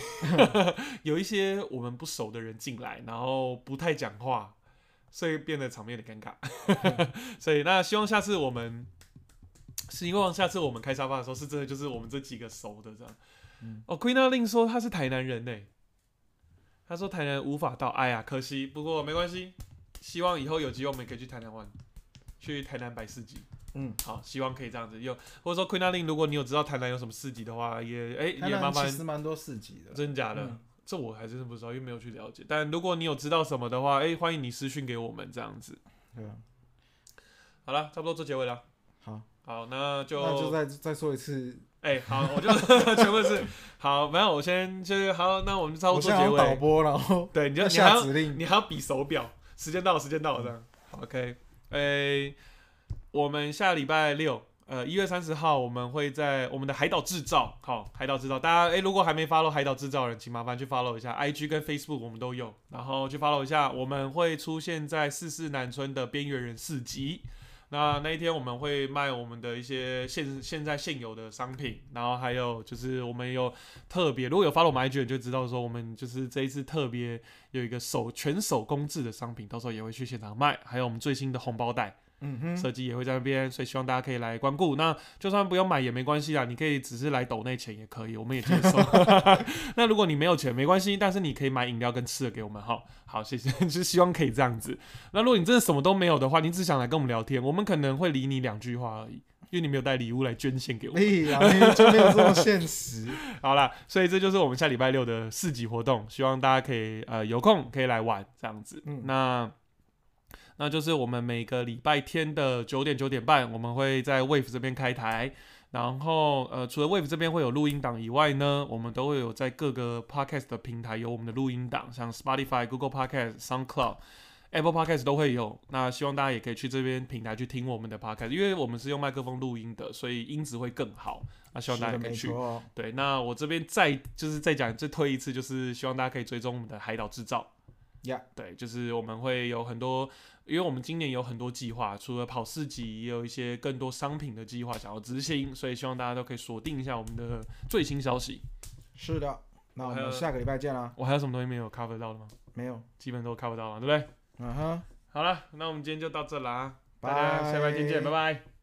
Speaker 1: 有一些我们不熟的人进来，然后不太讲话，所以变得场面有点尴尬。 所以那希望下次我们，希望下次我们开沙发的时候是真的就是我们这几个熟的这样。
Speaker 2: 嗯
Speaker 1: 哦，Queen a l i n 说他是台南人呢、欸他说台南无法到，哎呀，可惜，不过没关系，希望以后有机会我们可以去台南玩，去台南摆市集。
Speaker 2: 嗯，
Speaker 1: 好，希望可以这样子。有或者说 Queen a l i n 如果你有知道台南有什么市集的话，也哎、
Speaker 2: 台
Speaker 1: 也麻
Speaker 2: 南
Speaker 1: 烦
Speaker 2: 其，实蛮多市集的。
Speaker 1: 真假的。
Speaker 2: 嗯
Speaker 1: 这我还真的不知道，因为没有去了解。但如果你有知道什么的话，哎、欢迎你私讯给我们这样子。
Speaker 2: 对啊，
Speaker 1: 好了，差不多做结尾了。
Speaker 2: 好，
Speaker 1: 好，那就
Speaker 2: 那就再再说一次，
Speaker 1: 哎、好，我就 全部是好，没有，我先就是好，那我们差不
Speaker 2: 我
Speaker 1: 多做
Speaker 2: 现在
Speaker 1: 结
Speaker 2: 要导
Speaker 1: 尾。
Speaker 2: 播，然后
Speaker 1: 对，你就
Speaker 2: 要
Speaker 1: 你还
Speaker 2: 下
Speaker 1: 要
Speaker 2: 指令。
Speaker 1: 你还要比手表，时间到了，时间到了这样。好 OK，哎、我们下礼拜六，呃，一月三十号，我们会在我们的海岛制造，好，海岛制造，大家哎、如果还没 follow 海岛制造的人，请麻烦去 follow 一下，IG 跟 Facebook 我们都有，然后去 follow 一下，我们会出现在四四南村的边缘人市集。那那一天我们会卖我们的一些现现在现有的商品，然后还有就是我们有特别，如果有 follow 我们 IG 的就知道说我们就是这一次特别有一个手全手工制的商品，到时候也会去现场卖，还有我们最新的红包袋。
Speaker 2: 嗯哼，
Speaker 1: 设计也会在那边，所以希望大家可以来光顾。那就算不用买也没关系啦，你可以只是来抖内钱也可以，我们也接受。那如果你没有钱没关系，但是你可以买饮料跟吃的给我们哈。好，谢谢，就是希望可以这样子。那如果你真的什么都没有的话，你只想来跟我们聊天，我们可能会理你两句话而已，因为你没有带礼物来捐献给我们。
Speaker 2: 哎呀，没有就没有这么现实。
Speaker 1: 好啦，所以这就是我们下礼拜六的市集活动，希望大家可以呃有空可以来玩这样子。
Speaker 2: 嗯
Speaker 1: 那那就是我们每个礼拜天的九点九点半，我们会在 Wave 这边开台。然后呃，除了 Wave 这边会有录音档以外呢，我们都会有在各个 Podcast 的平台有我们的录音档，像 Spotify、Google Podcast、SoundCloud。Apple Podcast 都会有，那希望大家也可以去这边平台去听我们的 Podcast，因为我们是用麦克风录音的，所以音质会更好。那 希望大
Speaker 2: 是
Speaker 1: 家
Speaker 2: 的
Speaker 1: 可以
Speaker 2: 没
Speaker 1: 去
Speaker 2: 错，
Speaker 1: 对，那我这边再就是再讲再推一次，就是希望大家可以追踪我们的海岛制造。
Speaker 2: Yeah
Speaker 1: 对，就是我们会有很多，因为我们今年有很多计划，除了跑市集，也有一些更多商品的计划想要执行，所以希望大家都可以锁定一下我们的最新消息。
Speaker 2: 是的。那我
Speaker 1: 我还有
Speaker 2: 们下个礼拜见啦。
Speaker 1: 我还有什么东西没有 cover 到的吗？
Speaker 2: 没有，
Speaker 1: 基本都 cover 到了，对不对？
Speaker 2: 嗯哼，
Speaker 1: 好了，那我们今天就到这啦，大
Speaker 2: 拜
Speaker 1: 家下礼拜见见，拜拜。